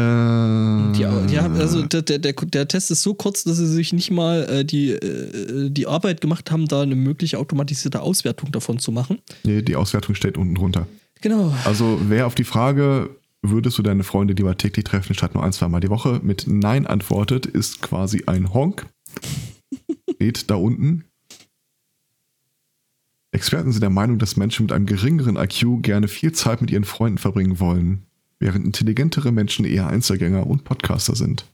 Hm. Ja, die haben, also der, der, der, der Test ist so kurz, dass sie sich nicht mal äh, die, äh, die Arbeit gemacht haben, da eine mögliche automatisierte Auswertung davon zu machen. nee, die Auswertung steht unten drunter. Genau. Also wer auf die Frage, würdest du deine Freunde lieber täglich treffen, statt nur ein, zweimal die Woche, mit Nein antwortet, ist quasi ein Honk. Steht da unten. Experten sind der Meinung, dass Menschen mit einem geringeren IQ gerne viel Zeit mit ihren Freunden verbringen wollen, während intelligentere Menschen eher Einzelgänger und Podcaster sind.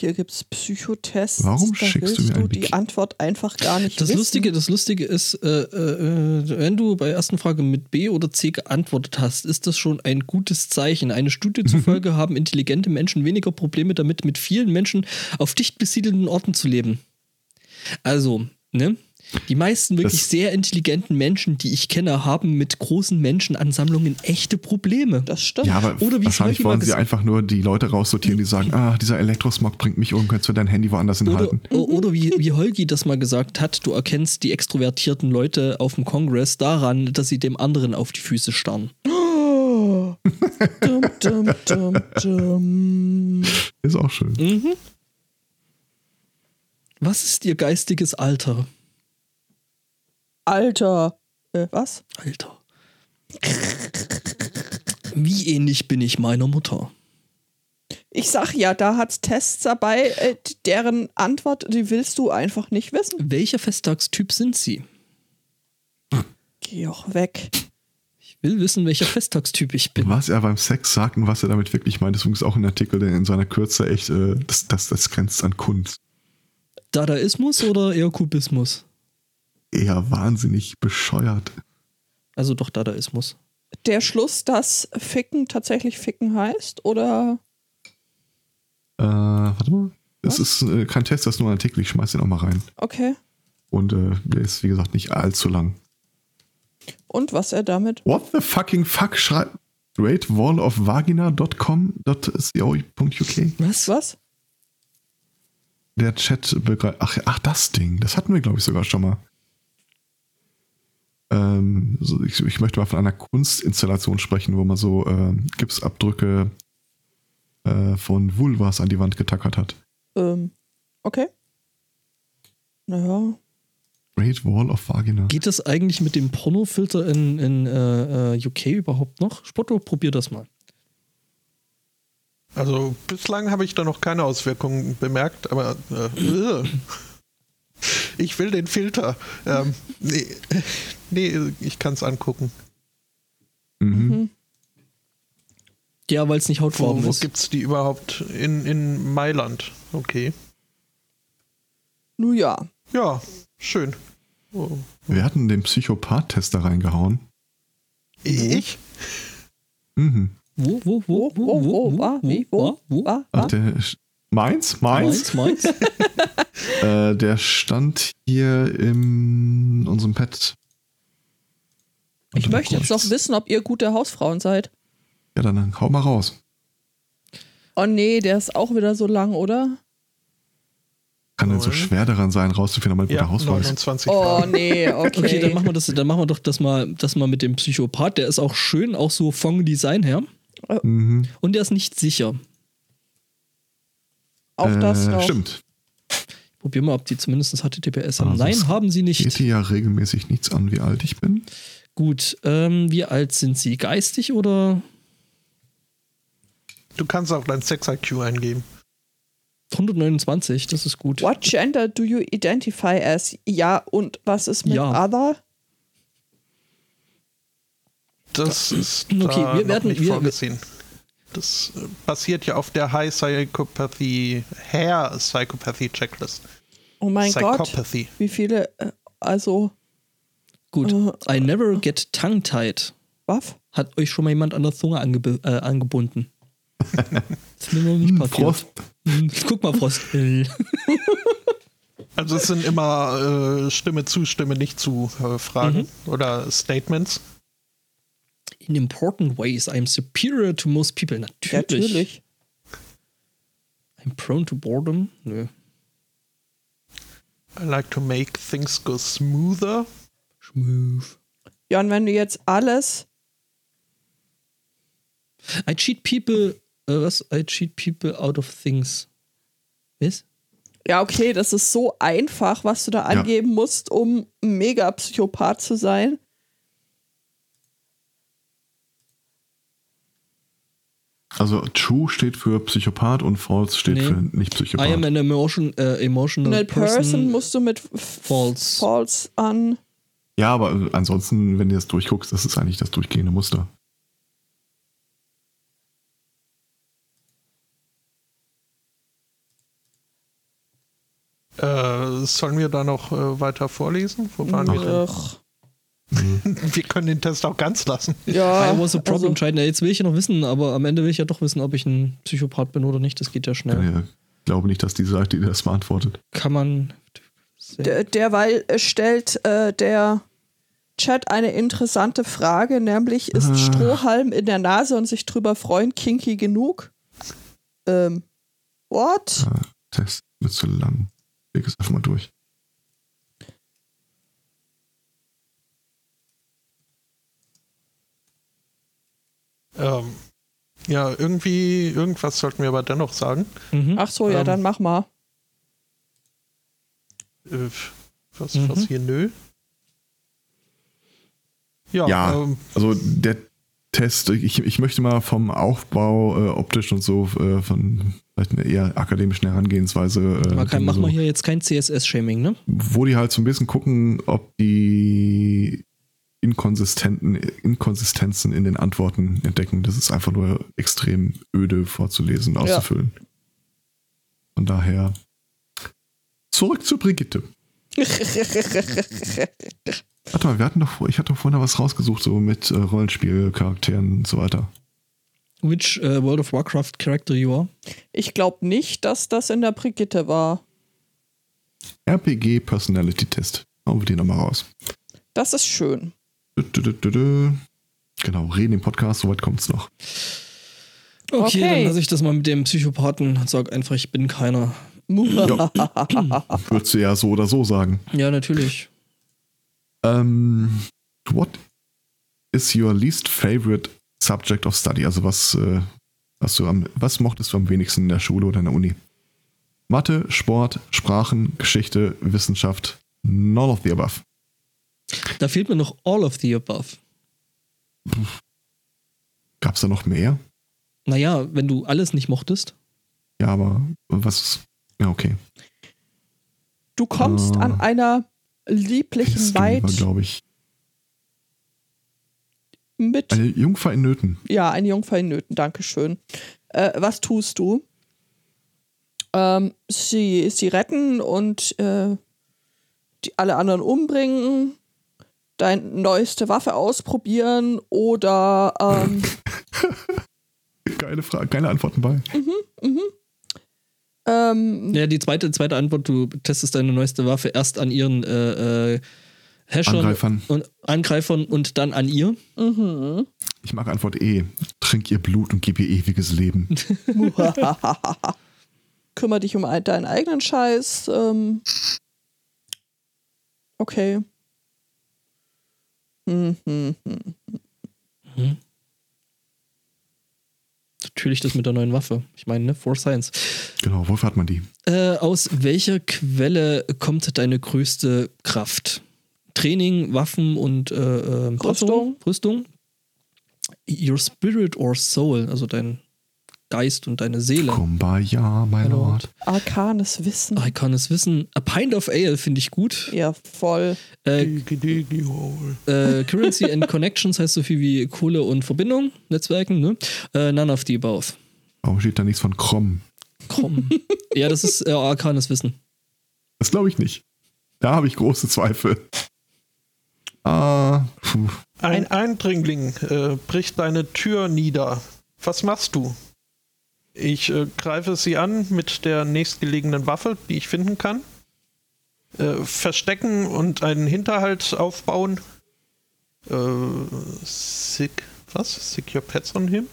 Hier gibt es Psychotests. Warum da schickst willst du mir ein die Wiki? Antwort einfach gar nicht Äh, Das wissen. Lustige, das Lustige ist, äh, äh, äh, wenn du bei der ersten Frage mit B oder C geantwortet hast, ist das schon ein gutes Zeichen. Eine Mhm. Studie zufolge haben intelligente Menschen weniger Probleme damit, mit vielen Menschen auf dicht besiedelten Orten zu leben. Also, ne? Die meisten wirklich Das- sehr intelligenten Menschen, die ich kenne, haben mit großen Menschenansammlungen echte Probleme. Das stimmt. Ja, aber Oder wie wahrscheinlich Smokey mal wollen sie gesagt- einfach nur die Leute raussortieren, die sagen, ah, dieser Elektrosmog bringt mich um, könntest du dein Handy woanders Oder, hinhalten. o- oder wie, wie Holgi das mal gesagt hat, du erkennst die extrovertierten Leute auf dem Kongress daran, dass sie dem anderen auf die Füße starren. Dum, dum, dum, dum. Ist auch schön. Was ist ihr geistiges Alter? Alter. Äh, was? Alter. Wie ähnlich bin ich meiner Mutter? Ich sag ja, da hat's Tests dabei, äh, deren Antwort, die willst du einfach nicht wissen. Welcher Festtagstyp sind sie? Geh auch weg. Ich will wissen, welcher Festtagstyp ich bin. Was er beim Sex sagt und was er damit wirklich meint, ist übrigens auch ein Artikel, der in seiner Kürze echt, äh, das, das, das grenzt an Kunst. Dadaismus oder eher Kubismus? Eher wahnsinnig bescheuert. Also doch Dadaismus. Der Schluss, dass Ficken tatsächlich Ficken heißt, oder? Äh, warte mal. Das ist äh, kein Test, das ist nur ein Artikel. Ich schmeiß den auch mal rein. Okay. Und äh, der ist, wie gesagt, nicht allzu lang. Und was er damit? What the fucking fuck schreibt greatwallofvagina.com.co.uk Was? Was? Der Chat begreift. Ach, ach, das Ding. Das hatten wir, glaube ich, sogar schon mal. Ähm, so, ich, ich möchte mal von einer Kunstinstallation sprechen, wo man so ähm, Gipsabdrücke äh, von Vulvas an die Wand getackert hat. Ähm, okay. Naja. Great Wall of Vagina. Geht das eigentlich mit dem Pornofilter in, in äh, äh, UK überhaupt noch? Spotto, probier das mal. Also bislang habe ich da noch keine Auswirkungen bemerkt, aber äh, äh. ich will den Filter. Ähm, nee, nee, ich kann es angucken. Mhm. Hm. Ja, weil es nicht Wo, hautfarben wo ist. gibt's die überhaupt? In, in Mailand. Okay. Nun ja. Ja, schön. Oh. Wir hatten den Psychopath-Test da reingehauen. Ich? Mhm. Wo, wo, Wo, wo, wo, Oh, wa, wie, wo, wo, wa, Ach, wa? der, meins? Meins, Meins? meins. Äh, der stand hier in unserem Pad. Ich möchte jetzt noch wissen, ob ihr gute Hausfrauen seid. Ja, dann hau mal raus. Oh nee, der ist auch wieder so lang, oder? Kann denn so Null. schwer daran sein, rauszufinden, ob man Ja, guter Hausfrau ist? 29 Oh Fragen. nee, okay. Okay, dann machen wir das, dann machen wir doch das mal, das mal mit dem Psychopath. Der ist auch schön, auch so vom Design her. Mhm. Und der ist nicht sicher. Auch das Äh, noch. Stimmt. Probier mal, ob die zumindest HTTPS haben. Ah, Nein, sonst haben sie Geht nicht. dir ja regelmäßig nichts an, wie alt ich bin. Gut, ähm, wie alt sind sie? Geistig oder Du kannst auch dein Sex-IQ eingeben. 129? Das ist gut. What gender do you identify as? Ja, und was ist mit Ja. other? Das ist Okay, da wir noch werden- nicht wir- vorgesehen. Das äh, basiert ja auf der High Psychopathy, Hair Psychopathy Checklist. Oh mein Gott. Psychopathy. Wie viele, äh, also, Gut. Äh. I never get tongue-tied. waff? Hat euch schon mal jemand an der Zunge angebe- äh, angebunden? das ist mir noch nicht Hm, passiert. Prost. Hm, Guck mal, Frost. Also es sind immer äh, Stimme zu, Stimme nicht zu äh, Fragen oder Statements. In important ways, I'm superior to most people. Natürlich. Natürlich. I'm prone to boredom. Nö. I like to make things go smoother. Schmoof. Ja, und wenn du jetzt alles, I cheat people. Äh, was? I cheat people out of things. Was? ja, okay, das ist so einfach, was du da angeben musst, um ein Mega-Psychopath zu sein. Also True steht für Psychopath und False steht Nee. für nicht I am Psychopath. an emotion, äh, emotional Eine person. person, musst du mit f- False. false an. Ja, aber äh, ansonsten, wenn du das durchguckst, das ist eigentlich das durchgehende Muster. Äh, sollen wir da noch äh, weiter vorlesen? Wo waren wir denn? Ach, Wir können den Test auch ganz lassen. ja, I was a problem also, child. Na, jetzt will ich ja noch wissen, aber am Ende will ich ja doch wissen, ob ich ein Psychopath bin oder nicht. Das geht ja schnell. Ja. Ich glaube nicht, dass die Seite dir das beantwortet. Kann man. der, derweil äh, stellt äh, der Chat eine interessante Frage, nämlich ist Strohhalm in der Nase und sich drüber freuen kinky genug? Ähm, what? Ah, Test wird zu lang. Leg es einfach mal durch. Ähm, ja, irgendwie, irgendwas sollten wir aber dennoch sagen. Mhm. Ach so, ja, Ähm. dann mach mal. Äh, was, Mhm. was hier? Nö. Ja, Ja. Ähm, Also der Test, ich, ich möchte mal vom Aufbau äh, optisch und so äh, von vielleicht einer eher akademischen Herangehensweise. Äh, Man kann, mach so, mal hier jetzt kein CSS-Shaming, ne? Wo die halt so ein bisschen gucken, ob die inkonsistenten Inkonsistenzen in den Antworten entdecken. Das ist einfach nur extrem öde vorzulesen, auszufüllen. Von daher zurück zu Brigitte. Warte mal, wir hatten doch vor, ich hatte doch vorhin noch was rausgesucht, so mit äh, Rollenspielcharakteren und so weiter. Which äh, World of Warcraft Character you are? Ich glaube nicht, dass das in der Brigitte war. RPG Personality Test. Hauen wir den nochmal raus. Das ist schön. Dü, dü, dü, dü, dü. Genau, reden im Podcast, soweit kommt's noch. Okay, Okay. dann lasse ich das mal mit dem Psychopathen und sag einfach, ich bin keiner. Würdest du ja so oder so sagen. Ja, natürlich. Ähm, what is your least favorite subject of study? Also was, äh, hast du am, was mochtest du am wenigsten in der Schule oder in der Uni? Mathe, Sport, Sprachen, Geschichte, Wissenschaft, none of the above. Da fehlt mir noch all of the above. Gab's da noch mehr? Naja, wenn du alles nicht mochtest. Ja, aber was? Ja, okay. Du kommst Ah. an einer lieblichen Maid glaube ich. mit. Eine Jungfer in Nöten. Ja, eine Jungfer in Nöten, Dankeschön. Äh, was tust du? Ähm, sie, sie retten und äh, die, alle anderen umbringen, deine neueste Waffe ausprobieren oder ähm, Geile Frage, geile Antworten bei. ähm, Ja, die zweite, zweite Antwort, du testest deine neueste Waffe erst an ihren äh, äh, Hashern Angreifern. und Angreifern und dann an ihr. mhm. Ich mag Antwort E. Trink ihr Blut und gib ihr ewiges Leben. Kümmer dich um ein- deinen eigenen Scheiß. Ähm. Okay. Hm, hm, hm. Natürlich das mit der neuen Waffe. Ich meine, ne? For Science. Genau, wofür hat man die? Äh, aus welcher Quelle kommt deine größte Kraft? Training, Waffen und äh, äh, Panzerung? Rüstung? Your spirit or soul, also dein Geist und deine Seele. Kumbaya, mein Lord. Arkanes Wissen. I Ah, kann es wissen. A Pint of Ale finde ich gut. Ja, voll. Äh, Digi, digi, hol. äh, Currency and Connections heißt so viel wie Kohle und Verbindung, Netzwerken, ne? Äh, none of the above. Warum steht da nichts von Krom? Komm. ja, das ist äh, arkanes Wissen. Das glaube ich nicht. Da habe ich große Zweifel. Ah, puh. Ein Eindringling äh, bricht deine Tür nieder. Was machst du? Ich äh, greife sie an mit der nächstgelegenen Waffe, die ich finden kann. Äh, verstecken und einen Hinterhalt aufbauen. Äh, sick. Was? Sick your pets on him?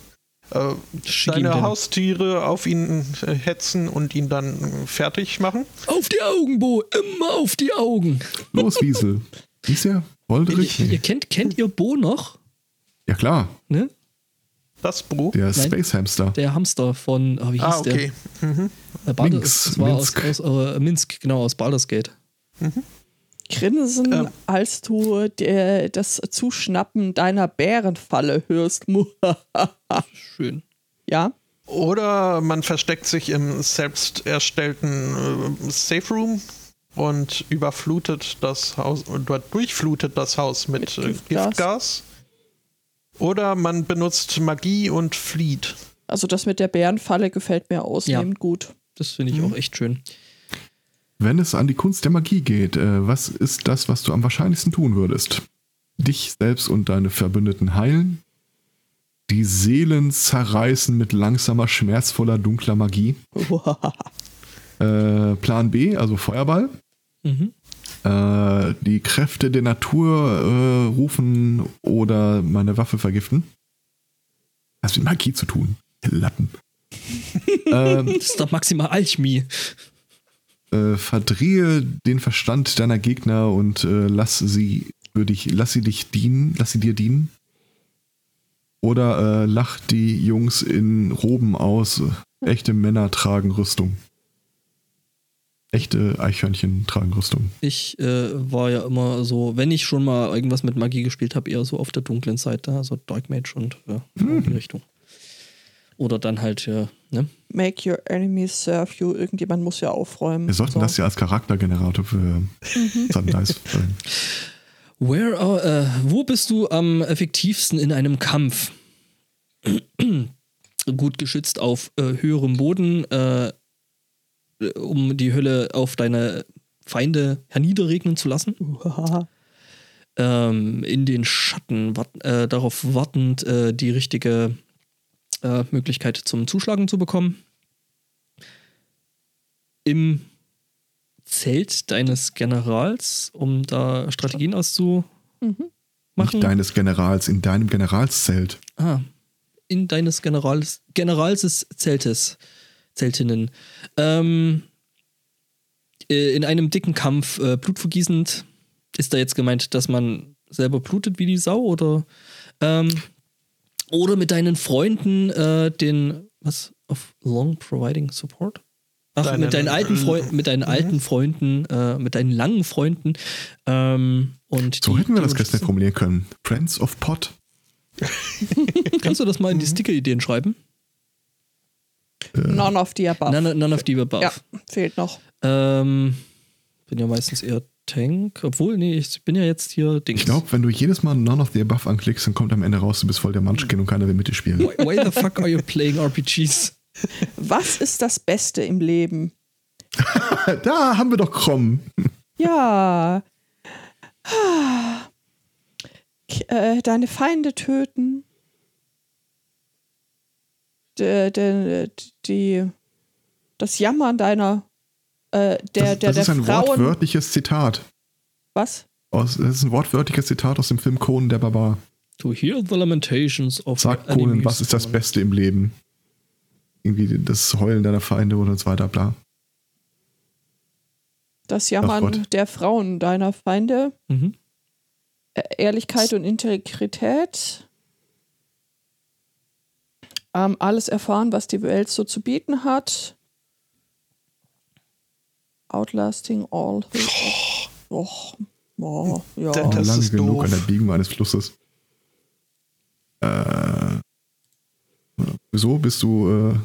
Äh, Schick ihm deine den- Haustiere auf ihn äh, hetzen und ihn dann äh, fertig machen. Auf die Augen, Bo! Immer auf die Augen! los, Wiesel. Hieß er? Woldrich? Ihr Nee. kennt, kennt ihr Bo noch? Ja, klar. Ne? Das Buch. Der Nein. Space Hamster. Der Hamster von, ah, wie hieß Ah, okay. Mhm. der? Äh, Baldur- Minsk, das war Minsk. Aus, aus äh, Minsk, genau, aus Baldur's Gate. Grinsen, Ähm. als du der, das Zuschnappen deiner Bärenfalle hörst. Muah. Schön. ja, Oder man versteckt sich im selbst erstellten äh, Safe Room und überflutet das Haus oder durchflutet das Haus mit, Mit äh, Giftgas. Giftgas. Oder man benutzt Magie und flieht. also das mit der Bärenfalle gefällt mir ausnehmend gut. Das finde ich Mhm. auch echt schön. Wenn es an die Kunst der Magie geht, äh, was ist das, was du am wahrscheinlichsten tun würdest? Dich selbst und deine Verbündeten heilen? Die Seelen zerreißen mit langsamer, schmerzvoller, dunkler Magie? Uah. Äh, Plan B, also Feuerball? Mhm. Äh, die Kräfte der Natur äh, rufen oder meine Waffe vergiften? Das hat mit Magie zu tun. Lappen. ähm, Das ist doch maximal Alchemie. äh, verdrehe den Verstand deiner Gegner und äh, lass sie für dich, lass sie dich dienen, lass sie dir dienen. Oder äh, lach die Jungs in Roben aus. Echte Männer tragen Rüstung. Echte Eichhörnchen tragen Rüstung. Ich äh, war ja immer so, wenn ich schon mal irgendwas mit Magie gespielt habe, eher so auf der dunklen Seite, also Dark Mage und äh, in die Richtung. Oder dann halt, äh, ne? Make your enemies serve you. Irgendjemand muss ja aufräumen. Wir sollten So. das ja als Charaktergenerator für Sundice. verwenden. Where are, äh, wo bist du am effektivsten in einem Kampf? Gut geschützt auf äh, höherem Boden, äh, um die Hölle auf deine Feinde herniederregnen zu lassen. ähm, in den Schatten, wat, äh, darauf wartend, äh, die richtige äh, Möglichkeit zum Zuschlagen zu bekommen. Im Zelt deines Generals, um da Strategien auszumachen. Nicht deines Generals, in deinem Generalszelt. Ah, in deines Generals, Generals des Zeltes, Zeltinnen. Ähm, äh, in einem dicken Kampf, äh, blutvergießend, ist da jetzt gemeint, dass man selber blutet wie die Sau oder ähm, oder mit deinen Freunden äh, den was of long providing support? Ach, Deinen- mit deinen alten Freunden, mit Mhm. deinen alten Freunden, äh, mit deinen langen Freunden ähm, und So die- hätten wir die das ganz nett unterstützen. formulieren können. Friends of Pot. Kannst du das mal in Mhm. die Sticker-Ideen schreiben? Äh. None of the above. None, none of the above. ja, fehlt noch. Ähm, bin ja meistens eher Tank. Obwohl, nee, ich bin ja jetzt hier Dings. Ich glaube, wenn du jedes Mal None of the Above anklickst, dann kommt am Ende raus, du bist voll der Munchkin und keiner will mit dir spielen. Why, why the fuck are you playing RPGs? Was ist das Beste im Leben? da haben wir doch Krom. Ja. Ah. K- Äh, deine Feinde töten. D d- die, das Jammern deiner, äh, der, das der, das ist der ein Frauen. wortwörtliches Zitat. Was? Aus, das ist ein wortwörtliches Zitat aus dem Film Conan der Barbar. To hear the lamentations of Sagt your enemies. Conan, was ist das Beste im Leben? Irgendwie das Heulen deiner Feinde oder so weiter, bla. Das Jammern Gott. der Frauen deiner Feinde. Mhm. Ä- Ehrlichkeit und Integrität. Ähm, alles erfahren, was die Welt so zu bieten hat. Outlasting all. Och, oh, ja. Da- Das Lang ist genug doof. an der Biegung eines Flusses. Äh, wieso bist du. Äh,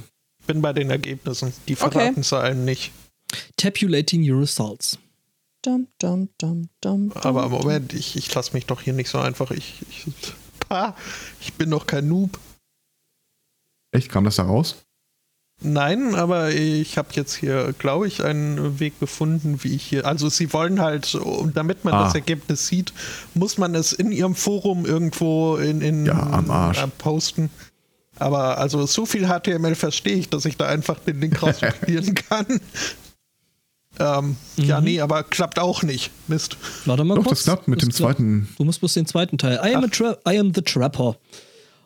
Bin bei den Ergebnissen. Die Okay. verraten es einem nicht. Tabulating your results. Dum, dum, dum, dum, Aber dum. Moment, ich, ich lasse mich doch hier nicht so einfach. Ich, ich, pa, ich bin doch kein Noob. echt, kam das da raus? Nein, aber ich habe jetzt hier, glaube ich, einen Weg gefunden, wie ich hier. Also, sie wollen halt, um- damit man Ah. das Ergebnis sieht, muss man es in ihrem Forum irgendwo in. in Ja, am Arsch. äh, posten. Aber also, so viel HTML verstehe ich, dass ich da einfach den Link rauskopieren kann. Ähm, Ja, Mhm. nee, aber klappt auch nicht. Mist. Warte mal Doch, kurz. das klappt mit dem klappt. zweiten. Du musst bloß den zweiten Teil. I am, a tra I am the Trapper.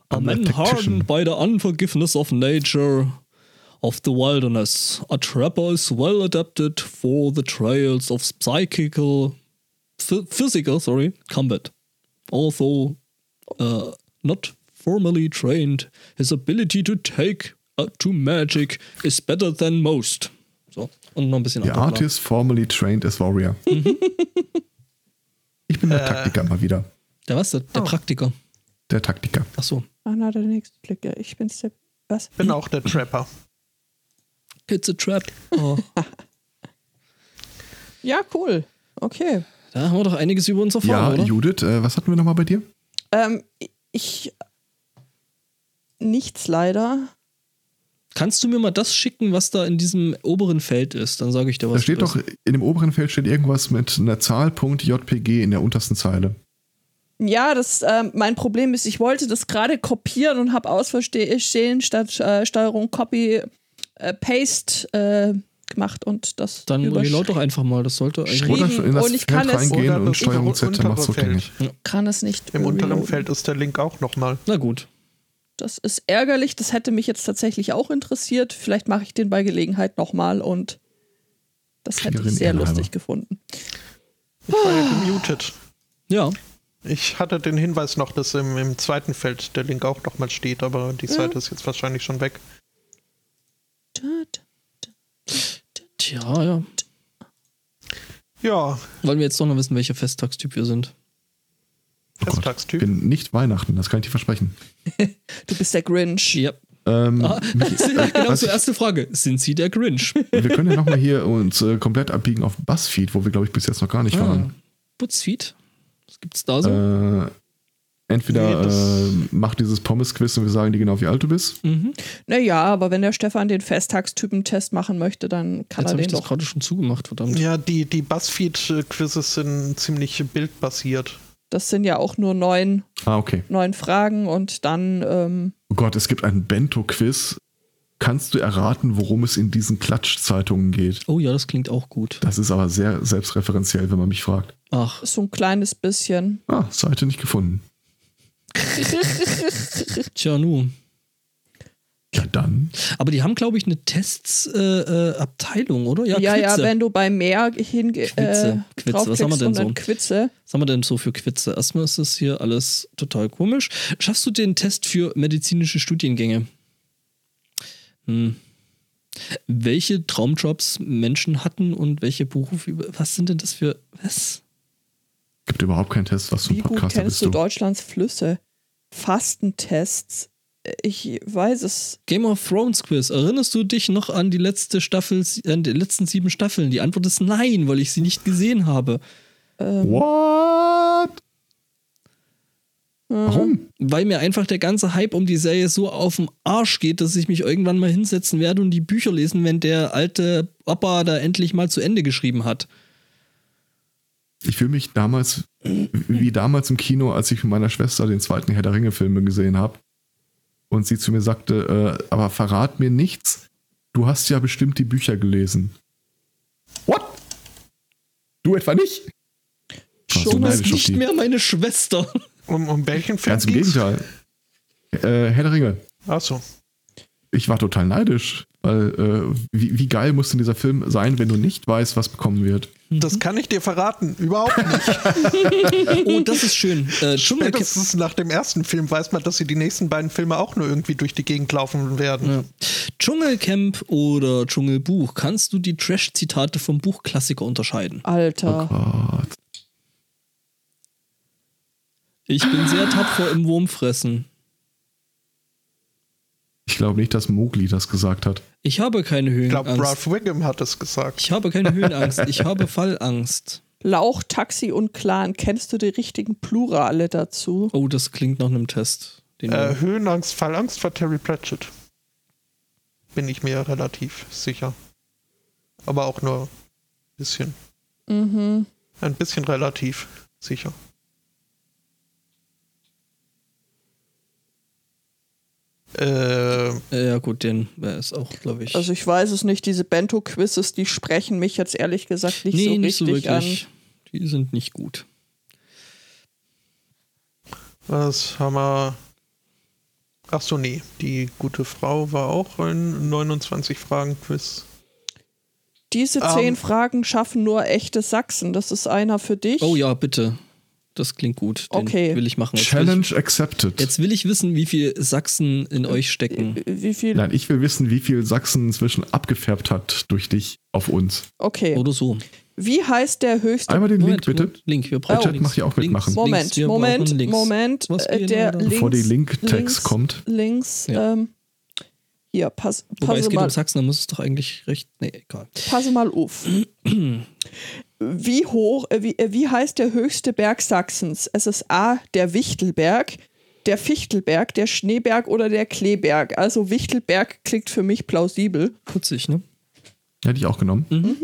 A I'm a man tactician. hardened by the unforgiveness of nature, of the wilderness. A trapper is well adapted for the trials of psychical, phy- physical, sorry, combat. Although uh, not formally trained, his ability to take uh, to magic is better than most. So, und noch ein bisschen The Autoplan. artist formerly trained as warrior. Mhm. ich bin Äh. der Taktiker mal wieder. Der was? Der, der Praktiker. Der Taktiker. Ach so. Ah, na, der nächste Glück. Ja, ich bin's der. Was? Mhm. Bin auch der Trapper. It's a trap. Oh. Ja, cool. Okay. Da haben wir doch einiges über uns erfahren, Ja, oder? Judith, äh, was hatten wir nochmal bei dir? Ähm, ich. Nichts leider. Kannst du mir mal das schicken, was da in diesem oberen Feld ist? Dann sage ich dir was. da steht du doch, bist. in dem oberen Feld steht irgendwas mit einer Zahl, Punkt, JPG in der untersten Zeile. Ja, das, ähm, mein Problem ist, ich wollte das gerade kopieren und habe aus Versehen statt äh, Steuerung Copy äh, Paste äh, gemacht und das Dann reload überschrieben. doch einfach mal das sollte eigentlich. Oder in das und ich kann Feld es, reingehen Oder und das Steuerung Z untere macht rückgängig. kann es nicht. Im unteren reloaden. Feld ist der Link auch nochmal. Na gut. Das ist ärgerlich. Das hätte mich jetzt tatsächlich auch interessiert. Vielleicht mache ich den bei Gelegenheit nochmal und das hätte ich Schwierig, sehr ehrenhalber. lustig gefunden. Ich war ja gemutet. Ja. Ich hatte den Hinweis noch, dass im, im zweiten Feld der Link auch nochmal steht, aber die Seite ist jetzt wahrscheinlich schon weg. Tja, ja. Ja, Wollen wir jetzt doch noch wissen, welcher Festtagstyp wir sind. Oh Gott, ich Festtagstyp. bin nicht Weihnachten, das kann ich dir versprechen. Du bist der Grinch. Ja. Ähm, mich, genau was zur ich, ersten Frage. Sind Sie der Grinch? wir können ja nochmal hier uns äh, komplett abbiegen auf Buzzfeed, wo wir, glaube ich, bis jetzt noch gar nicht Ah, waren. Butzfeed. Das Was gibt's da so? Äh, entweder Nee, das- äh, mach dieses Pommes-Quiz und wir sagen dir genau, wie alt du bist. mhm. Naja, aber wenn der Stefan den Festtagstypen-Test machen möchte, dann Jetzt kann er habe den ich das doch. gerade schon zugemacht, verdammt. Ja, die, die Buzzfeed-Quizzes sind ziemlich bildbasiert. Das sind ja auch nur neun, Ah, okay. neun Fragen und dann, ähm, Oh Gott, es gibt ein Bento-Quiz. Kannst du erraten, worum es in diesen Klatschzeitungen geht? Oh ja, das klingt auch gut. Das ist aber sehr selbstreferenziell, wenn man mich fragt. Ach, so ein kleines bisschen. Ah, Seite nicht gefunden. tja nu. Ja, dann. Aber die haben, glaube ich, eine Tests-Abteilung, äh, Abteilung, oder? Ja, ja, Quizze. wenn du bei mehr hinge Quizze, äh, Quizze, was draufklickst haben wir denn und dann so? Quizze. Was haben wir denn so für Quitze? Erstmal ist das hier alles total komisch. Schaffst du den Test für medizinische Studiengänge? Hm. Welche Traumjobs Menschen hatten und welche Berufe? über- Was sind denn das für. Was? Gibt überhaupt keinen Test, was für Wie ein gut Podcaster kennst bist du du? Deutschlands Flüsse? Fastentests. Ich weiß es. Game of Thrones Quiz. Erinnerst du dich noch an die letzte Staffel, an die letzten sieben Staffeln? Die Antwort ist nein, weil ich sie nicht gesehen habe. What? Warum? Weil mir einfach der ganze Hype um die Serie so auf den Arsch geht, dass ich mich irgendwann mal hinsetzen werde und die Bücher lesen, wenn der alte Opa da endlich mal zu Ende geschrieben hat. Ich fühle mich damals, wie damals im Kino, als ich mit meiner Schwester den zweiten Herr der Ringe-Film gesehen habe. Und sie zu mir sagte, äh, aber verrat mir nichts. Du hast ja bestimmt die Bücher gelesen. What? Du etwa nicht? Warst du Schon ist neidisch auf nicht die? mehr meine Schwester. Um, um welchen Film Ganz im ging's? Gegenteil. Äh, Herr der Ringe. Achso. Ich war total neidisch. Weil, äh, wie, wie geil muss denn dieser Film sein, wenn du nicht weißt, was bekommen wird? Das kann ich dir verraten. Überhaupt nicht. Oh, das ist schön. Äh, Dschungelcamp. Spätestens nach dem ersten Film weiß man, dass sie die nächsten beiden Filme auch nur irgendwie durch die Gegend laufen werden. Ja. Dschungelcamp oder Dschungelbuch. Kannst du die Trash-Zitate vom Buchklassiker unterscheiden? Alter. Oh Gott. Ich bin sehr tapfer im Wurmfressen. Ich glaube nicht, dass Mowgli das gesagt hat. Ich habe keine Ich glaube, Höhenangst. Ralph Wiggum hat es gesagt. Ich habe keine Höhenangst. Ich habe Fallangst. Lauch, Taxi und Clan. Kennst du die richtigen Plurale dazu? Oh, das klingt nach einem Test. Den Äh, Höhenangst, Fallangst war Terry Pratchett. Bin ich mir relativ sicher. Aber auch nur ein bisschen. Mhm. Ein bisschen relativ sicher. Äh, äh, ja, gut, den äh, ist auch, glaube ich. Also ich weiß es nicht, diese Bento-Quizzes, die sprechen mich jetzt ehrlich gesagt nicht so richtig an. Die sind nicht gut. was haben wir? Ach so, nee. Die gute Frau war auch ein 29-Fragen-Quiz. Diese Ähm. zehn Fragen schaffen nur echte Sachsen. Das ist einer für dich. Oh ja, bitte. Das klingt gut. Den Okay. will ich machen. Jetzt will Challenge accepted. Ich, jetzt will ich wissen, wie viel Sachsen in euch stecken. Wie viel? Nein, ich will wissen, wie viel Sachsen inzwischen abgefärbt hat durch dich auf uns. Okay. Oder so. Wie heißt der höchste? Einmal den Moment, Link, bitte. Moment, Link, wir brauchen Der Chat Links. macht ja auch Links, mitmachen. Oh. Moment, Links, wir Moment, brauchen Links. Moment. Was äh, gehen der wir da? links, Bevor die Link-Text links, kommt. Links. Ja. Ähm, hier, pass, Wobei passe es geht mal, um Sachsen, da muss es doch eigentlich recht. Nee, egal. passe mal auf. Wie hoch, äh, wie, äh, wie heißt der höchste Berg Sachsens? Es ist A, der Wichtelberg, der Fichtelberg, der Schneeberg oder der Kleeberg. Also Wichtelberg klingt für mich plausibel. Putzig, ne? Hätte ich auch genommen. Mhm.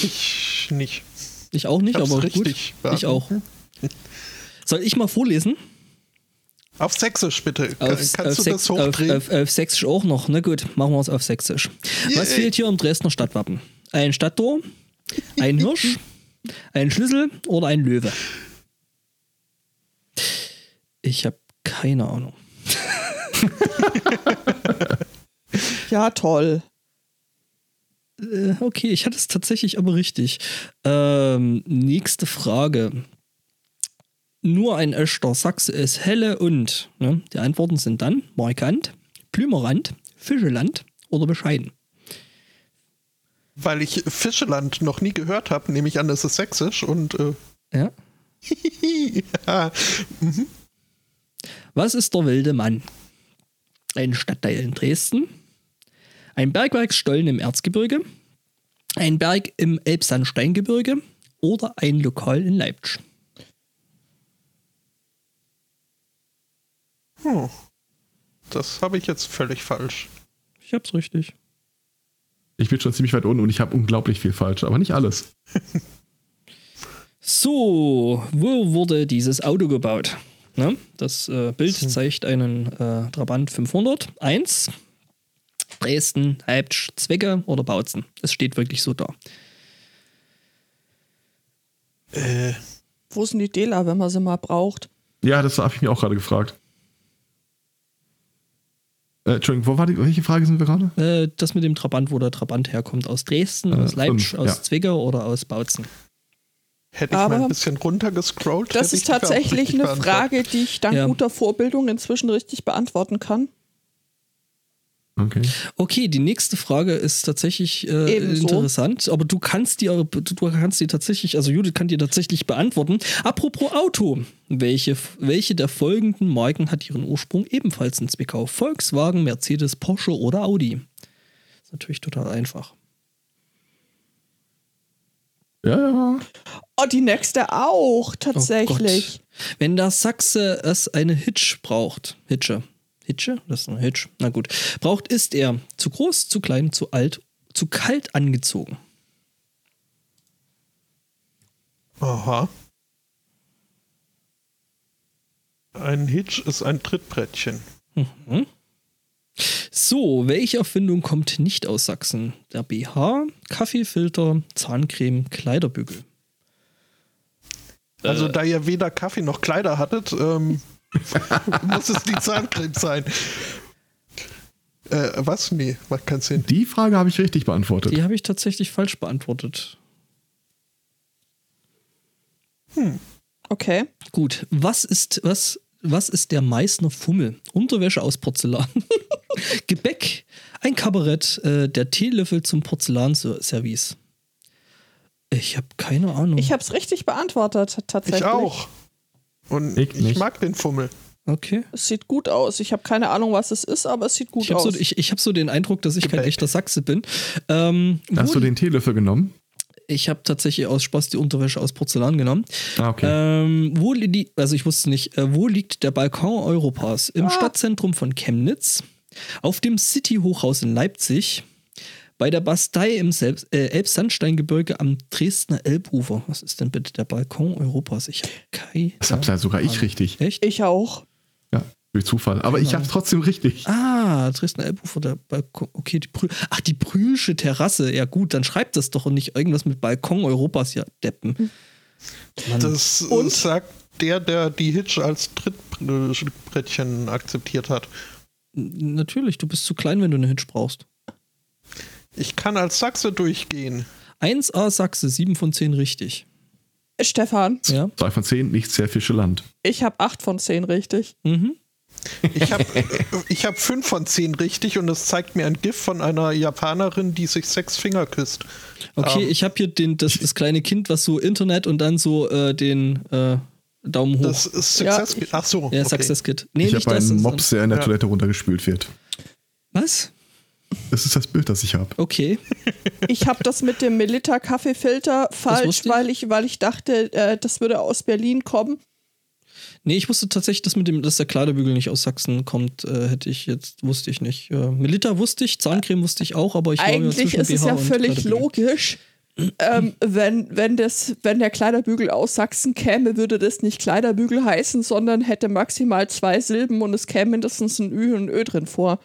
Ich nicht. Ich auch nicht, Ich hab's aber richtig gut. Ich geraten. auch. Soll ich mal vorlesen? Auf Sächsisch bitte. Kann- Auf- Kannst auf du Sex- das hochdrehen? Auf, auf, auf Sächsisch auch noch. Na gut, machen wir es auf Sächsisch. Was Yay. fehlt hier im Dresdner Stadtwappen? Ein Stadttor, ein Hirsch, ein Schlüssel oder ein Löwe? Ich habe keine Ahnung. Ja, toll. Äh, Okay, ich hatte es tatsächlich aber richtig. Ähm, nächste Frage. Nur ein echter Sachse ist helle und. Ne? Die Antworten sind dann markant, Blümerand, Fischeland oder bescheiden. Weil ich Fischeland noch nie gehört habe, nehme ich an, es ist sächsisch und äh, Ja. ja, Was ist der wilde Mann? Ein Stadtteil in Dresden, ein Bergwerksstollen im Erzgebirge, ein Berg im Elbsandsteingebirge oder ein Lokal in Leipzig. Hm. Das habe ich jetzt völlig falsch. Ich hab's richtig. Ich bin schon ziemlich weit unten und ich habe unglaublich viel falsch, aber nicht alles. So, wo wurde dieses Auto gebaut? Ne? Das äh, Bild Hm. zeigt einen äh, Trabant 501. Dresden, Leipzig, Zwecke oder Bautzen. Es steht wirklich so da. Äh, Wo sind die Dela, wenn man sie mal braucht? Ja, das habe ich mir auch gerade gefragt. Äh, Entschuldigung, wo war die, welche Frage sind wir gerade? Äh, das mit dem Trabant, wo der Trabant herkommt. Aus Dresden, Äh, aus Leipzig, fünf, aus ja. Zwicke oder aus Bautzen. hätte ich Aber mal ein bisschen runtergescrollt. Das hätte ich ist die Frage tatsächlich richtig eine beantwortet. Frage, die ich dank Ja. guter Vorbildung inzwischen richtig beantworten kann. Okay. Okay, die nächste Frage ist tatsächlich äh, Ebenso. interessant, aber du kannst die du kannst die tatsächlich, also Judith kann die tatsächlich beantworten. Apropos Auto, welche, welche der folgenden Marken hat ihren Ursprung ebenfalls in Zwickau? Volkswagen, Mercedes, Porsche oder Audi? Ist natürlich total einfach. Ja, ja. Oh, die nächste Oh auch, tatsächlich. Gott. Wenn der Sachse es eine Hitch braucht, Hitche, Hitche, das ist eine Hitch, na gut, braucht ist er zu groß, zu klein, zu alt, zu kalt angezogen. Aha. Ein Hitch ist ein Trittbrettchen. So, welche Erfindung kommt nicht aus Sachsen? Der BH, Kaffeefilter, Zahncreme, Kleiderbügel. Also Äh. da ihr weder Kaffee noch Kleider hattet, ähm, muss es die Zahncreme sein. Äh, was? Nee, macht keinen Sinn. Die Frage habe ich richtig beantwortet. Die habe ich tatsächlich falsch beantwortet. Okay. Gut, was ist, was, was ist der Meißner Fummel? Unterwäsche aus Porzellan. Gebäck, ein Kabarett, äh, der Teelöffel zum Porzellanservice. Ich habe keine Ahnung. Ich habe es richtig beantwortet, t- tatsächlich. Ich auch. Und Ich ich, nicht. mag den Fummel. okay. Es sieht gut aus. Ich habe keine Ahnung, was es ist, aber es sieht gut Ich habe aus. so, ich, ich hab so den Eindruck, dass ich kein Gebäck. echter Sachse bin. Ähm, Hast du wurde- den Teelöffel genommen? ich habe tatsächlich aus Spaß die Unterwäsche aus Porzellan genommen. Ah, okay. Ähm, wo li die- also ich wusste nicht, äh, wo liegt der Balkon Europas? Ah. Im Stadtzentrum von Chemnitz, auf dem City-Hochhaus in Leipzig, bei der Bastei im Sel äh, Elbsandsteingebirge am Dresdner Elbufer. Was ist denn bitte der Balkon Europas? Ich habe keine. das habe ja sogar ich richtig. Echt? ich auch. Ja, durch Zufall. Aber Genau. ich habe es trotzdem richtig. Ah, Dresdner Elbufer, der Balkon. Okay, die Brü Ach, die Brühlsche Terrasse. Ja, gut, dann schreibt das doch und nicht irgendwas mit Balkon Europas, ja, Deppen. Mann. Das äh, sagt der, der die Hitch als Trittbrettchen akzeptiert hat. N- Natürlich, du bist zu klein, wenn du eine Hitch brauchst. Ich kann als Sachse durchgehen. 1A Sachse, 7 von 10 richtig. Stefan, Ja. Zwei von zehn, nicht sehr fische Land. ich habe 8 von 10 richtig. Mhm. Ich habe ich hab fünf von zehn richtig und es zeigt mir ein GIF von einer Japanerin, die sich sechs Finger küsst. Okay, Ähm, ich habe hier den, das, das kleine Kind, was so Internet und dann so äh, den äh, Daumen hoch. Das ist Success. Ja, ich- Ach so. okay. ja, Success Kid. Nee, ich nicht habe das. das- einen Mops, der in der Ja. Toilette runtergespült wird. Was? Das ist das Bild, das ich habe. Okay. Ich habe das mit dem Melitta Kaffeefilter falsch, wusste ich. weil ich weil ich dachte, äh, das würde aus Berlin kommen. Nee, ich wusste tatsächlich, dass, mit dem, dass der Kleiderbügel nicht aus Sachsen kommt, äh, hätte ich jetzt, wusste ich nicht. Äh, Melitta wusste ich, Zahncreme wusste ich auch, aber ich war mir Eigentlich zwischen ist es BH ja und völlig Kleiderbügel. logisch. ähm, wenn, wenn, das, wenn der Kleiderbügel aus Sachsen käme, würde das nicht Kleiderbügel heißen, sondern hätte maximal zwei Silben und es käme mindestens ein Ü und ein Ö drin vor.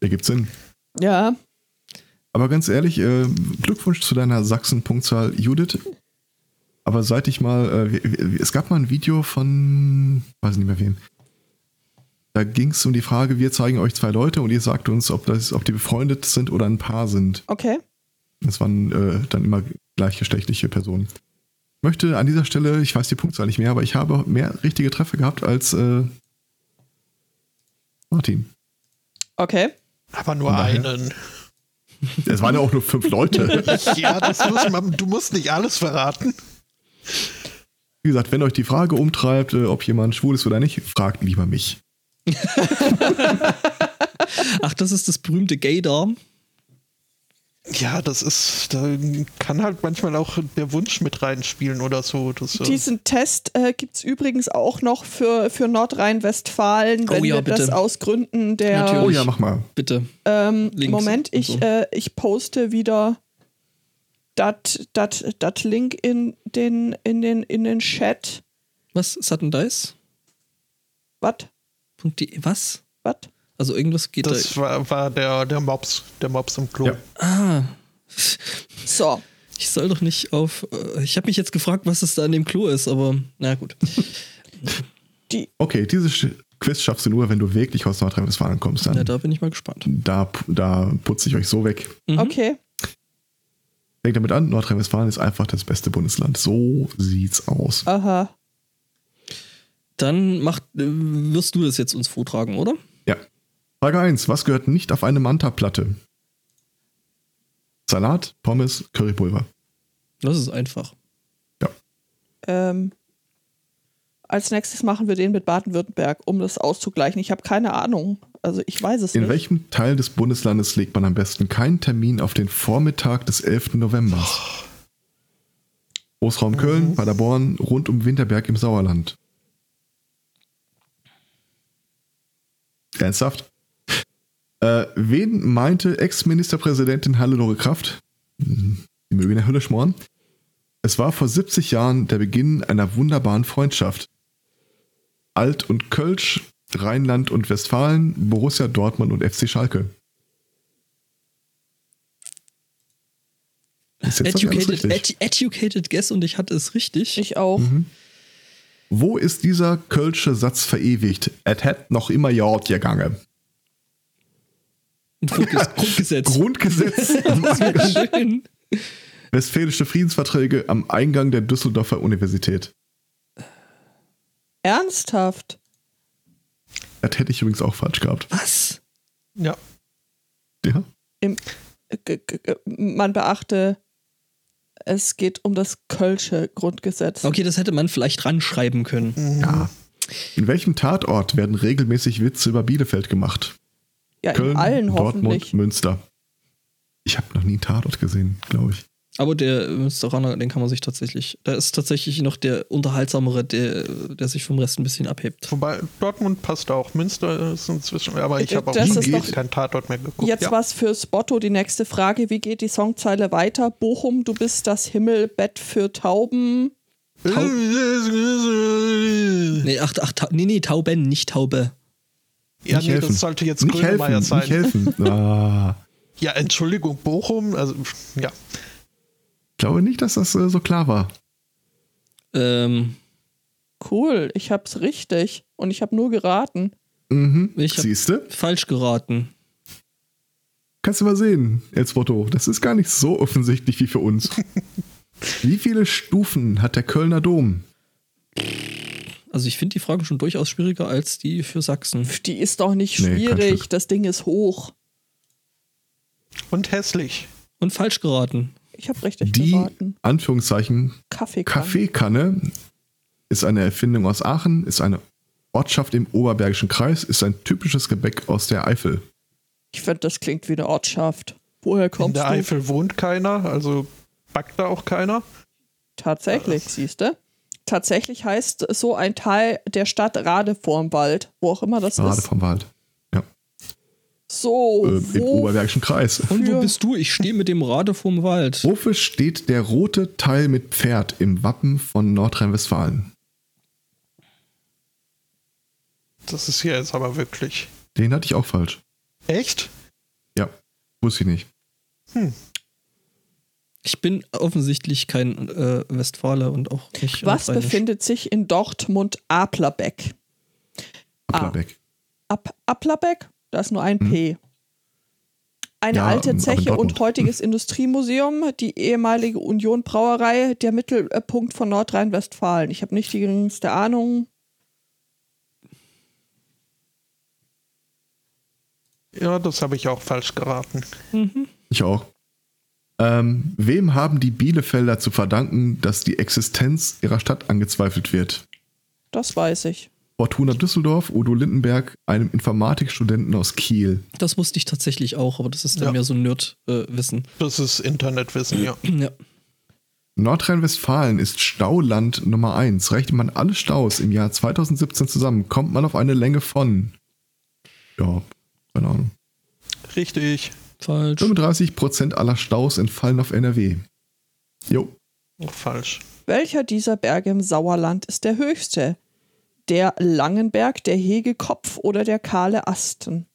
Ergibt Sinn. Ja, Aber ganz ehrlich, äh, Glückwunsch zu deiner Sachsen-Punktzahl, Judith. Aber seit ich mal, äh, wir- wir- es gab mal ein Video von, weiß nicht mehr wem. Da ging es um die Frage, wir zeigen euch zwei Leute und ihr sagt uns, ob, das, ob die befreundet sind oder ein Paar sind. okay. Das waren äh, dann immer gleichgeschlechtliche Personen. Ich möchte an dieser Stelle, ich weiß die Punktzahl nicht mehr, aber ich habe mehr richtige Treffer gehabt als äh, Martin. Okay. Aber nur Von daher- einen. Es waren ja auch nur fünf Leute. Ja, das muss man, du musst nicht alles verraten. Wie gesagt, wenn euch die Frage umtreibt, äh, ob jemand schwul ist oder nicht, fragt lieber mich. Ach, das ist das berühmte Gaydar. Ja, das ist, da kann halt manchmal auch der Wunsch mit reinspielen oder so. Das, äh, Diesen Test äh, gibt es übrigens auch noch für, für Nordrhein-Westfalen, Oh wenn ja, wir das bitte. aus Gründen der. Natürlich. Oh ja, mach mal. Bitte. Ähm, Links Moment, und ich, so. äh, ich poste wieder das Link in den, in den, in den Chat. Was? SuddenDice.de? Was? E. Was? Was? Also irgendwas geht das war, war der, der Mops, der Mops im Klo. Ja. da. Ah. So. Ich soll doch nicht auf. Äh, ich habe mich jetzt gefragt, was es da in dem Klo ist, aber na gut. Okay, dieses Sch- Quiz schaffst du nur, wenn du wirklich aus Nordrhein-Westfalen kommst. Dann Na, da bin ich mal gespannt. da, da putze ich euch so weg. Mhm. Okay. Denkt damit an, Nordrhein-Westfalen ist einfach das beste Bundesland. So sieht's aus. Aha. Dann macht, äh, wirst du das jetzt uns vortragen, oder? Ja. Frage 1. Was gehört nicht auf eine Manta-Platte? Salat, Pommes, Currypulver. Das ist einfach. Ähm, als nächstes machen wir den mit Baden-Württemberg, um das auszugleichen. Ich habe keine Ahnung. Also ich weiß es In nicht. welchem Teil des Bundeslandes legt man am besten keinen Termin auf den Vormittag des 11. November? Großraum Mhm. Köln, Paderborn, rund um Winterberg im Sauerland. Ernsthaft? Äh, wen meinte Ex-Ministerpräsidentin Hannelore Kraft? Hm, Die mögen in der Hölle schmoren. Es war vor 70 Jahren der Beginn einer wunderbaren Freundschaft. Alt und Kölsch, Rheinland und Westfalen, Borussia Dortmund und FC Schalke. Ist jetzt doch ganz Educated, richtig. Mhm. edu- educated Guess und ich hatte es richtig. ich auch. Wo ist dieser kölsche Satz verewigt? Et het noch immer Jord gegangen. Ein Grundges Grundgesetz. Grundgesetz. am Eingang- Schön. Westfälische Friedensverträge am Eingang der Düsseldorfer Universität. Ernsthaft? Das hätte ich übrigens auch falsch gehabt. Was? Ja. Ja. Im, g- g- g- man beachte, es geht um das Kölsche Grundgesetz. Okay, das hätte man vielleicht ranschreiben können. ja. In welchem Tatort werden regelmäßig Witze über Bielefeld gemacht? ja, Köln, in allen Dortmund, hoffentlich. Münster. Ich habe noch nie einen Tatort gesehen, glaube ich. Aber der Münsteraner, den kann man sich tatsächlich. Da ist tatsächlich noch der unterhaltsamere, der, der sich vom Rest ein bisschen abhebt. Wobei Dortmund passt auch. Münster ist inzwischen, aber ich habe auch Das ist noch noch- keinen Tatort mehr geguckt. Jetzt ja. was für Spotto, die nächste Frage. Wie geht die Songzeile weiter? Bochum, du bist das Himmelbett für Tauben. Nee, ach, ach, ta nee, nee, Tauben, nicht Taube. ja, Nicht nee, helfen. das sollte jetzt Nicht Grönemeyer helfen, nicht sein. helfen. Ah, Ja, Entschuldigung, Bochum, also pff, ja. ich glaube nicht, dass das äh, so klar war. Ähm, Cool, ich hab's richtig. Und ich habe nur geraten. Mhm. Ich hab- Siehste? falsch geraten. Kannst du mal sehen, Elsbotto. Das ist gar nicht so offensichtlich wie für uns. wie viele Stufen hat der Kölner Dom? Also ich finde die Frage schon durchaus schwieriger als die für Sachsen. Pff, Die ist doch nicht Nee, kein schwierig. Stück. das Ding ist hoch. Und hässlich. Und falsch geraten. Ich habe richtig Die, geraten. Anführungszeichen, Kaffee. Kaffeekanne ist eine Erfindung aus Aachen, ist eine Ortschaft im Oberbergischen Kreis, ist ein typisches Gebäck aus der Eifel. Ich finde, das klingt wie eine Ortschaft. Woher In kommst der du? Eifel wohnt keiner, also backt da auch keiner. Tatsächlich, siehst du? Tatsächlich heißt so ein Teil der Stadt Rade vorm Wald, wo auch immer das Gerade ist. vom Wald. Ja. So, ähm, Im wo Oberbergischen Kreis. Und wo Für- bist du? Ich stehe mit dem Rade vorm Wald. Wofür steht der rote Teil mit Pferd im Wappen von Nordrhein-Westfalen? Das ist hier jetzt aber wirklich. Den hatte ich auch falsch. Echt? Ja, wusste ich nicht. Ich bin offensichtlich kein äh, Westfale und auch nicht. was rheinisch. befindet sich in Dortmund Aplerbeck? Ah. Applerbeck. Ab Aplerbeck? Da ist nur ein P. Eine Hm. Ja, aber alte in Zeche Dortmund. Hm. und heutiges Industriemuseum, die ehemalige Union Brauerei, der Mittelpunkt von Nordrhein-Westfalen. Ich habe nicht die geringste Ahnung. Ja, das habe ich auch falsch geraten. Ich auch. Ähm, wem haben die Bielefelder zu verdanken, dass die Existenz ihrer Stadt angezweifelt wird? Das weiß ich. Fortuna Düsseldorf, Udo Lindenberg, einem Informatikstudenten aus Kiel. Das wusste ich tatsächlich auch, aber das ist dann Ja. mehr so Nerd-Wissen. Das ist Internetwissen, ja. ja. Nordrhein-Westfalen ist Stauland Nummer 1. Rechnet man alle Staus im Jahr 2017 zusammen, kommt man auf eine Länge von. Ja, keine Ahnung. Richtig. Falsch. 35% aller Staus entfallen auf NRW. Jo, Oh, falsch. Welcher dieser Berge im Sauerland ist der höchste? Der Langenberg, der Hegekopf oder der kahle Asten?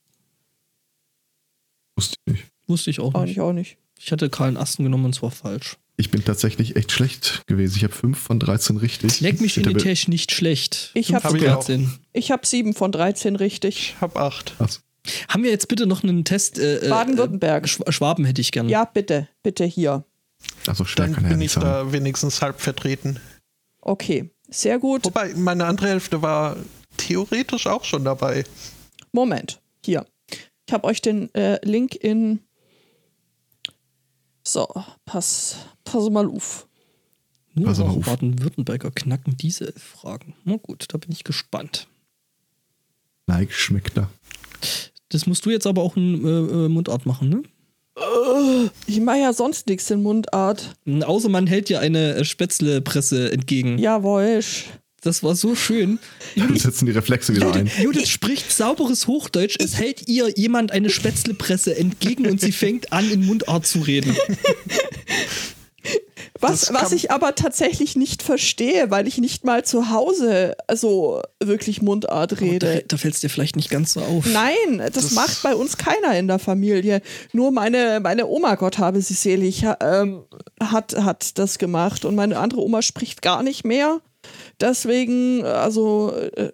wusste ich nicht. Wusste ich auch Auch nicht. nicht, auch nicht. Ich hatte kahlen Asten genommen und zwar falsch. Ich bin tatsächlich echt schlecht gewesen. Ich habe 5 von 13 richtig. Leck mich in den Hinter- Tisch nicht schlecht. Ich hab's Fünf von Hab ich auch. 13. Ich habe sieben von 13 richtig. Ich habe acht. Ach, Haben wir jetzt bitte noch einen Test? Äh, äh, Baden-Württemberg. Äh, Schw- Schwaben hätte ich gerne. Ja, bitte, bitte hier. Also schwer Dann kann er ja bin nicht ich sein. da wenigstens halb vertreten. Okay, sehr gut. Wobei, meine andere Hälfte war theoretisch auch schon dabei. Moment, hier. Ich habe euch den äh, Link in. So, pass, pass mal auf. Nur Pass mal noch auf. Baden-Württemberger knacken diese elf Fragen. Na gut, da bin ich gespannt. Like schmeckt da. Das musst du jetzt aber auch in äh, äh, Mundart machen, ne? Ich mache ja sonst nichts in Mundart. Ein Außermann hält dir eine äh, Spätzlepresse entgegen. Jawohl. Das war so schön. Dann setzen die Reflexe wieder ein. Judith, Judith spricht sauberes Hochdeutsch. Es hält ihr jemand eine Spätzlepresse entgegen und sie fängt an, in Mundart zu reden. Was, Das was kann- ich aber tatsächlich nicht verstehe, weil ich nicht mal zu Hause so wirklich Mundart Da, rede. da fällt es dir vielleicht nicht ganz so auf. Nein, das, macht bei uns keiner in der Familie. Nur meine, meine Oma, Gott habe sie selig, ha- ähm, hat, hat das gemacht. Und meine andere Oma spricht gar nicht mehr. Deswegen, also äh,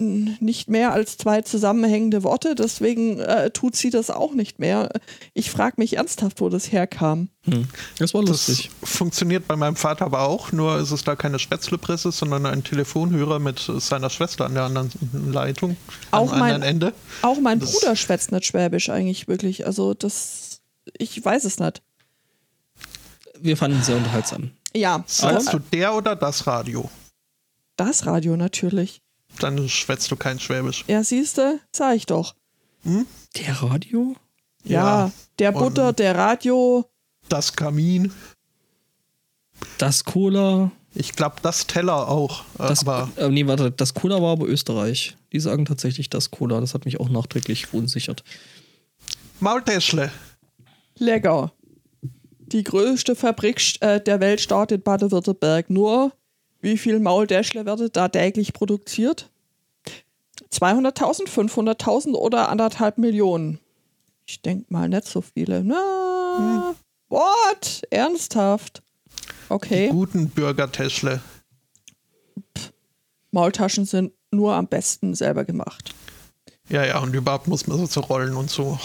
n- nicht mehr als zwei zusammenhängende Worte. Deswegen äh, tut sie das auch nicht mehr. Ich frage mich ernsthaft, wo das herkam. Hm. Das war Das lustig. funktioniert bei meinem Vater aber auch, nur ist es da keine Spätzlepresse, sondern ein Telefonhörer mit äh, seiner Schwester an der anderen Leitung. Auch am mein- anderen Ende. Auch mein Das- Bruder schwätzt nicht Schwäbisch eigentlich wirklich. Also das, ich weiß es nicht. Wir fanden es sehr unterhaltsam. Ja, Sagst du der oder das Radio? das Radio natürlich. Dann schwätzt du kein Schwäbisch. Ja, siehste, sag ich doch. Der Radio? Ja, Ja, der und- Butter, der Radio. Das Kamin. Das Cola? Ich glaube, das Teller auch. äh, Das, aber äh, nee, warte, das Cola war aber Österreich. Die sagen tatsächlich das Cola. Das hat mich auch nachträglich verunsichert. Maultäschle. Lecker. Die größte Fabrik st- äh, der Welt startet Baden-Württemberg. Nur, wie viel Maultäschle wird da täglich produziert? 200.000, 500.000 oder anderthalb Millionen? Ich denke mal nicht so viele. Na, what? Ernsthaft? Okay. Guten Bürgertäschle. Maultaschen sind nur am besten selber gemacht. Ja, ja, und überhaupt muss man so zu rollen und so.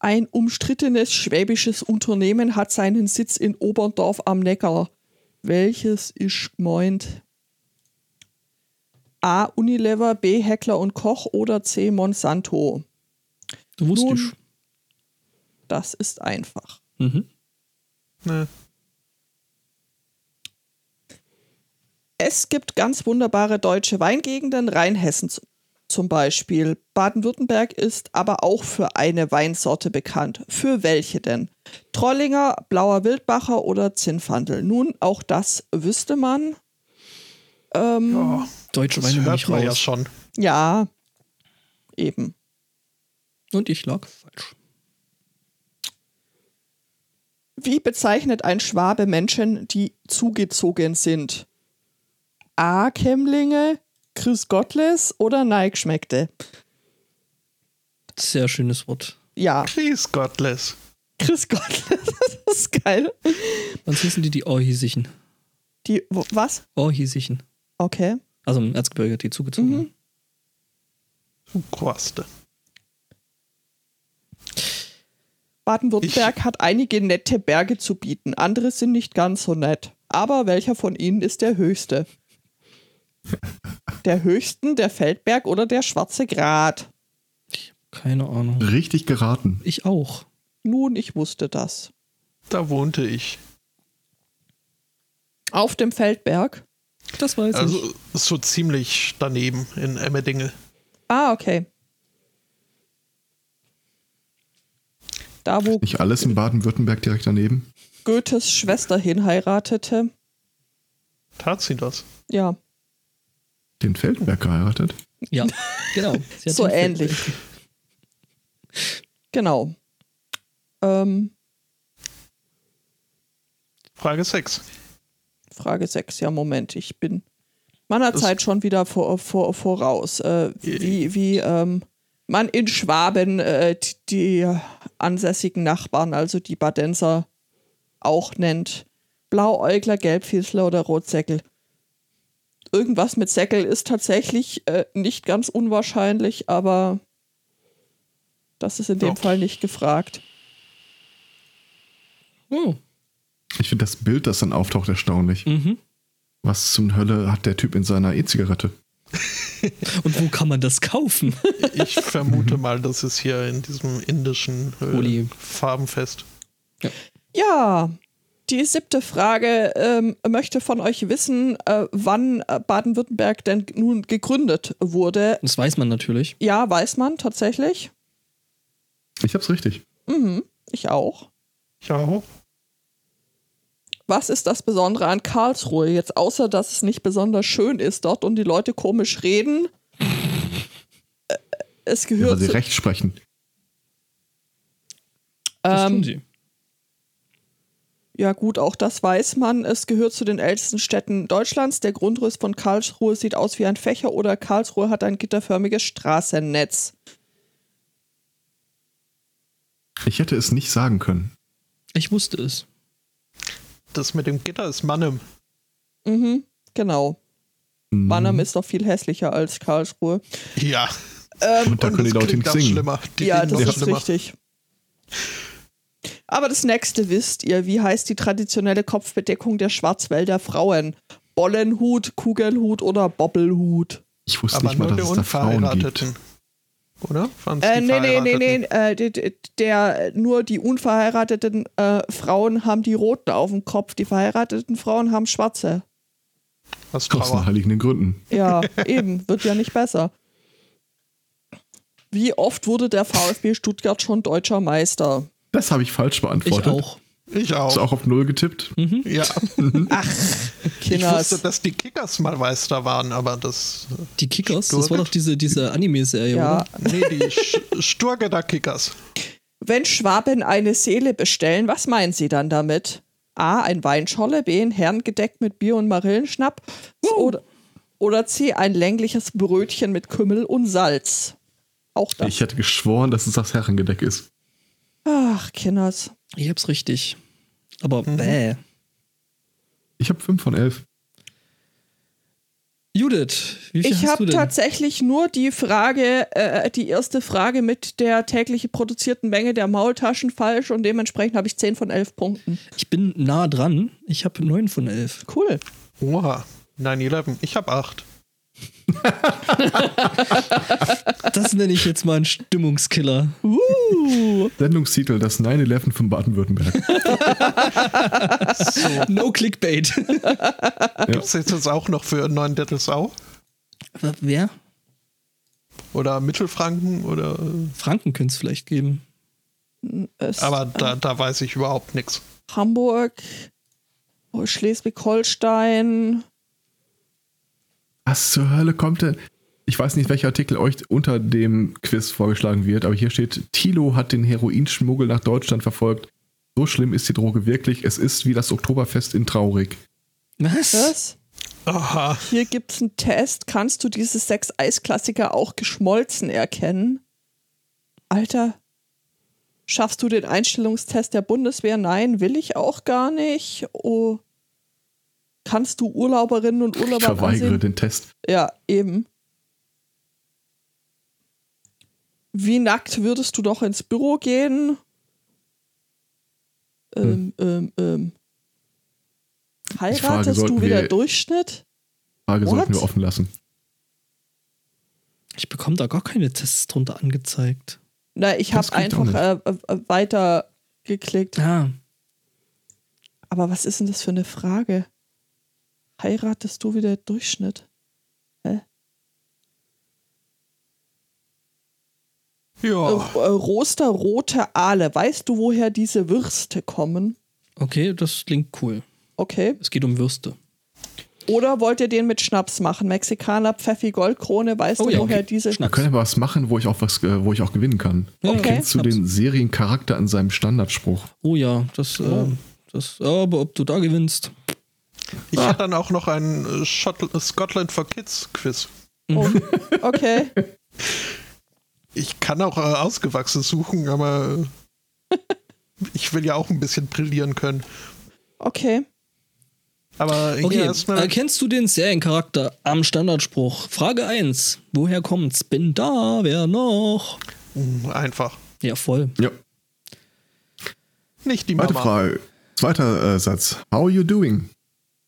Ein umstrittenes schwäbisches Unternehmen hat seinen Sitz in Oberndorf am Neckar. Welches ist gemeint? A. Unilever, B. Heckler und Koch oder C. Monsanto? Du wusstest. Nun. Das ist einfach. Mhm. Ne. Es gibt ganz wunderbare deutsche Weingegenden, Rheinhessen z- zum Beispiel. Baden-Württemberg ist aber auch für eine Weinsorte bekannt. Für welche denn? Trollinger, Blauer Wildbacher oder Zinfandel? Nun, auch das wüsste man. Ähm, Ja, Deutsche das Weine bin hört ich man ja raus. schon. ja. eben. Und ich lag falsch. Wie bezeichnet ein Schwabe Menschen, die zugezogen sind? A. Kemmlinge, Chris Gottles oder Neigschmeckte? Sehr schönes Wort. Ja, Please, Godless. Chris Gottles, das ist geil. Was hießen die, die Orhiesichen? Die, wo, was? Oh, Orhiesichen. Okay. Also im Erzgebirge, die zugezogen Mhm. waren. Quaste. Baden-Württemberg hat einige nette Berge zu bieten. Andere sind nicht ganz so nett. Aber welcher von ihnen ist der höchste? Der höchsten, der Feldberg oder der Schwarze Grat? Keine Ahnung. Richtig geraten. Ich auch. Nun, ich wusste das. Da wohnte ich. Auf dem Feldberg? Das weiß ich. Also so ziemlich daneben in Emmerdinge. Ah, okay. Da, wo Nicht alles in Baden-Württemberg direkt daneben. Goethes Schwester hinheiratete. Tat sie das? Ja, Den Feldberg geheiratet. Ja, genau. Sie hat so den Film- ähnlich. Genau. Ähm, Frage 6. Frage 6, ja, Moment, ich bin meiner Das- Zeit schon wieder vor, vor, voraus. Äh, wie wie ähm, man in Schwaben äh, die, die ansässigen Nachbarn, also die Badenser, auch nennt. Blauäugler, Gelbfiesler oder Rotsäckel. Irgendwas mit Säckel ist tatsächlich äh, nicht ganz unwahrscheinlich, aber das ist in dem Ja. Fall nicht gefragt. Oh. Ich finde das Bild, das dann auftaucht, erstaunlich. Mhm. Was zum Hölle hat der Typ in seiner E-Zigarette? Und wo kann man das kaufen? Ich vermute mal, das ist hier in diesem indischen äh, Uli. Farbenfest. Ja, die siebte Frage ähm, möchte von euch wissen, äh, wann äh, Baden-Württemberg denn nun gegründet wurde. Das weiß man natürlich. Ja, weiß man tatsächlich. Ich hab's richtig. Mhm, ich auch. Ja. Was ist das Besondere an Karlsruhe jetzt, außer dass es nicht besonders schön ist dort und die Leute komisch reden? Äh, Es Ja, weil gehört sie zu, recht sprechen. Das tun ähm, sie. Ja, gut, auch das weiß man. Es gehört zu den ältesten Städten Deutschlands. Der Grundriss von Karlsruhe sieht aus wie ein Fächer oder Karlsruhe hat ein gitterförmiges Straßennetz. Ich hätte es nicht sagen können. Ich wusste es. Das mit dem Gitter ist Mannem. Mhm, genau. Mhm. Mannheim ist doch viel hässlicher als Karlsruhe. Ja. Und da können die das Leute Ähm, klingt nicht auch singen. schlimmer. Die ja, reden das noch ist richtig. Aber das nächste wisst ihr. Wie heißt die traditionelle Kopfbedeckung der Schwarzwälder Frauen? Bollenhut, Kugelhut oder Bobbelhut? Ich wusste Aber nicht mal, nur dass der es da Frauen gibt. Unverheirateten. Oder? Waren's Äh, die nee, nee, nee, nee, Verheirateten? äh, d- d- der, nur die unverheirateten äh, Frauen haben die roten auf dem Kopf, die verheirateten Frauen haben schwarze. Was Aus den Trauer. heiligen Gründen. Ja, eben, wird ja nicht besser. Wie oft wurde der VfB Stuttgart schon deutscher Meister? Das habe ich falsch Ich beantwortet. auch. Mhm. Ich Hast du auch. auch auf Null getippt? Ja. Ich wusste, Kinders. dass die Kickers mal weiß da waren, aber das. Die Kickers, das Stuart? war doch diese, diese Anime-Serie, Ja. oder? Nee, die Sch- Sturgeter Kickers. Wenn Schwaben eine Seele bestellen, was meinen sie dann damit? A. Ein Weinscholle, B. Ein Herrn gedeckt mit Bier und Marillenschnapp oder, oder C. Ein längliches Brötchen mit Kümmel und Salz. Auch das. Ich hätte geschworen, dass es das Herrengedeck ist. Ach, Kinders. Ich hab's richtig. Aber Mhm. bäh. Ich habe 5 von 11. Judith, wie viel Ich hast du habe denn? tatsächlich nur die Frage, äh, die erste Frage mit der täglich produzierten Menge der Maultaschen falsch und dementsprechend habe ich 10 von 11 Punkten. ich bin nah dran. Ich habe 9 von 11. Cool. Oha. 9-11. Ich hab 8. Das nenne ich jetzt mal einen Stimmungskiller. Mhm. Uh, Sendungstitel: Das 9-11 von Baden-Württemberg. No Clickbait. Gibt's jetzt das auch noch für neuen Dettelsau? Aber wer? Oder Mittelfranken? Oder. äh, Franken könnte es vielleicht geben. es Aber da, da weiß ich überhaupt nichts. Hamburg, oh, Schleswig-Holstein. Was zur Hölle kommt denn? Ich weiß nicht, welcher Artikel euch unter dem Quiz vorgeschlagen wird, aber hier steht: Tilo hat den Heroinschmuggel nach Deutschland verfolgt. So schlimm ist die Droge wirklich. Es ist wie das Oktoberfest in Traurig. Was? Was? Aha. Hier gibt es einen Test. Kannst du diese sechs Eisklassiker auch geschmolzen erkennen? Alter, schaffst du den Einstellungstest der Bundeswehr? Nein, will ich auch gar nicht. Oh. Kannst du Urlauberinnen und Ich Urlauber verweigere ansehen? den Test. Ja, eben. Wie nackt würdest du doch ins Büro gehen? Ähm, ähm, ähm. Hm. Frage, Heiratest du sollten wieder wir- Durchschnitt? Frage What? sollten wir offen lassen. Ich bekomme da gar keine Tests drunter angezeigt. Na, ich Das habe geht auch einfach äh, äh, weiter geklickt. Ah, Aber was ist denn das für eine Frage? heiratest du wieder Durchschnitt? Hä? Oh. Oh. Ja. Äh, äh, rosterrote Aale. Weißt du, woher diese Würste kommen? Okay, das klingt cool. Okay. Es geht um Würste. Oder wollt ihr den mit Schnaps machen? Mexikaner, Pfeffi, Goldkrone. Weißt Oh du, ja, woher okay. diese... Da können wir was machen, wo ich auch was, äh, wo ich auch gewinnen kann. Okay. Kennst du den Seriencharakter an seinem Standardspruch? Oh ja, das, äh, das. Aber ob du da gewinnst. Ich hatte dann auch noch einen äh, Schott- Scotland for Kids Quiz. Oh, okay. Ich kann auch äh, ausgewachsen suchen, aber äh, ich will ja auch ein bisschen brillieren können. Okay. Aber hier Okay, erstmal. erkennst du den Seriencharakter am Standardspruch? Frage 1. Woher kommt's? Bin da, wer noch? Mh, Hm, Einfach. Ja, voll. Ja. Nicht die Zweite Mama. Frage. Zweiter äh, Satz. How you doing?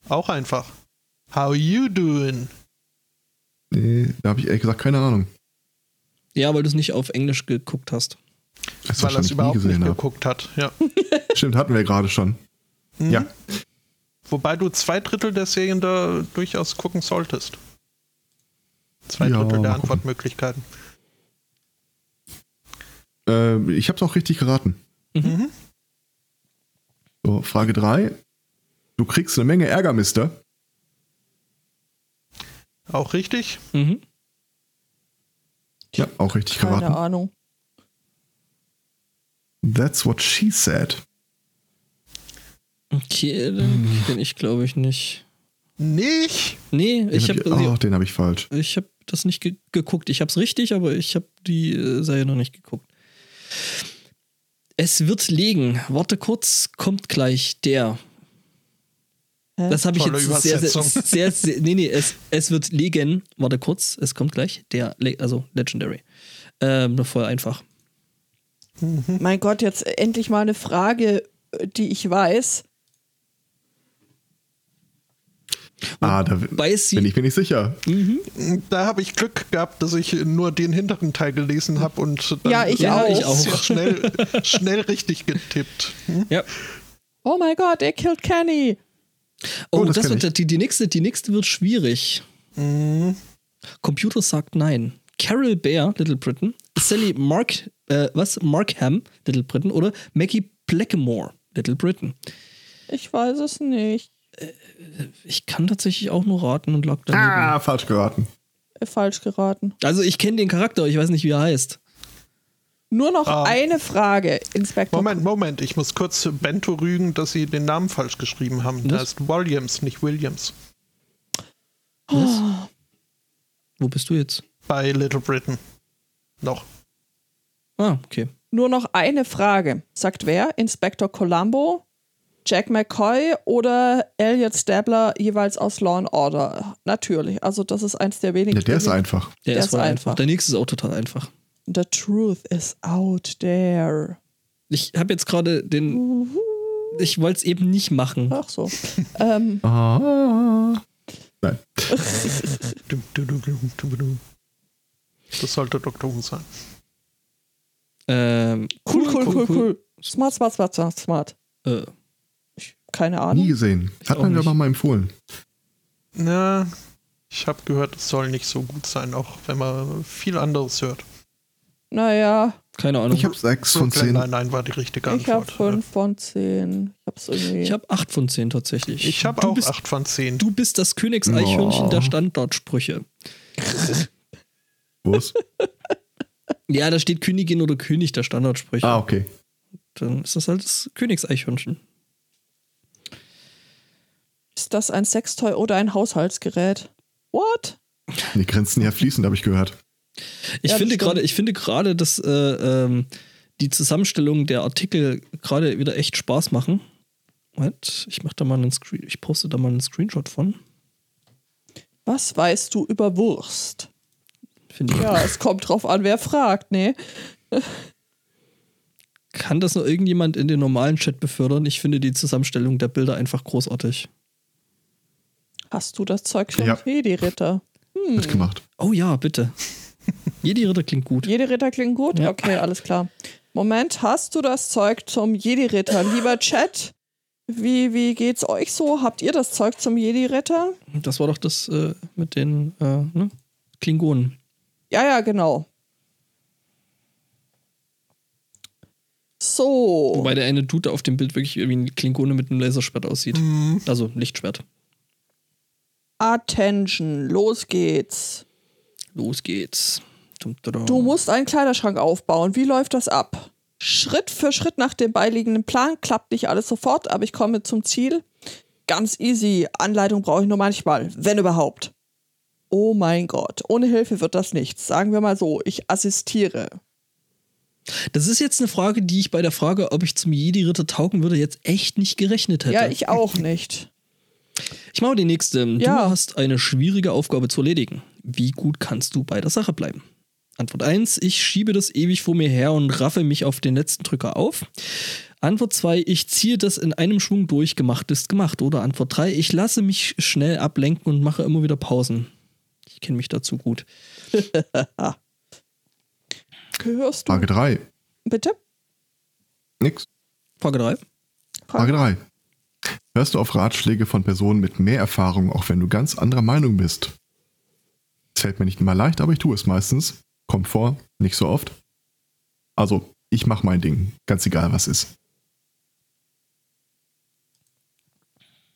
Auch einfach. How you doing? Nee, da habe ich ehrlich gesagt keine Ahnung. Ja, weil du es nicht auf Englisch geguckt hast. Das Weil er es wahrscheinlich nie ne? überhaupt nicht hab. geguckt hat. Ja. Stimmt, hatten wir gerade schon. Mhm. Ja. Wobei du zwei Drittel der Serien da durchaus gucken solltest. Zwei Ja, Drittel der mal gucken. Antwortmöglichkeiten. Äh, ich habe es auch richtig geraten. Mhm. So, Frage 3. Du kriegst eine Menge Ärger, Mister. Auch richtig. Mhm. Ja, auch richtig Keine geraten. Ahnung. That's what she said. Okay, dann bin ich, glaube ich, nicht. Nicht? Nee, ich Den habe hab ich, oh, den habe ich falsch. ich hab das nicht ge geguckt. Ich habe es richtig, aber ich habe die äh, Serie noch nicht geguckt. Es wird legen. Warte kurz, kommt gleich der. Hä? Das habe ich Tolle jetzt sehr, sehr, Übersetzung. sehr, sehr, nee, nee, es, es wird legen. Warte kurz, es kommt gleich der, Le- also Legendary. Ähm, noch voll einfach. Mein Gott, jetzt endlich mal eine Frage, die ich weiß. Ah, da Weiß sie- Mhm. bin ich mir nicht sicher. Da habe ich Glück gehabt, dass ich nur den hinteren Teil gelesen habe und dann Ja, ich hab auch. ich's Ich auch. ja Schnell, schnell richtig getippt. Hm? Ja. Oh mein Gott, er killt Kenny. Oh, Oh, das das, kenn ich. wird, die, die, nächste, die nächste wird schwierig. Mhm. Computer sagt nein. Carol Bear, Little Britain. Sally Mark, äh, was? Markham, Little Britain. Oder Maggie Blackmore, Little Britain. Ich weiß es nicht. Ich kann tatsächlich auch nur raten und lag daneben. Ah, falsch geraten. Äh, Falsch geraten. Also ich kenne den Charakter, ich weiß nicht, wie er heißt. Nur noch Ah. eine Frage, Inspektor. Moment, Moment, ich muss kurz Bento rügen, dass sie den Namen falsch geschrieben haben. Da Was? ist Williams, nicht Williams. Was? Wo bist du jetzt? Bei Little Britain. Noch. Ah, okay. Nur noch eine Frage. Sagt wer? Inspektor Columbo, Jack McCoy oder Elliot Stabler jeweils aus Law and Order? Natürlich. Also das ist eins der wenigen. Ja, der ist die- einfach. Der, Der ist ist voll einfach. einfach. Der nächste ist auch total einfach. The truth is out there. Ich habe jetzt gerade den. Ich wollte es eben nicht machen. Ach so. ähm, Ah. Nein. Dum, dum, dum, dum, dum, dum. Das sollte Dr. Who sein. Ähm, cool, cool, cool, cool, Smart, smart, smart, smart, smart. cool. Äh, Ich, keine Nie Ahnung. gesehen. Hat auch man mir nicht. aber mal empfohlen. Na, ich habe gehört, es soll nicht so gut sein, auch wenn man viel anderes hört. Naja, keine Ahnung. Ich habe 6 von Brooklyn 10. Nine-Nine war die richtige ich habe Antwort. ne? fünf von zehn. Ich hab's irgendwie. Ich habe 8 von 10 tatsächlich. Ich habe Du auch bist, 8 von 10. Du bist das Königseichhörnchen Oh. der Standortsprüche. Ja, da steht Königin oder König der Standortsprüche. Ah, okay. Dann ist das halt das Königseichhörnchen. ist das ein Sextoy oder ein Haushaltsgerät? What? Die Grenzen ja fließend, habe ich gehört. Ich Ja, das finde stimmt. gerade, ich finde gerade, dass äh, ähm, die Zusammenstellung der Artikel gerade wieder echt Spaß machen. Moment, ich mache da mal einen Screen, ich poste da mal einen Screenshot von. Was weißt du über Wurst? Finde ich. Ja, es kommt drauf an, wer fragt, ne? Kann das noch irgendjemand in den normalen Chat befördern? Ich finde die Zusammenstellung der Bilder einfach großartig. Hast du das Zeug schon? Ja. Jedi Ritter. Mitgemacht. Oh ja, bitte. Jedi Ritter klingt gut. Jedi Ritter klingt gut? Ja. Okay, alles klar. Moment, hast du das Zeug zum Jedi Ritter? Lieber Chat, Wie, wie geht's euch so? Habt ihr das Zeug zum Jedi-Retter? Das war doch das äh, mit den äh, ne? Klingonen. Ja, ja, genau. So. Wobei der eine Dude auf dem Bild wirklich wie ein Klingone mit einem Laserschwert aussieht. Mhm. Also Lichtschwert. Attention, los geht's. Los geht's. Dum, dum, dum. Du musst einen Kleiderschrank aufbauen. Wie läuft das ab? Schritt für Schritt nach dem beiliegenden Plan klappt nicht alles sofort, aber ich komme zum Ziel. Ganz easy. Anleitung brauche ich nur manchmal, wenn überhaupt. Oh mein Gott, ohne Hilfe wird das nichts. Sagen wir mal so, ich assistiere. Das ist jetzt eine Frage, die ich bei der Frage, ob ich zum Jedi-Ritter taugen würde, jetzt echt nicht gerechnet hätte. Ja, ich auch nicht. Ich mache die nächste. Ja. Du hast eine schwierige Aufgabe zu erledigen. Wie gut kannst du bei der Sache bleiben? Antwort 1, ich schiebe das ewig vor mir her und raffe mich auf den letzten Drücker auf. Antwort 2, ich ziehe das in einem Schwung durch, gemacht ist gemacht. Oder Antwort 3, ich lasse mich schnell ablenken und mache immer wieder Pausen. Ich kenne mich dazu gut. Gehörst du Frage 3. bitte? Nix. Frage 3. Frage 3. Hörst du auf Ratschläge von Personen mit mehr Erfahrung, auch wenn du ganz anderer Meinung bist? Es fällt mir nicht immer leicht, aber ich tue es meistens. Kommt vor, nicht so oft. Also, ich mache mein Ding, ganz egal was ist.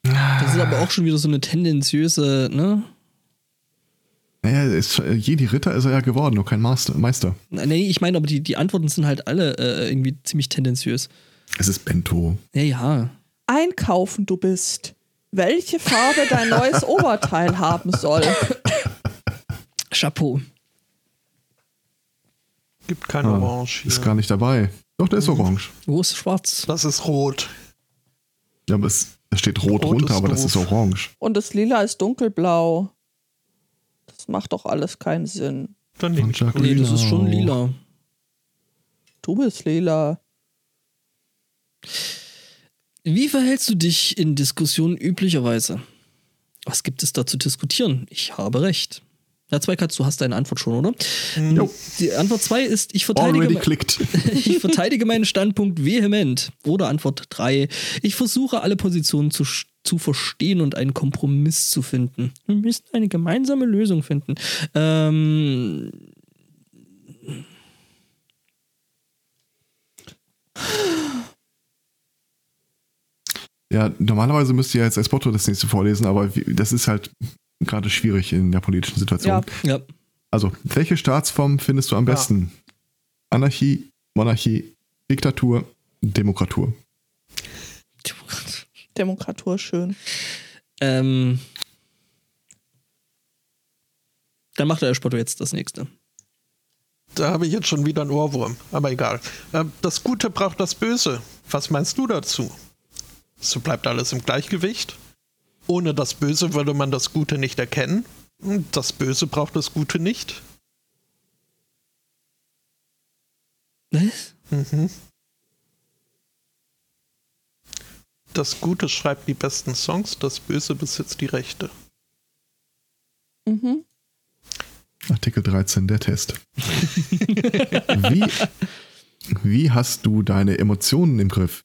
Das ist aber auch schon wieder so eine tendenziöse, ne? Naja, ist, äh, Jedi Ritter ist er ja geworden, nur kein Master, Meister. Na, Nee, ich meine, aber die, die Antworten sind halt alle äh, irgendwie ziemlich tendenziös. Es ist Bento. Ja, ja. Einkaufen du bist. Welche Farbe dein neues Oberteil haben soll. Chapeau. Gibt kein Ah, Orange. Ist hier. gar nicht dabei. Doch, der ist Mhm. orange. Wo ist schwarz? Das ist rot. Ja, aber es, da steht rot, Rot runter, ist aber das doof. ist orange. Und das Lila ist dunkelblau. Das macht doch alles keinen Sinn. Dann nehme ich. Nee, das ist schon Genau. lila. Du bist lila. Wie verhältst du dich in Diskussionen üblicherweise? Was gibt es da zu diskutieren? Ich habe recht. Ja, Zweikatz, du hast deine Antwort schon, oder? Jo. Die Antwort 2 ist, ich verteidige, Already me- clicked. ich verteidige meinen Standpunkt vehement. Oder Antwort 3, ich versuche alle Positionen zu, sch- zu verstehen und einen Kompromiss zu finden. Wir müssen eine gemeinsame Lösung finden. Ähm, Ja, normalerweise müsst ihr jetzt Espoto das nächste vorlesen, aber wie- das ist halt gerade schwierig in der politischen Situation. Ja. ja. Also, welche Staatsform findest du am Ja. besten? Anarchie, Monarchie, Diktatur, Demokratur. Demokratur schön. Ähm, dann macht der Spotto jetzt das nächste. Da habe ich jetzt schon wieder einen Ohrwurm, aber egal. Ähm, Das Gute braucht das Böse. Was meinst du dazu? So bleibt alles im Gleichgewicht. Ohne das Böse würde man das Gute nicht erkennen. Und Das Böse braucht das Gute nicht. Was? Mhm. Das Gute schreibt die besten Songs, das Böse besitzt die Rechte. Mhm. Artikel 13, der Test. wie, wie hast du deine Emotionen im Griff?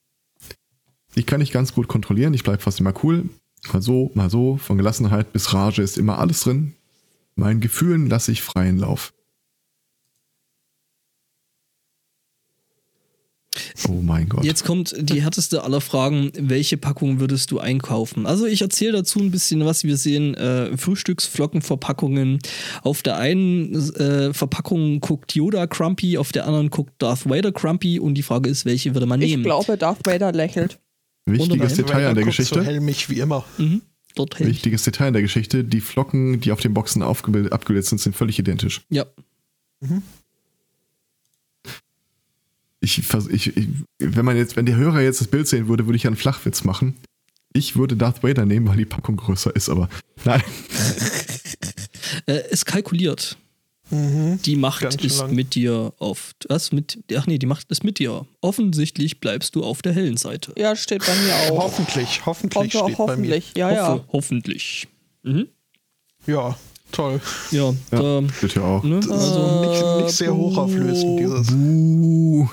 Ich kann dich ganz gut kontrollieren, ich bleibe fast immer cool. Mal so, mal so, von Gelassenheit bis Rage ist immer alles drin. Meinen Gefühlen lasse ich freien Lauf. Oh mein Gott. Jetzt kommt die härteste aller Fragen. Welche Packung würdest du einkaufen? Also ich erzähle dazu ein bisschen was. Wir sehen äh, Frühstücksflockenverpackungen. Auf der einen äh, Verpackung guckt Yoda Crumpy, auf der anderen guckt Darth Vader Crumpy. Und die Frage ist, welche würde man Ich nehmen? glaube, Darth Vader lächelt. Wichtiges wunderbar. Detail an der Guckt So Geschichte. helmig wie immer. Mhm. Dort hält. Wichtiges Detail in der Geschichte, die Flocken, die auf den Boxen aufgebildet, abgebildet sind, sind völlig identisch. Ja. Ich, vers- ich, ich, wenn man jetzt, wenn der Hörer jetzt das Bild sehen würde, würde ich einen Flachwitz machen. Ich würde Darth Vader nehmen, weil die Packung größer ist, aber nein. Äh, es kalkuliert. Mhm. Die Macht Ganz schön ist lang. mit dir auf. Was? Mit, ach nee, die Macht ist mit dir. Offensichtlich bleibst du auf der hellen Seite. Ja, steht bei mir auch. Hoffentlich, hoffentlich Kommt steht Oh. auch bei mir. hoffentlich. Ja, Ah, ja. Hoffe, hoffentlich. Mhm. Ja, toll. Ja, Ja, ähm, steht ja auch. ne? Äh, Also also, nicht, nicht sehr hochauflösend, dieses. Buh.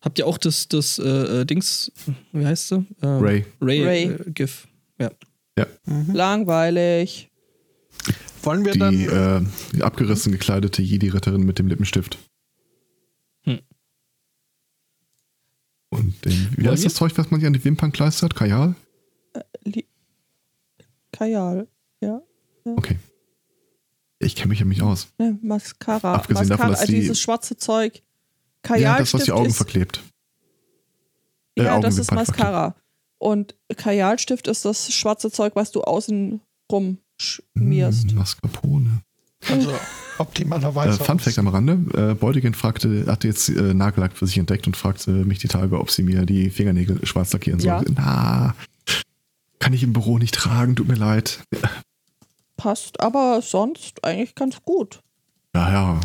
Habt ihr auch das, das äh, äh, Dings, wie heißt sie? Äh, Ray. Ray, Ray. Äh, GIF. Ja. Ja. Langweilig. Wollen wir dann. Die, äh, die abgerissen gekleidete Jedi-Ritterin mit dem Lippenstift. Hm. Und dem, wie Wollen heißt das Zeug, was man sich an die Wimpern kleistert? Kajal? Li Kajal. Ja. Okay. Ich kenne mich ja nicht aus. Ne, Mascara. Abgesehen davon, Mascara, dass also die- dieses schwarze Zeug. Kajal ja, das, was die Augen ist, verklebt. äh, Ja, das ist Augenwimpern Mascara. Und Kajalstift ist das schwarze Zeug, was du außen rum schmierst. Hm, Mascarpone. Also Äh, optimalerweise. Fun Fact am Rande: äh, Beutigin fragte, hatte jetzt äh, Nagellack für sich entdeckt und fragte mich die Tage, ob sie mir die Fingernägel schwarz lackieren soll. Ja. Na, kann ich im Büro nicht tragen, tut mir leid. Passt aber sonst eigentlich ganz gut. Ja, ja.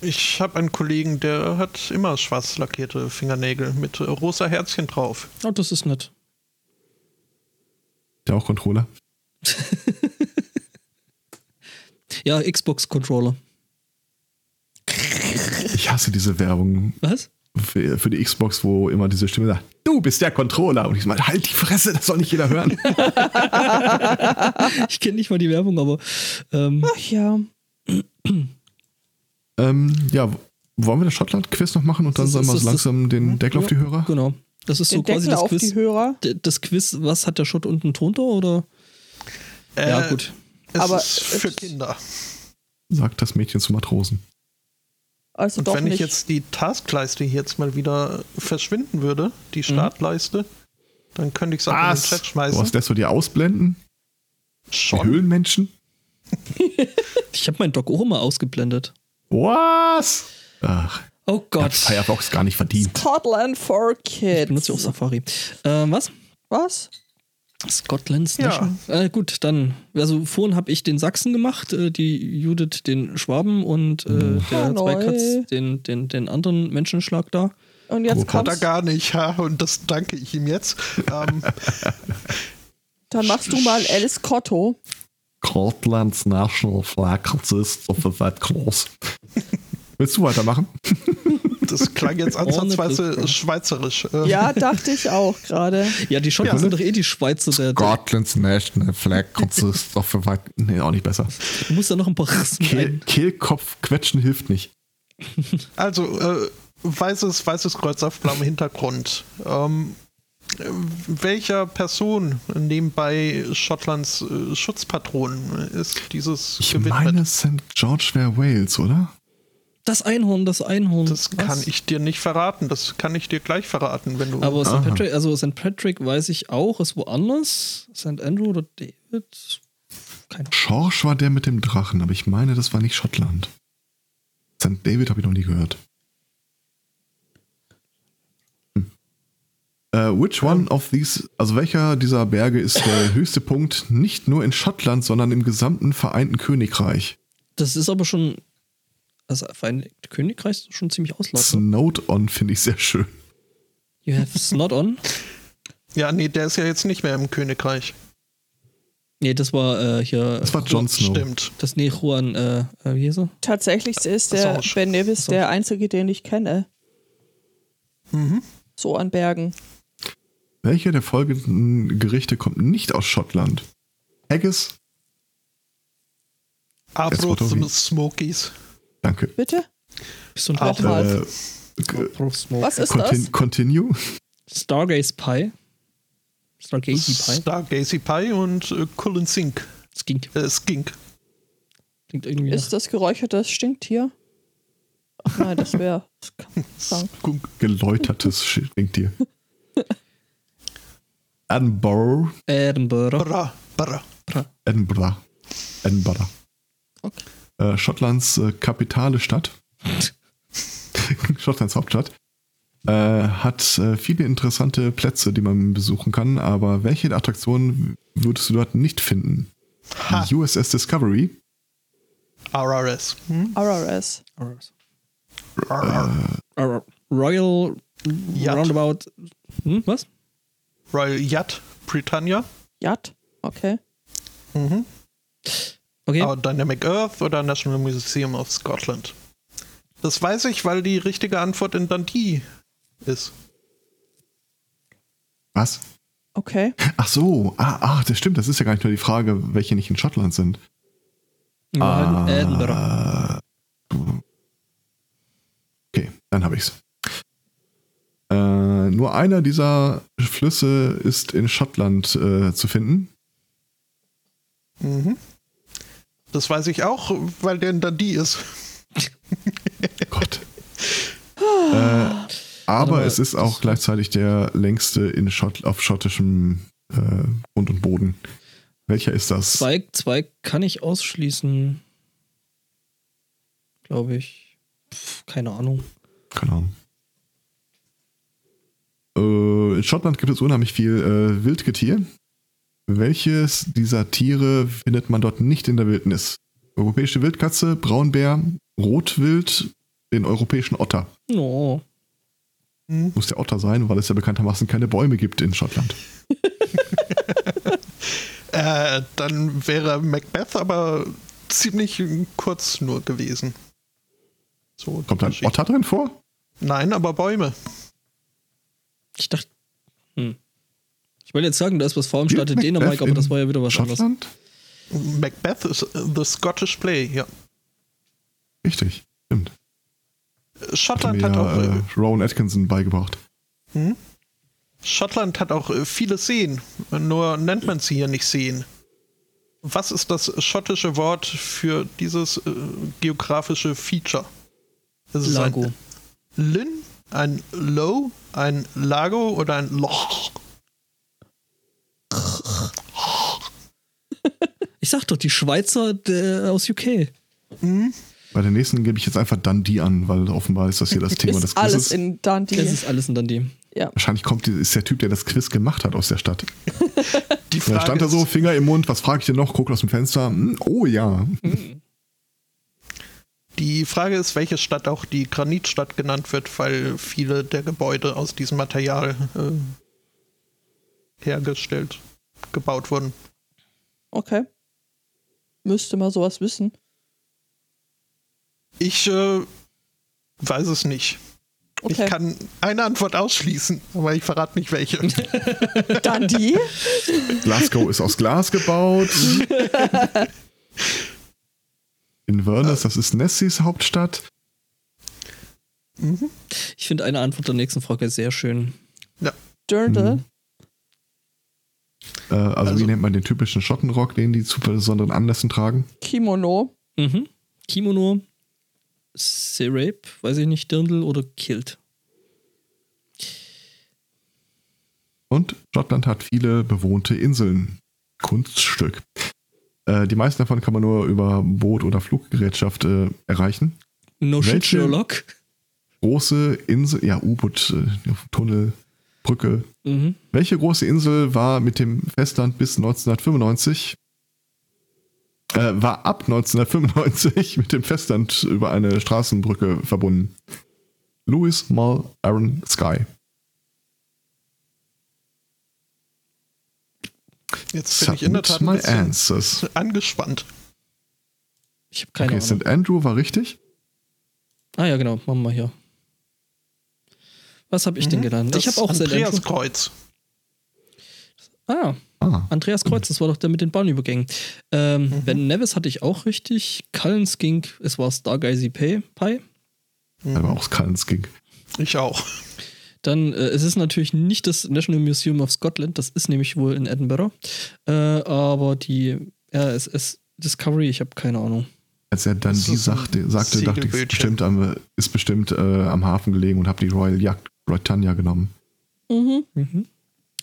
Ich habe einen Kollegen, der hat immer schwarz lackierte Fingernägel mit äh, rosa Herzchen drauf. Oh, das ist nett. Der auch Controller. Ja, Xbox-Controller. Ich hasse diese Werbung Was? für, für die Xbox, wo immer diese Stimme sagt, du bist der Controller. Und ich meine, halt die Fresse, das soll nicht jeder hören. Ich kenne nicht mal die Werbung, aber ähm, Ach ja. ähm, ja, wollen wir das Schottland-Quiz noch machen und dann Das- sollen wir das- so das- langsam den Deckel auf die Hörer? genau. Das ist Den so quasi Deckel das auf Quiz. die Hörer. D- Das Quiz, was hat der Schott unten drunter oder? Äh, ja, gut. Es aber ist für es- Kinder. Sagt das Mädchen zu Matrosen. Also Und doch wenn nicht. ich jetzt die Taskleiste hier jetzt mal wieder verschwinden würde, Mhm. die Startleiste, dann könnte ich es auch in den Chat Du schmeißen. hast das so die ausblenden? Die Schon. Höhlenmenschen? Ich habe meinen Doc auch immer ausgeblendet. Was? Ach, Oh hat Gott. Firefox gar nicht verdient. Scotland for Ich benutze auch Kids. Safari. Ähm, was? Was? Scotland's Ja. National. Äh, gut, dann. Also vorhin habe ich den Sachsen gemacht, äh, die Judith den Schwaben und äh, der Hanoi. Zweikatz den, den, den anderen Menschenschlag da. Und jetzt Gruppe. Hat er kommst, gar nicht, ja, und das danke ich ihm jetzt. Ähm, dann machst du mal Alice Cotto. Scotland's National Flag consists of a red cross. Willst du weitermachen? das klang jetzt ansatzweise Brücke. schweizerisch. Ähm, Ja, dachte ich auch gerade. Ja, die Schotten Ja. sind doch eh die Schweizer. Der, der, Scotland's National Flag consists of a white. Nee, auch nicht besser. du musst da noch ein paar Rassen Kehl, rein. Kehlkopf quetschen hilft nicht. Also, äh, weißes, weißes Kreuz auf blauem Hintergrund. Ähm, äh, welcher Person nebenbei Schottlands äh, Schutzpatron ist dieses Ich gewidmet? meine, St. George wäre Wales, oder? Das Einhorn, das Einhorn. das Was? kann ich dir nicht verraten. Das kann ich dir gleich verraten, wenn du. Aber St. Aha. Patrick, also St. Patrick weiß ich auch, ist woanders. St. Andrew oder David? Keine Ahnung. George war der mit dem Drachen, aber ich meine, das war nicht Schottland. St. David habe ich noch nie gehört. Hm. Äh, which one of these, also welcher dieser Berge ist der höchste Punkt nicht nur in Schottland, sondern im gesamten Vereinten Königreich? Das ist aber schon. Also, Vereinigte Königreich ist schon ziemlich auslaufend. Snowed on finde ich sehr schön. You have snot on. ja, nee, der ist ja jetzt nicht mehr im Königreich. Nee, das war äh, hier. Das war Jon Snow. Stimmt. Das, nee, Juan, äh, äh, wie hieß er? Tatsächlich ist der Assange. Ben Nevis Assange. der einzige, den ich kenne. Mhm. So an Bergen. Welche der folgenden Gerichte kommt nicht aus Schottland? Haggis? Abro Jetzt Otto, wie- zum Smokies. Danke. Bitte? Bist du ein Auch Retter? Äh, Mal. g- Prof Smoke. Was ist das? contin continue? Stargaze Pie. Stargazy Pie. Stargazy Pie und äh, Cullen Sink. Das ging. Äh, Skink. Klingt irgendwie. nach- Ist das geräuchertes Stinktier? Ach nein, das wäre. Skunk. Geläutertes Stinktier. Edinburgh. Edinburgh. Bra, bra. Edinburgh. Edinburgh. Okay. Äh, Schottlands äh, kapitale Stadt. Schottlands Hauptstadt. Äh, hat äh, viele interessante Plätze, die man besuchen kann, aber welche Attraktionen würdest du dort nicht finden? Ha. Die USS Discovery, RRS. Hm? RRS. Äh, Royal Yacht. Roundabout. Hm, was? Royal Yacht Britannia. Jat. Okay. Mhm. Okay. Ah. Aber Dynamic Earth oder National Museum of Scotland. Das weiß ich, weil die richtige Antwort in Dundee ist. Was? Okay. Ach so, ah, ach, das stimmt, das ist ja gar nicht nur die Frage, welche nicht in Schottland sind. Ja, in Edinburgh. Okay, dann habe ich's. Äh, nur einer dieser Flüsse ist in Schottland äh, zu finden. Mhm. Das weiß ich auch, weil der in Dundee ist. Oh Gott. äh, aber mal, es ist auch gleichzeitig der längste in Schott auf schottischem äh, Grund und Boden. Welcher ist das? Zweig, Zweig kann ich ausschließen. Glaube ich. Pff, keine Ahnung. Keine Ahnung. Äh, in Schottland gibt es unheimlich viel äh, Wildgetier. Welches dieser Tiere findet man dort nicht in der Wildnis? Europäische Wildkatze, Braunbär, Rotwild, den europäischen Otter. Oh. Muss der Otter sein, weil es ja bekanntermaßen keine Bäume gibt in Schottland. Äh, dann wäre Macbeth aber ziemlich kurz nur gewesen. So, Kommt da ein Geschichte. Otter drin vor? Nein, aber Bäume. Ich dachte. Hm. Ich wollte jetzt sagen, da ist was vor dem Gilt Staat in Macbeth Dänemark, aber in das war ja wieder was anderes. Schottland? Macbeth ist äh, the Scottish Play, ja. Richtig, stimmt. Hat mir Schottland hat auch, ja, äh, äh, Rowan Atkinson beigebracht. Schottland hat auch äh, viele Seen, nur nennt man sie hier nicht Seen. Was ist das schottische Wort für dieses äh, geografische Feature? Es ist Lago. Ein Lin, ein Low, ein Lago oder ein Loch. Ich sag doch, die Schweizer der, aus UK. Bei der nächsten gebe ich jetzt einfach Dundee an, weil offenbar ist das hier das Thema ist des alles Quizzes. in Dundee. Das ist alles in Dundee. Wahrscheinlich kommt, die- ist der Typ, der das Quiz gemacht hat aus der Stadt. Die Da stand er so, ist- Finger im Mund, was frage ich denn noch? Guckt aus dem Fenster. Hm, oh ja. Die Frage ist, welche Stadt auch die Granitstadt genannt wird, weil viele der Gebäude aus diesem Material äh, hergestellt, gebaut wurden. okay. Müsste man sowas wissen. Ich äh, weiß es nicht. Okay. Ich kann eine Antwort ausschließen, aber ich verrate nicht welche. Dundee? Glasgow ist aus Glas gebaut. Inverness, das ist Nessies Hauptstadt. Ich finde eine Antwort der nächsten Frage sehr schön. Dirndl? Mhm. Äh, also, Also- wie nennt man den typischen Schottenrock, den die zu besonderen Anlässen tragen? Kimono? Mhm. Kimono, Serape, weiß ich nicht, Dirndl oder Kilt. Und Schottland hat viele bewohnte Inseln. Kunststück. Äh, die meisten davon kann man nur über Boot oder Fluggerätschaft äh, erreichen. No shit, Welche- Sherlock. Große Insel, ja, U-Boot, äh, Tunnel, Brücke, Mhm. Welche große Insel war mit dem Festland bis 1995? Äh, war ab 1995 mit dem Festland über eine Straßenbrücke verbunden. Louis Mall Aaron Sky. Jetzt bin ich in der Tat Genau. ein my bisschen answers. angespannt. Ich habe keine Okay, Ahnung. St. Andrew war richtig. Ah ja, genau, machen wir hier. Was habe ich denn gelernt? Ich Mhm. Das habe auch St. Andrew. Andreas Kreuz. Ah, Ah, Andreas Kreuz, das war doch der mit den Bahnübergängen. Ähm, Mhm. Ben Nevis hatte ich auch richtig. Cullens ging, es war Stargazy Pie. Pie. Mhm. aber auch Skallens ging. Ich auch. Dann, äh, es ist natürlich nicht das National Museum of Scotland, das ist nämlich wohl in Edinburgh. Äh, aber die RSS Discovery, ich habe keine Ahnung. Als er dann Das die ist ein sagte, sagte dachte ich, ist Segelbötchen. bestimmt, am, ist bestimmt äh, am Hafen gelegen und habe die Royal Yacht Britannia genommen. Mhm. Mhm.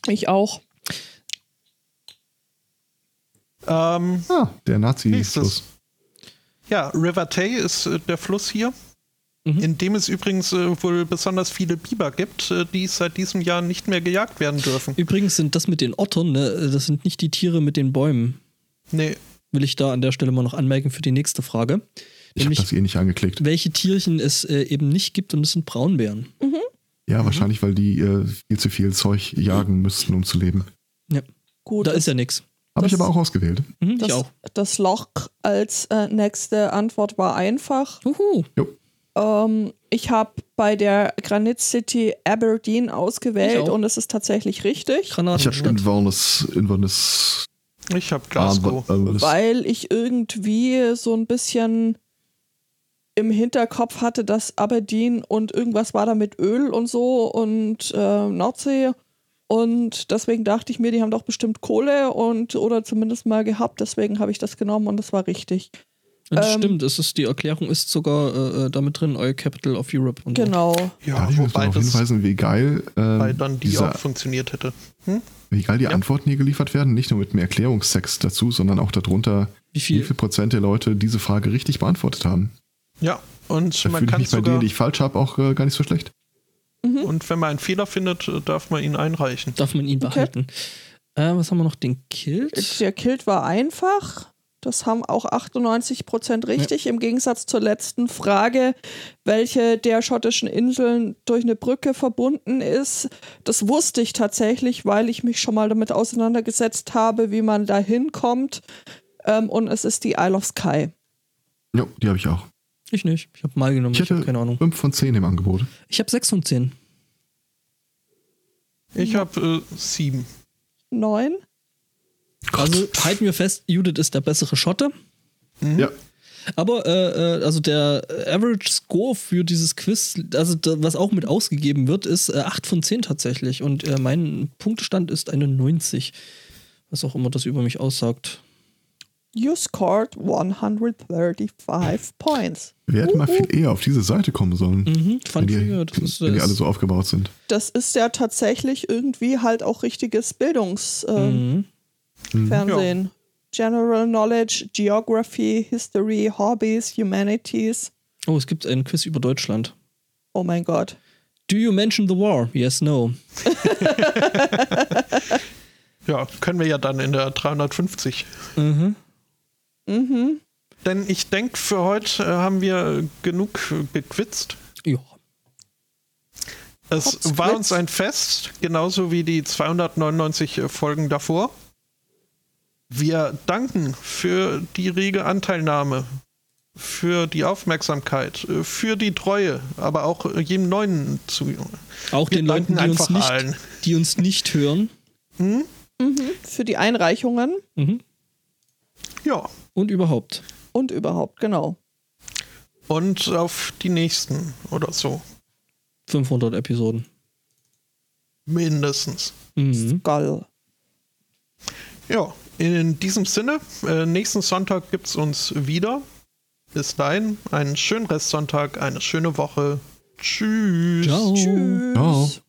Ich auch. Ähm, Ah, der Nazi. Nächstes. ja, River Tay ist äh, der Fluss hier, Mhm. in dem es übrigens äh, wohl besonders viele Biber gibt, äh, die seit diesem Jahr nicht mehr gejagt werden dürfen. Übrigens sind das mit den Ottern, ne, das sind nicht die Tiere mit den Bäumen. Nee, Will ich da an der Stelle mal noch anmerken für die nächste Frage. Ich habe Nämlich, das eh nicht angeklickt. welche Tierchen es äh, eben nicht gibt und es sind Braunbären. Ja, wahrscheinlich, weil die äh, viel zu viel Zeug jagen müssten, um zu leben. Gut. Da ist ja nichts. Habe ich Oh, Das- aber auch ausgewählt. Mhm, ich das, auch. das Loch als äh, nächste Antwort war einfach. Juhu. Ähm, Ich habe bei der Granit City Aberdeen Ich ausgewählt auch. und es ist tatsächlich richtig, Ich habe Granatenstadt. Inverness, Inverness, Ich habe Glasgow. Arm- Inverness. weil ich irgendwie so ein bisschen im Hinterkopf hatte, dass Aberdeen und irgendwas war da mit Öl und so und äh, Nordsee. Und deswegen dachte ich mir, die haben doch bestimmt Kohle und oder zumindest mal gehabt. Deswegen habe ich das genommen und das war richtig. Und ähm, stimmt, es ist, die Erklärung ist sogar äh, äh, damit drin, Oil Capital of Europe. Und Genau. Darf Ja, ich mir das mal wobei darauf das hinweisen, wie geil, bei ähm, dann die dieser, auch funktioniert hätte. wie geil die Antworten hier geliefert werden. Nicht nur mit einem Erklärungstext dazu, sondern auch darunter, So. Wie wie viel? viel Prozent der Leute diese Frage richtig beantwortet haben. Ja, und Da man fühle ich kann mich bei denen, sogar. die ich falsch habe, auch äh, gar nicht so schlecht. Und wenn man einen Fehler findet, äh, darf man ihn einreichen. Darf man ihn behalten? Äh, was haben wir noch? Den Kilt? Der Kilt war einfach. Das haben auch 98% richtig, im Gegensatz zur letzten Frage, welche der schottischen Inseln durch eine Brücke verbunden ist. Das wusste ich tatsächlich, weil ich mich schon mal damit auseinandergesetzt habe, wie man da hinkommt. Ähm, und es ist die Isle of Skye. Jo, die habe ich auch. Ich nicht. Ich habe mal genommen. Ich Ich, habe hätte- keine Ahnung. 5 von 10 im Angebot. Ich habe 6 von 10. Ich habe äh, sieben. Neun? Also halten wir fest, Judith ist der bessere Schotte. Mhm. Ja, Aber äh, äh, also der Average Score für dieses Quiz, also da, was auch mit ausgegeben wird, ist äh, 8 von 10 tatsächlich. Und äh, mein Punktestand ist eine 90. Was auch immer das über mich aussagt. You scored 135 points. wir hätten mal viel eher auf diese Seite kommen Mhm, sollen. Wenn Fun die, Trigger, das ist, wenn die das- alle so aufgebaut sind. Das ist ja tatsächlich irgendwie halt auch richtiges Bildungs... Ähm, Mhm. Fernsehen. General Knowledge, Geography, History, Hobbies, Humanities. Oh, es gibt einen Quiz über Deutschland. Oh mein Gott. Do you mention the war? Yes, no. Ja, können wir ja dann in der 350. Mhm. Denn ich denke, für heute äh, haben wir genug äh, gequitzt. Ja. Es Hops, war Blitz. uns ein Fest, genauso wie die 299 Folgen davor. Wir danken für die rege Anteilnahme, für die Aufmerksamkeit, äh, für die Treue, aber auch äh, jedem neuen zu. Auch Wir den Leuten, die danken uns, einfach nicht, allen. die uns nicht hören. hm? Für die Einreichungen Mhm. Ja, Und überhaupt. und überhaupt, genau. und auf die nächsten oder so, 500 Episoden. mindestens. Mhm. Geil. Ja, in diesem Sinne, äh, nächsten Sonntag gibt's uns wieder. Bis dahin, einen schönen Restsonntag, eine schöne Woche. Tschüss. Ciao. Tschüss. Oh. Ciao.